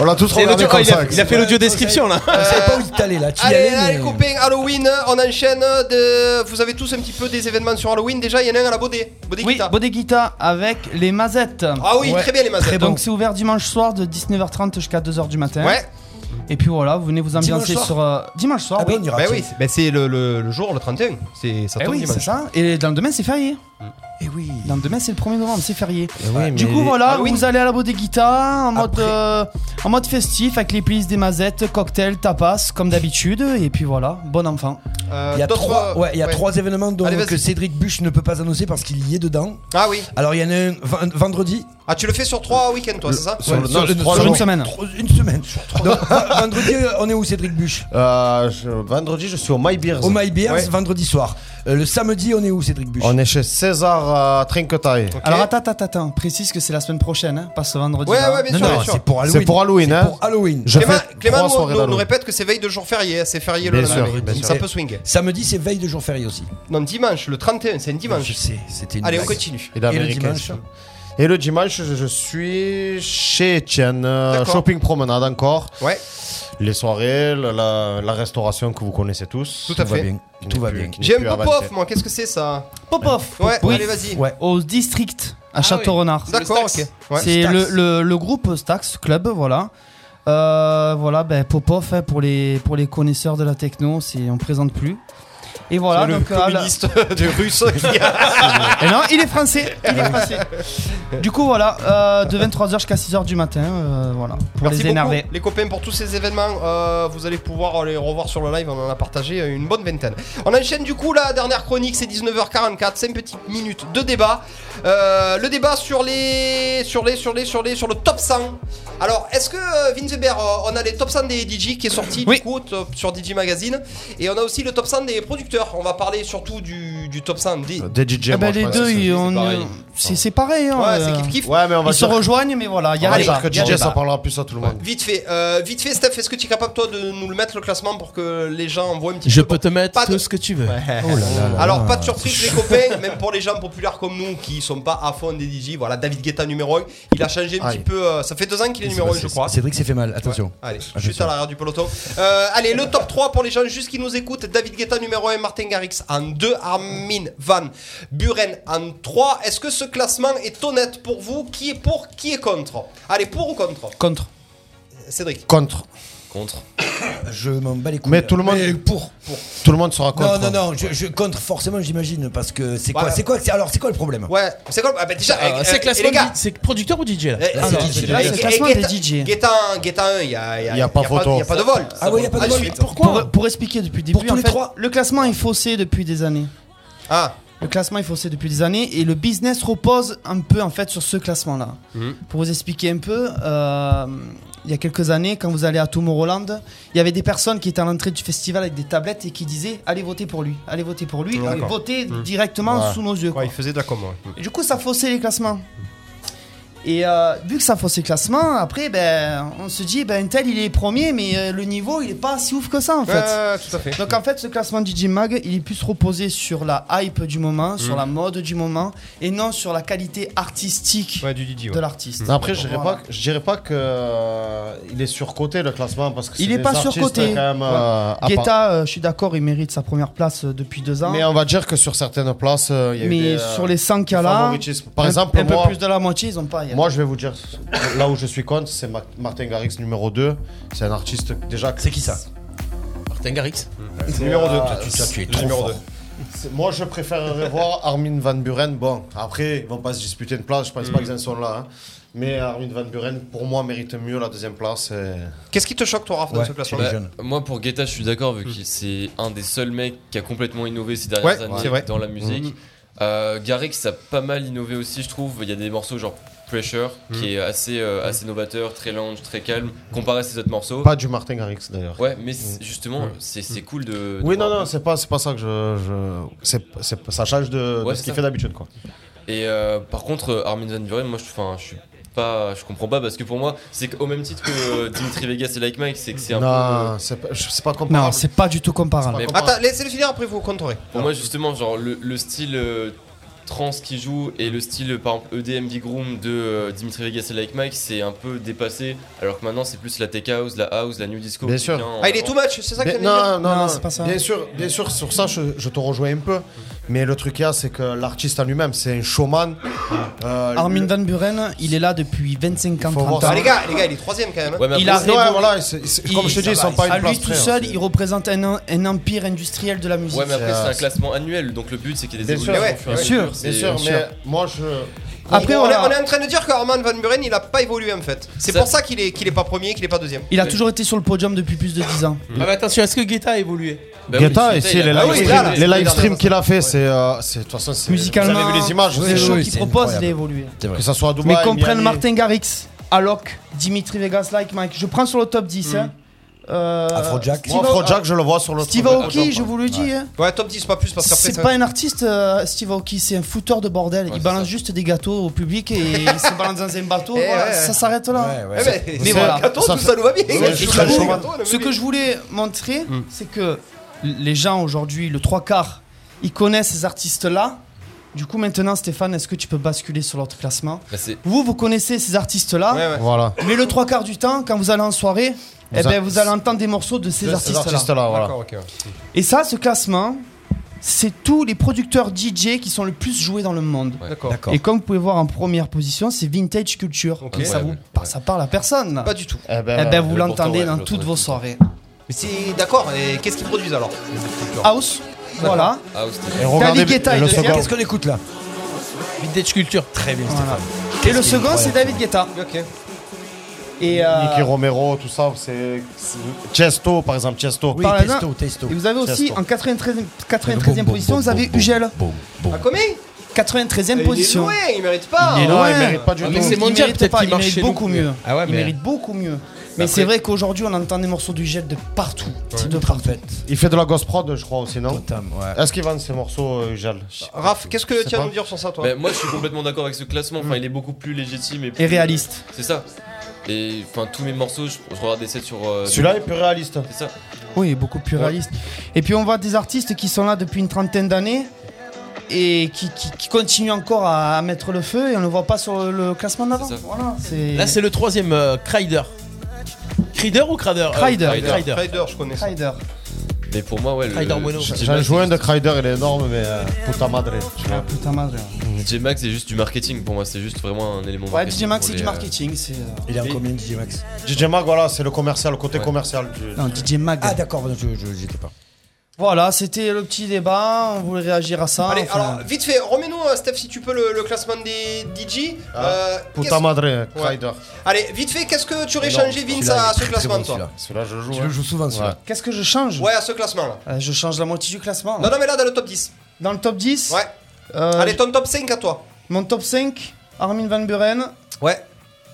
On l'a tous
Et
regardé
l'audio-
comme
oh, il, a,
ça.
il a fait l'audio description là.
Je savais pas où il t'allait là. Tu y
Ah, Allez,
allais.
là, les
mais-
copains, Halloween, on enchaîne. De... Vous avez tous un petit peu des événements sur Halloween. Déjà, il y en a un à la Bodé. Bodé
Oui,
Guita.
Bodeguita avec les mazettes.
Ah oui,
Ouais.
très bien les mazettes.
Donc c'est ouvert dimanche soir de 19h30 jusqu'à 2h du matin.
Ouais,
Et puis voilà, vous venez vous
Dimanche
ambiancer
soir
sur euh, dimanche soir.
Ah
oui.
ben, on ira.
bah
tiens.
oui, bah c'est le, le- le jour, le 31. C'est ça
Eh
tombe
oui, c'est
dimanche.
ça. Et dans le domaine, c'est férié.
Eh oui.
Dans le domaine, c'est le 1er novembre, c'est férié.
oui,
du
mais-
coup, voilà,
Halloween.
vous allez à la Bodeguita en mode,
Après-
euh, en mode festif avec les plis des mazettes, cocktails, tapas, comme d'habitude. Et puis voilà, bon enfant.
Euh,
Il y a
d'autres-
trois, ouais, il y a
ouais.
trois événements dont
Allez, vas-y.
que Cédric Buche ne peut pas annoncer parce qu'il y est dedans.
Ah oui.
Alors il y en a un ven- vendredi.
Ah, tu le fais sur trois week-ends, toi, c'est ça
Sur le-
Ouais,
non,
sur-
trois
sur
jours.
une semaine. Trois- Une semaine. Donc, v- vendredi, euh, on est où Cédric Buche
Euh, je- vendredi, je suis au My Beers.
Au My Beers,
Ouais.
vendredi soir. Euh, le samedi, on est où Cédric Buche
On est chez César euh, Trinquetaille.
Ok.
Alors attends, attends, attends, précise que c'est la semaine prochaine, hein, pas ce vendredi.
Ouais,
là.
ouais, bien
Non,
sûr,
non,
bien sûr.
c'est pour Halloween.
C'est pour Halloween, hein.
Pour Halloween.
Je
Clément,
fais
Clément
trois
nous-
soirées
nous, nous
d'Halloween.
répète que c'est veille de jour férié, hein, c'est férié le
Bien sûr,
lendemain.
bien
Donc
sûr.
ça peut swinguer.
Samedi, c'est veille de jour férié aussi.
Non, dimanche, le 31, c'est un
Je
dimanche.
sais, c'était une
Allez, on
blague.
continue.
Il est
Et le
américain,
dimanche
ça. Et le dimanche, je, je suis chez Etienne. euh,
D'accord.
shopping promenade encore.
Ouais,
Les soirées, la, la- la restauration que vous connaissez tous.
tout à
Tout va
fait.
bien. Tout va bien.
J'ai un pop-off, moi, qu'est-ce que c'est ça
Popov.
Ouais,
Oui.
allez, vas-y.
Ouais.
Au district à Château-Renard.
D'accord, ok. Ouais.
C'est
Stax.
le, le- le groupe Stax Club, voilà. Euh, voilà, ben, Popov, hein, pour, les, pour les connaisseurs de la techno, c'est on présente plus. Et voilà,
C'est le
donc euh, la-
communiste [LAUGHS] de russe qui a-
Et non, il est français. [LAUGHS] Il est français. Du coup, voilà, euh, de 23h jusqu'à 6h du matin, euh, voilà, pour
Merci
les énerver.
beaucoup, les copains, pour tous ces événements. Euh, vous allez pouvoir les revoir sur le live. On en a partagé euh, une bonne vingtaine. On enchaîne du coup la dernière chronique. C'est 19h44. 5 petites minutes de débat. Euh, le débat sur les, sur les, sur les, sur les, sur le top 100. Alors, est-ce que euh, Vince Weber, euh, on a les top 100 des DJ qui est sorti du coup top- sur DJ Magazine et on a aussi le top 100 des producteurs. On va parler surtout du, du top 100 des,
Euh, Des DJ,
Ah bah,
moi, je
les
pense
deux,
que
ils-
c'est-
on-
c'est pareil.
c'est c'est pareil. hein,
Ouais, c'est
euh,
kiff-kiff.
Ouais, mais on va
Ils se
dire-
rejoignent, mais voilà, il y
on
a
va
un
dire
débat,
que
il y a un
DJ, ça
débat.
parlera plus à tout le monde.
Vite fait, euh, vite fait, Steph, est-ce que tu es capable toi de nous le mettre le classement pour que les gens envoient un petit
Je
peu
peux te mettre
Pas de-
tout ce que tu veux.
Oh là là là Alors pas de surprise les copains, même pour les gens populaires comme nous qui sont pas à fond des DJ, voilà David Guetta numéro 1, il a changé un
Aïe.
petit peu, euh, ça fait deux ans qu'il est numéro 1 je crois.
Cédric s'est fait mal, attention.
Allez, Juste à l'arrière du peloton. Euh, allez, le top 3 pour les gens juste qui nous écoutent. David Guetta numéro 1, Martin Garrix en 2, Armin Van Buren en 3. Est-ce que ce classement est honnête pour vous Qui est pour, qui est contre Allez, pour ou contre
Contre.
Cédric
Contre.
Contre.
Je m'en bats les couilles.
Mais tout le monde.
Mais pour.
Tout le monde sera contre. hein.
Non, non, non, je, je contre forcément, j'imagine, parce que c'est quoi,
Voilà.
c'est quoi, c'est- alors c'est quoi le problème
Ouais, c'est quoi Ah bah déjà,
Euh,
euh,
c'est
euh,
classement
et les gars,
de- c'est producteur ou DJ là
Eh,
Ah,
c'est
non,
DJ.
c'est-
Eh, eh, Guetta- Guetta 1, Guetta 1, il n'y a, y a-
Y a pas
y a
photo.
y a pas de vol.
Ah ouais, y a pas de vol.
suite.
Pourquoi
pour, pour expliquer depuis le début,
tous
en
les
fait,
trois
le classement est faussé depuis des années.
Ah.
Le classement est faussé depuis des années et le business repose un peu en fait sur ce classement-là.
Mhm.
Pour vous expliquer un peu, euh, il y a quelques années, quand vous allez à Tomorrowland, il y avait des personnes qui étaient à l'entrée du festival avec des tablettes et qui disaient allez voter pour lui, allez voter pour lui, allez
D'accord.
voter
Mm.
directement
Ouais.
sous nos yeux.
Ouais,
quoi.
il faisait de la com. ouais.
Et du coup, ça faussait les classements. Et euh, vu que ça faussait les classements, après, ben, on se dit, ben, tel il est premier, mais euh, le niveau il est pas si ouf que ça en fait.
Ouais, ouais, tout à fait.
Donc en fait, ce classement DJ Mag, il est plus reposé sur la hype du moment, sur
Mm.
la mode du moment, et non sur la qualité artistique
du DJ,
de l'artiste.
Après, je dirais
Voilà.
pas, que- je dirais pas que euh, il est surcoté le classement parce que
Il
c'est
est
des
pas
artistes
surcoté.
quand même. euh,
Ouais.
à part-
Guetta, euh, je suis d'accord, il mérite sa première place euh, depuis deux ans.
Mais on va dire que sur certaines places, euh, il y a eu
Mais
des, euh,
sur les 5
des
cas là,
favoritismes. par
un-
exemple,
un
moi,
peu plus de la moitié, ils ont pas.
moi, je vais vous dire là où je suis contre, c'est Ma- Martin Garrix numéro 2. C'est un artiste déjà. C'est
qui ça
Martin Garrix
Numéro 2.
Ah, ça, tu es trop fort.
Moi, je préférerais voir Armin Van Buren. Bon, après, ils vont pas se disputer une place. Je pense pas qu'ils en sont là. hein. Mais Armin Van Buren, pour moi, mérite mieux la deuxième place. et-
Qu'est-ce qui te choque, toi, Raph, dans
Ouais,
ce classement
chez les
Bah, Moi pour Guetta je suis d'accord vu que c'est un des seuls mecs qui a complètement innové ces dernières
Ouais, c'est
années
vrai.
dans la musique.
Mhm.
Euh, Garrix a pas mal innové aussi je trouve. Il y a des morceaux genre Pressure
Mhm.
qui est assez, euh, assez novateur, très lent, très calme comparé à ses autres morceaux.
Pas du Martin Garrix d'ailleurs.
Ouais euh, mais c'est- justement c'est c'est cool de... de
Oui, non,
voir.
non, c'est pas, c'est pas ça que je. je- c'est- c'est- ça change de, de
Ouais,
ce
c'est
qu'il
ça.
fait d'habitude, quoi.
Et euh, par contre, euh, Armin Van Buren, moi je, 'fin, je suis pas, je comprends pas parce que pour moi, c'est au même titre que euh, Dimitri Vegas et Like Mike, c'est que c'est un peu. euh,
Non, c'est pas, je- c'est pas comparable.
Non, c'est pas du tout comparable.
Mais
euh, Attends, laissez-le finir, après vous compterez.
Pour moi, justement, genre le, le style euh, trans qui joue et le style euh, par exemple EDM Groom de euh, Dimitri Vegas et Like Mike, c'est un peu dépassé. Alors que maintenant, c'est plus la tech house, la house, la new disco. euh,
Bien
qui
sûr.
vient en
Ah, il est
avant.
too much, c'est ça que
Bien-
tu
non, non, non,
c'est pas ça.
Bien sûr, bien sûr, sur ça, je, je te rejoins un peu. Mais le truc, qu'il y a, c'est que l'artiste en lui-même, c'est un showman. Euh,
Armin
le-
Van Buren, il est là depuis 25 ans,
Faut voir
30 ans.
ça.
Ah, les gars, les gars, il est troisième quand même. hein.
mais
il a
après- Ouais,
révolu-
voilà, c'est- c'est- comme je te dis, ils sont pas
à
une place
lui tout
près, hein,
seul,
c'est-
il représente un, un empire industriel de la musique.
Ouais, mais après, c'est un classement annuel, donc le but c'est qu'il y ait des
Bien sûr,
évolutions.
ouais,
au fur et à
bien
mesure,
sûr, bien
c'est-
sûr, mais moi je.
Après,
on,
on
est,
a-
on est en train de dire que Armand Van Buren, il a pas évolué en fait. C'est
Ça-
pour ça qu'il est, qu'il est pas premier, qu'il est pas deuxième.
Il a toujours été sur le podium depuis plus de 10 ans.
Ah bah attention, est-ce que Guetta a évolué
Bah oui,
Ben Guetta,
c'est-
et
il
c'est
a-
les
Ah
live
oui,
streams-
là, là,
les
là,
live
là,
streams
là,
qu'il a fait, c'est. euh, c'est- De toute façon, c'est.
Musicalement,
Vous avez vu les images,
c'est
c'est
chaud
chaud.
qui propose, il
incroyable.
a évolué.
Que ça soit à Dubaï.
Mais qu'on prenne
Miami.
Martin Garrix, Alok, Dimitri Vegas, Like Mike. Je prends sur le top 10. hein. Euh,
Afrojack.
Steve
Moi, Mm. Afrojack, je le vois sur le.
Steve Aoki, je vous le dis. hein.
Ouais, top 10, pas plus parce qu'après.
C'est pas un artiste, euh, Steve Aoki, c'est un fouteur de bordel. il balance juste des gâteaux au public et
[LAUGHS]
il se balance dans un bateau.
[LAUGHS] Eh
voilà,
ouais.
Ça s'arrête là.
Eh ben,
Mais
c'est
voilà.
un gâteau,
ça
tout
fait-
ça nous va bien.
Ouais,
Et
je
du
suis
coup,
chaud.
gâteau, on a Hmm.
Ce
mis-
que je voulais montrer, c'est que les gens aujourd'hui, le trois quarts, ils connaissent ces artistes-là. Du coup, maintenant, Stéphane, est-ce que tu peux basculer sur l'autre classement
Bah, c'est-
Vous, vous connaissez ces artistes-là,
Ouais, ouais.
Voilà.
mais le trois quarts du temps, quand vous allez en soirée,
Vous
eh ben,
a-
vous allez entendre des morceaux de ces
Ces
artistes-là.
artistes-là, voilà.
D'accord, ok, ouais.
Et ça, ce classement, c'est tous les producteurs DJ qui sont le plus joués dans le monde.
D'accord.
Et comme vous pouvez voir en première position, c'est Vintage Culture.
Ok.
Mais ça, vous, ça parle à personne. là.
Pas du tout.
Eh
Eh ben, vous
pourtant,
l'entendez
ouais,
dans
je
toutes vos soirées.
Mais c'est d'accord, et qu'est-ce qu'ils produisent alors
House, Voilà.
Ah, Austin.
Et regardez- David Guetta, et le second.
Qu'est-ce qu'on écoute là
Vintage Culture.
Très bien,
Voilà.
Stéphane.
Et le
Qu'est-ce qu'il est
second, c'est
incroyable.
David Guetta. Et euh,
Nicky Romero, tout ça, c'est. c'est- Chesto, par exemple, Chesto.
par la main. Et vous avez aussi en 93, 93e position, vous avez Ugel.
À combien
93e
Il est
position.
loin, il mérite pas.
Il est loin, il
mérite
Ah,
pas du
Mais
tout.
c'est
Il
mondial,
mérite
peut-être
pas,
qu'il
il
mérite
marchait
beaucoup
beaucoup mieux.
mieux.
Ah ouais,
il
mais-
mérite beaucoup mieux. Mais
Après-
c'est vrai qu'aujourd'hui, on entend des morceaux du gel de partout. De partout.
Il fait de la ghost prod, je crois aussi, non
ouais.
Est-ce qu'il vendent ces morceaux, euh, Jal Je sais pas.
Raph, qu'est-ce que
sais
tu as à
pas.
nous dire sur ça, toi
Bah, moi, je suis complètement d'accord avec ce classement. Enfin, il est beaucoup plus légitime et, plus- euh,
réaliste.
C'est ça. Et enfin, tous mes morceaux, je, je regarde des sets sur. euh,
Celui-là est plus réaliste.
C'est ça.
Oui, beaucoup plus réaliste. Et puis on voit des artistes qui sont là depuis une trentaine d'années et qui, qui- qui continuent encore à, à mettre le feu et on ne le voit pas sur le classement d'avant.
C'est ça.
Voilà, c'est
Là, c'est le troisième, euh, Crider. Crider ou Crader Euh,
Crider.
Crider.
Rider, je connais ça.
Crider.
Mais pour moi, ouais, le.
Rider Bueno.
le
J'en ai
J-Max,
joué un de Crider, il est énorme, mais euh, puta madre. tu vois.
Putain, madre.
J-Max, c'est juste du marketing pour moi. C'est juste vraiment un élément.
Ouais,
marketing
DJ Max,
pour
c'est
les,
du
euh,
marketing. c'est, euh,
Il est en combien, DJ Max
DJ Mag, voilà, c'est le commercial, le côté commercial du.
Non, DJ Mag.
Ah, d'accord, pardon, je je- j'étais pas.
Voilà, c'était le petit débat. On voulait réagir à ça.
Allez,
enfin,
alors vite fait, remets-nous, euh, Steph, si tu peux, le, le classement des DJ. Euh,
Puta
qu'est-ce-
madre,
Ouais.
Crider.
Allez, vite fait, qu'est-ce que tu aurais
Énorme.
changé, Vince,
Celui-là, il est
à ce
très, très
classement,
bon,
toi
Celui-là,
celui-là.
je joue.
Tu
hein.
le joues souvent, celui-là.
Qu'est-ce que je change
Ouais, à ce classement là.
Euh, Je change la moitié du classement.
Non, non, mais là, dans le top 10.
Dans le top 10,
Ouais.
euh,
Allez, ton top 5 à toi.
mon top 5, Armin Van Buren,
Ouais,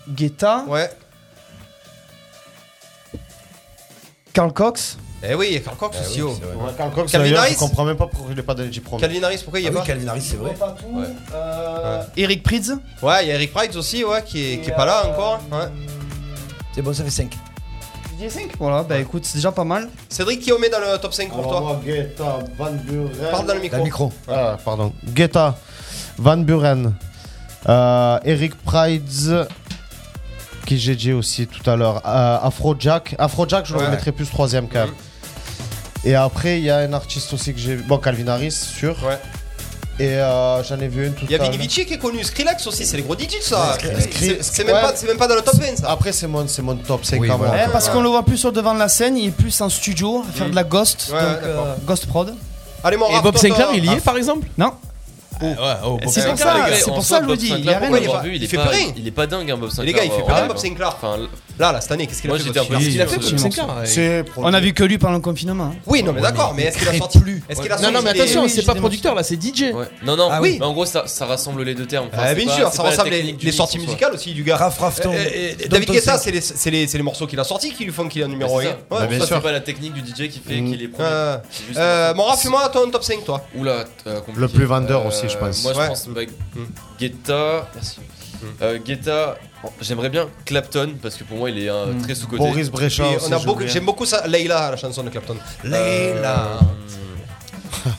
Guetta,
ouais.
Carl Cox.
Eh oui, Carl Cox aussi, oh.
Ouais, Carl Cox,
Calvin
d'ailleurs,
Harris
je comprends même pas pourquoi il est pas dans les 10 premiers.
Calvin Harris, pourquoi il y
Ah
a
oui,
pas
Calvin Harris, c'est vrai.
Ouais. Eric Prydz.
Ouais, il y a Eric Price aussi, ouais, qui est, qui est pas là encore. Ouais.
C'est bon, ça fait 5.
Voilà, bah écoute, c'est déjà pas mal.
Cédric, qui on met dans le top 5 pour
Alors,
toi
moi, Guetta, Van Buren.
Parle dans le micro.
Dans le micro.
Ah, pardon. Guetta, Van Buren, euh, Eric Prides, qui j'ai dit aussi tout à l'heure, euh, Afrojack. Afrojack, je le
Ouais. Mhm.
mettrais plus troisième quand même. Et après, il y a un artiste aussi que j'ai vu. Bon, Calvin Harris, sûr.
Ouais.
Et euh, j'en ai vu une tout
Il y a
à l'heure.
Vinny Vici qui est connu, Skrillex aussi, c'est les gros DJ ça. C'est-
Skri-
C'est même,
ouais.
pas- c'est même pas dans le top 20 ça.
Après, c'est mon, c'est mon top 5
Oui,
à moi.
voilà.
Eh, parce qu'on le voit plus sur le devant de la scène, il est plus en studio à faire de la ghost,
Mmh. Ouais,
donc
ouais, d'accord.
euh, ghost prod. Ah.
Allez, mon
Et
rap,
Bob
toi, Ah,
Sinclair,
toi.
il y est par exemple
Non Oh.
Eh, oh,
Eh, C'est pour ça,
Malgré-
c'est
en
pour
soi,
ça que je
Bob
vous dis, il y
Sinclair,
a
pour
rien.
l'avoir
Il
vu,
fait
pas-
pleurer.
Il est pas dingue, hein, Bob
Les
Sinclair.
gars, il fait
en
pas
vrai,
mal, Bob
quoi.
Sinclair.
Enfin, l-
Là, là, cette année, qu'est-ce qu'il a
moi
fait
j'étais
Bob
un peu
Sinclair
Il a fait Bob
Absolument.
Sinclair.
C'est
On a vu que lui pendant le confinement. hein.
Oui, non, mais d'accord, mais est-ce qu'il a sorti Est-ce qu'il a
Non,
sorti
non, mais
des-
attention,
oui,
c'est
j'ai
pas
des
producteur là, c'est DJ.
Ouais. Non, non,
Ah
oui.
oui.
mais en gros, ça, ça rassemble les deux termes. Enfin,
Ah,
c'est
bien
pas-
sûr,
c'est pas
ça
la
ressemble les,
technique du
les
mix,
sorties
en soi.
musicales aussi du gars.
Raph, Raph,
Euh,
ton-
euh, euh,
ton
David
top
Guetta,
cinq.
c'est les, c'est les- c'est les morceaux qu'il a sortis qui lui font qu'il est
Mais
numéro 1.
c'est ça.
Ouais,
Bah, bien
ça,
sûr. Mm. Ah, C'est
c'est
pas la technique du DJ qui fait qu'il est
pas-
premier.
Euh,
C'est juste-
euh, Mon rap, moi toi un top 5 toi.
Oula, t- euh, compliqué.
Le plus vendeur
Euh,
aussi, je pense.
Moi, je
Ouais. Mm.
pense bah, Guetta. Merci. Euh, Guetta, bon, j'aimerais bien Clapton parce que pour moi, il est euh, très sous-côté.
Boris Brejcha.
Mm. Et
aussi,
on a
j'ai
beaucoup-
oublié.
J'aime beaucoup ça, Leila, la chanson de Clapton. Euh,
Leila.
[LAUGHS]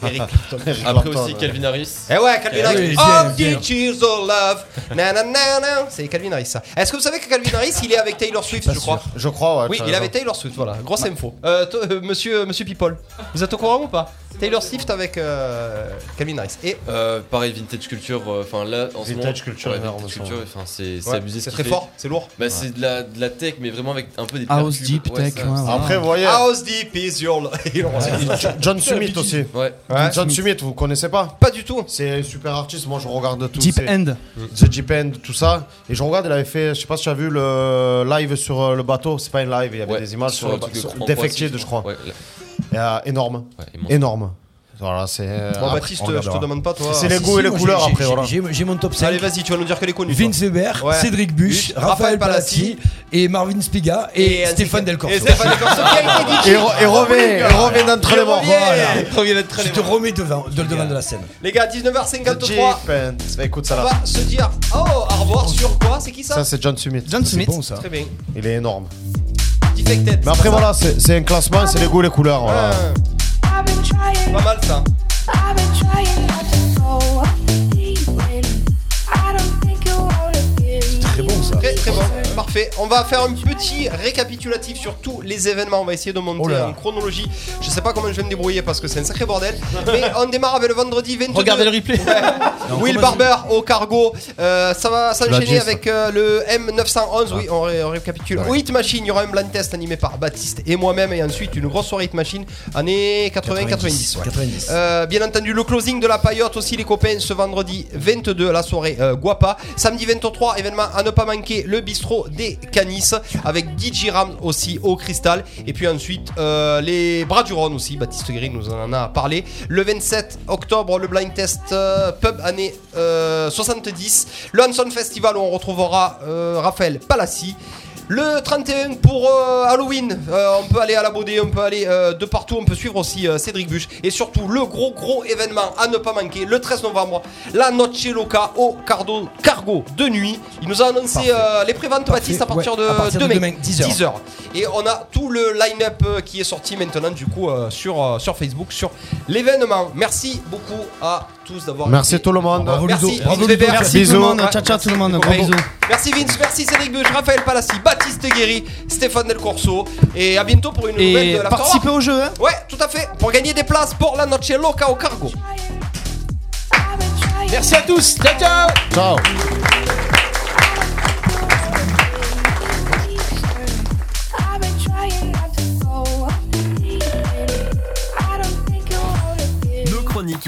Eric.
Eric
Après
Clapton,
aussi
ouais.
Calvin Harris.
Eh ouais, Calvin
Eh
Harris.
oui,
All
bien, bien.
the cheers of love. Na, na, na, na. C'est Calvin Harris ça. Est-ce que vous savez que Calvin Harris il est avec Taylor Swift, je crois
Je crois, ouais.
Oui,
tu as
il
raison.
avait Taylor Swift, voilà, grosse info. Euh, to- euh, monsieur, euh, monsieur People, vous êtes au courant ou pas Taylor Swift avec euh, Calvin Harris. Et
Euh, pareil, Vintage Culture. euh, Enfin, là, en ce
Vintage
moment.
Culture,
ouais,
énorme,
Vintage
ça, ouais.
Culture, enfin, c'est c'est
Ouais,
abusé. ce
c'est
qu'il
très
fait.
fort, c'est lourd.
Bah, c'est de la, de la tech, mais vraiment avec un peu des
House
percus.
deep
Ouais,
tech.
ça-
ouais, voilà.
Après, vous voyez,
House deep is your love.
John Summit aussi.
Ouais.
John Summit, vous connaissez pas
Pas du tout.
C'est un super artiste, moi je regarde tout.
Deep
c'est-
End.
The Deep End, tout ça. Et je regarde, il avait fait, je sais pas si tu as vu le live sur euh, le bateau, c'est pas un live, il y avait
Ouais,
des images sur,
un
le
truc de
bateau,
cran
d'effectifs,
poissé,
je crois.
Ouais, là-
Et, euh, énorme,
ouais, Euh, immense.
énorme. Voilà, c'est. euh,
Bon,
bah,
Après,
Baptiste,
on
je
regardera.
te demande pas, toi.
C'est les
Si,
goûts
si,
et les
moi,
couleurs
j'ai-
après,
j'ai-
voilà.
j'ai- J'ai mon top 5.
Allez, vas-y, tu vas nous dire qu'elle est connue. toi.
Vince Hubert,
Ouais.
Cédric Buche,
Buche, Raphaël
Raphaël
Palazzi,
Palazzi et Marvin Spiga et,
ainsi
Stéphane
que-
Del Corso.
Et Stéphane Delcorso qui a été dit.
Et, re- et remet, et remet d'entre les morts.
revient.
Voilà.
Je
Je te remets devant, de- devant de la scène.
Les gars,
The
19h53,
Deep End. Bah, écoute ça
on
là.
va se dire oh, au revoir sur quoi C'est qui ça
Ça, c'est John Summit.
John
C'est
Smith.
bon ça.
Très bien.
Il est énorme.
Defected.
Mais après,
ça.
voilà, c'est c'est un classement, c'est les goûts et les couleurs. voilà.
Euh,
I've been trying,
Pas mal ça.
I've been trying not to go deep in. I don't think you wanna give me
Très bon ça.
Très très bon, parfait. Parfait. On va faire un petit récapitulatif sur tous les événements. On va essayer de monter
Oh là là.
en chronologie. Je sais pas comment je vais me débrouiller parce que c'est un sacré bordel. Mais on démarre avec le vendredi 22.
Regardez le replay.
Ouais. Will
commence-
Barber au cargo. Euh, ça va
Tu l'as dit,
s'enchaîner
ça.
avec euh, le M911. Oui, on, ré- on récapitule.
Ouais.
Au Hit Machine, il y aura un blind test animé par Baptiste et moi-même. Et ensuite, une grosse soirée Hit Machine, année 80-90. ouais.
90.
Euh, bien entendu, le closing de la paillote aussi, les copains, ce vendredi 22, la soirée euh, Guapa. Samedi 23, événement à ne pas manquer, le bistrot des Canis, avec DJ Ram aussi au cristal. Et puis ensuite, euh, les bras du Rhône aussi, Baptiste Green nous en a parlé. Le 27 octobre, le blind test euh, pub année euh, 70. Le Hanson Festival où on retrouvera euh, Raphaël Palassi. Le 31 pour euh, Halloween, Euh, on peut aller à la Baudée, on peut aller euh, de partout, on peut suivre aussi euh, Cédric Buche. Et surtout, le gros gros événement à ne pas manquer, le 13 novembre, la Noche Loca au cardo- cargo de nuit. Il nous a annoncé euh, les préventes Baptiste à partir de,
ouais, à partir de
demain,
demain, 10 heures.
10 heures. Et on a tout le line-up euh, qui est sorti maintenant du coup euh, sur, euh, sur Facebook, sur l'événement. Merci beaucoup à tous d'avoir
Merci
été-
tout le monde. Bravo, Ludo.
Merci,
Bravo,
Vince
Ludo.
Weber.
Merci tout le monde.
Ouais.
Ciao, ciao, tout le monde.
Merci,
Bravo.
beaucoup. Merci Vince, merci Cédric Buche, Raphaël Palassi, Baptiste Guéry, Stéphane Del Corso. Et à bientôt pour une
Et
nouvelle de la
participez au jeu, hein.
Ouais, tout à fait. Pour gagner des places pour la Noche Loca au Cargo.
Merci à tous. Ciao, ciao.
Ciao.
I've been trying not to go. I don't think you wanna be.
Nos chroniques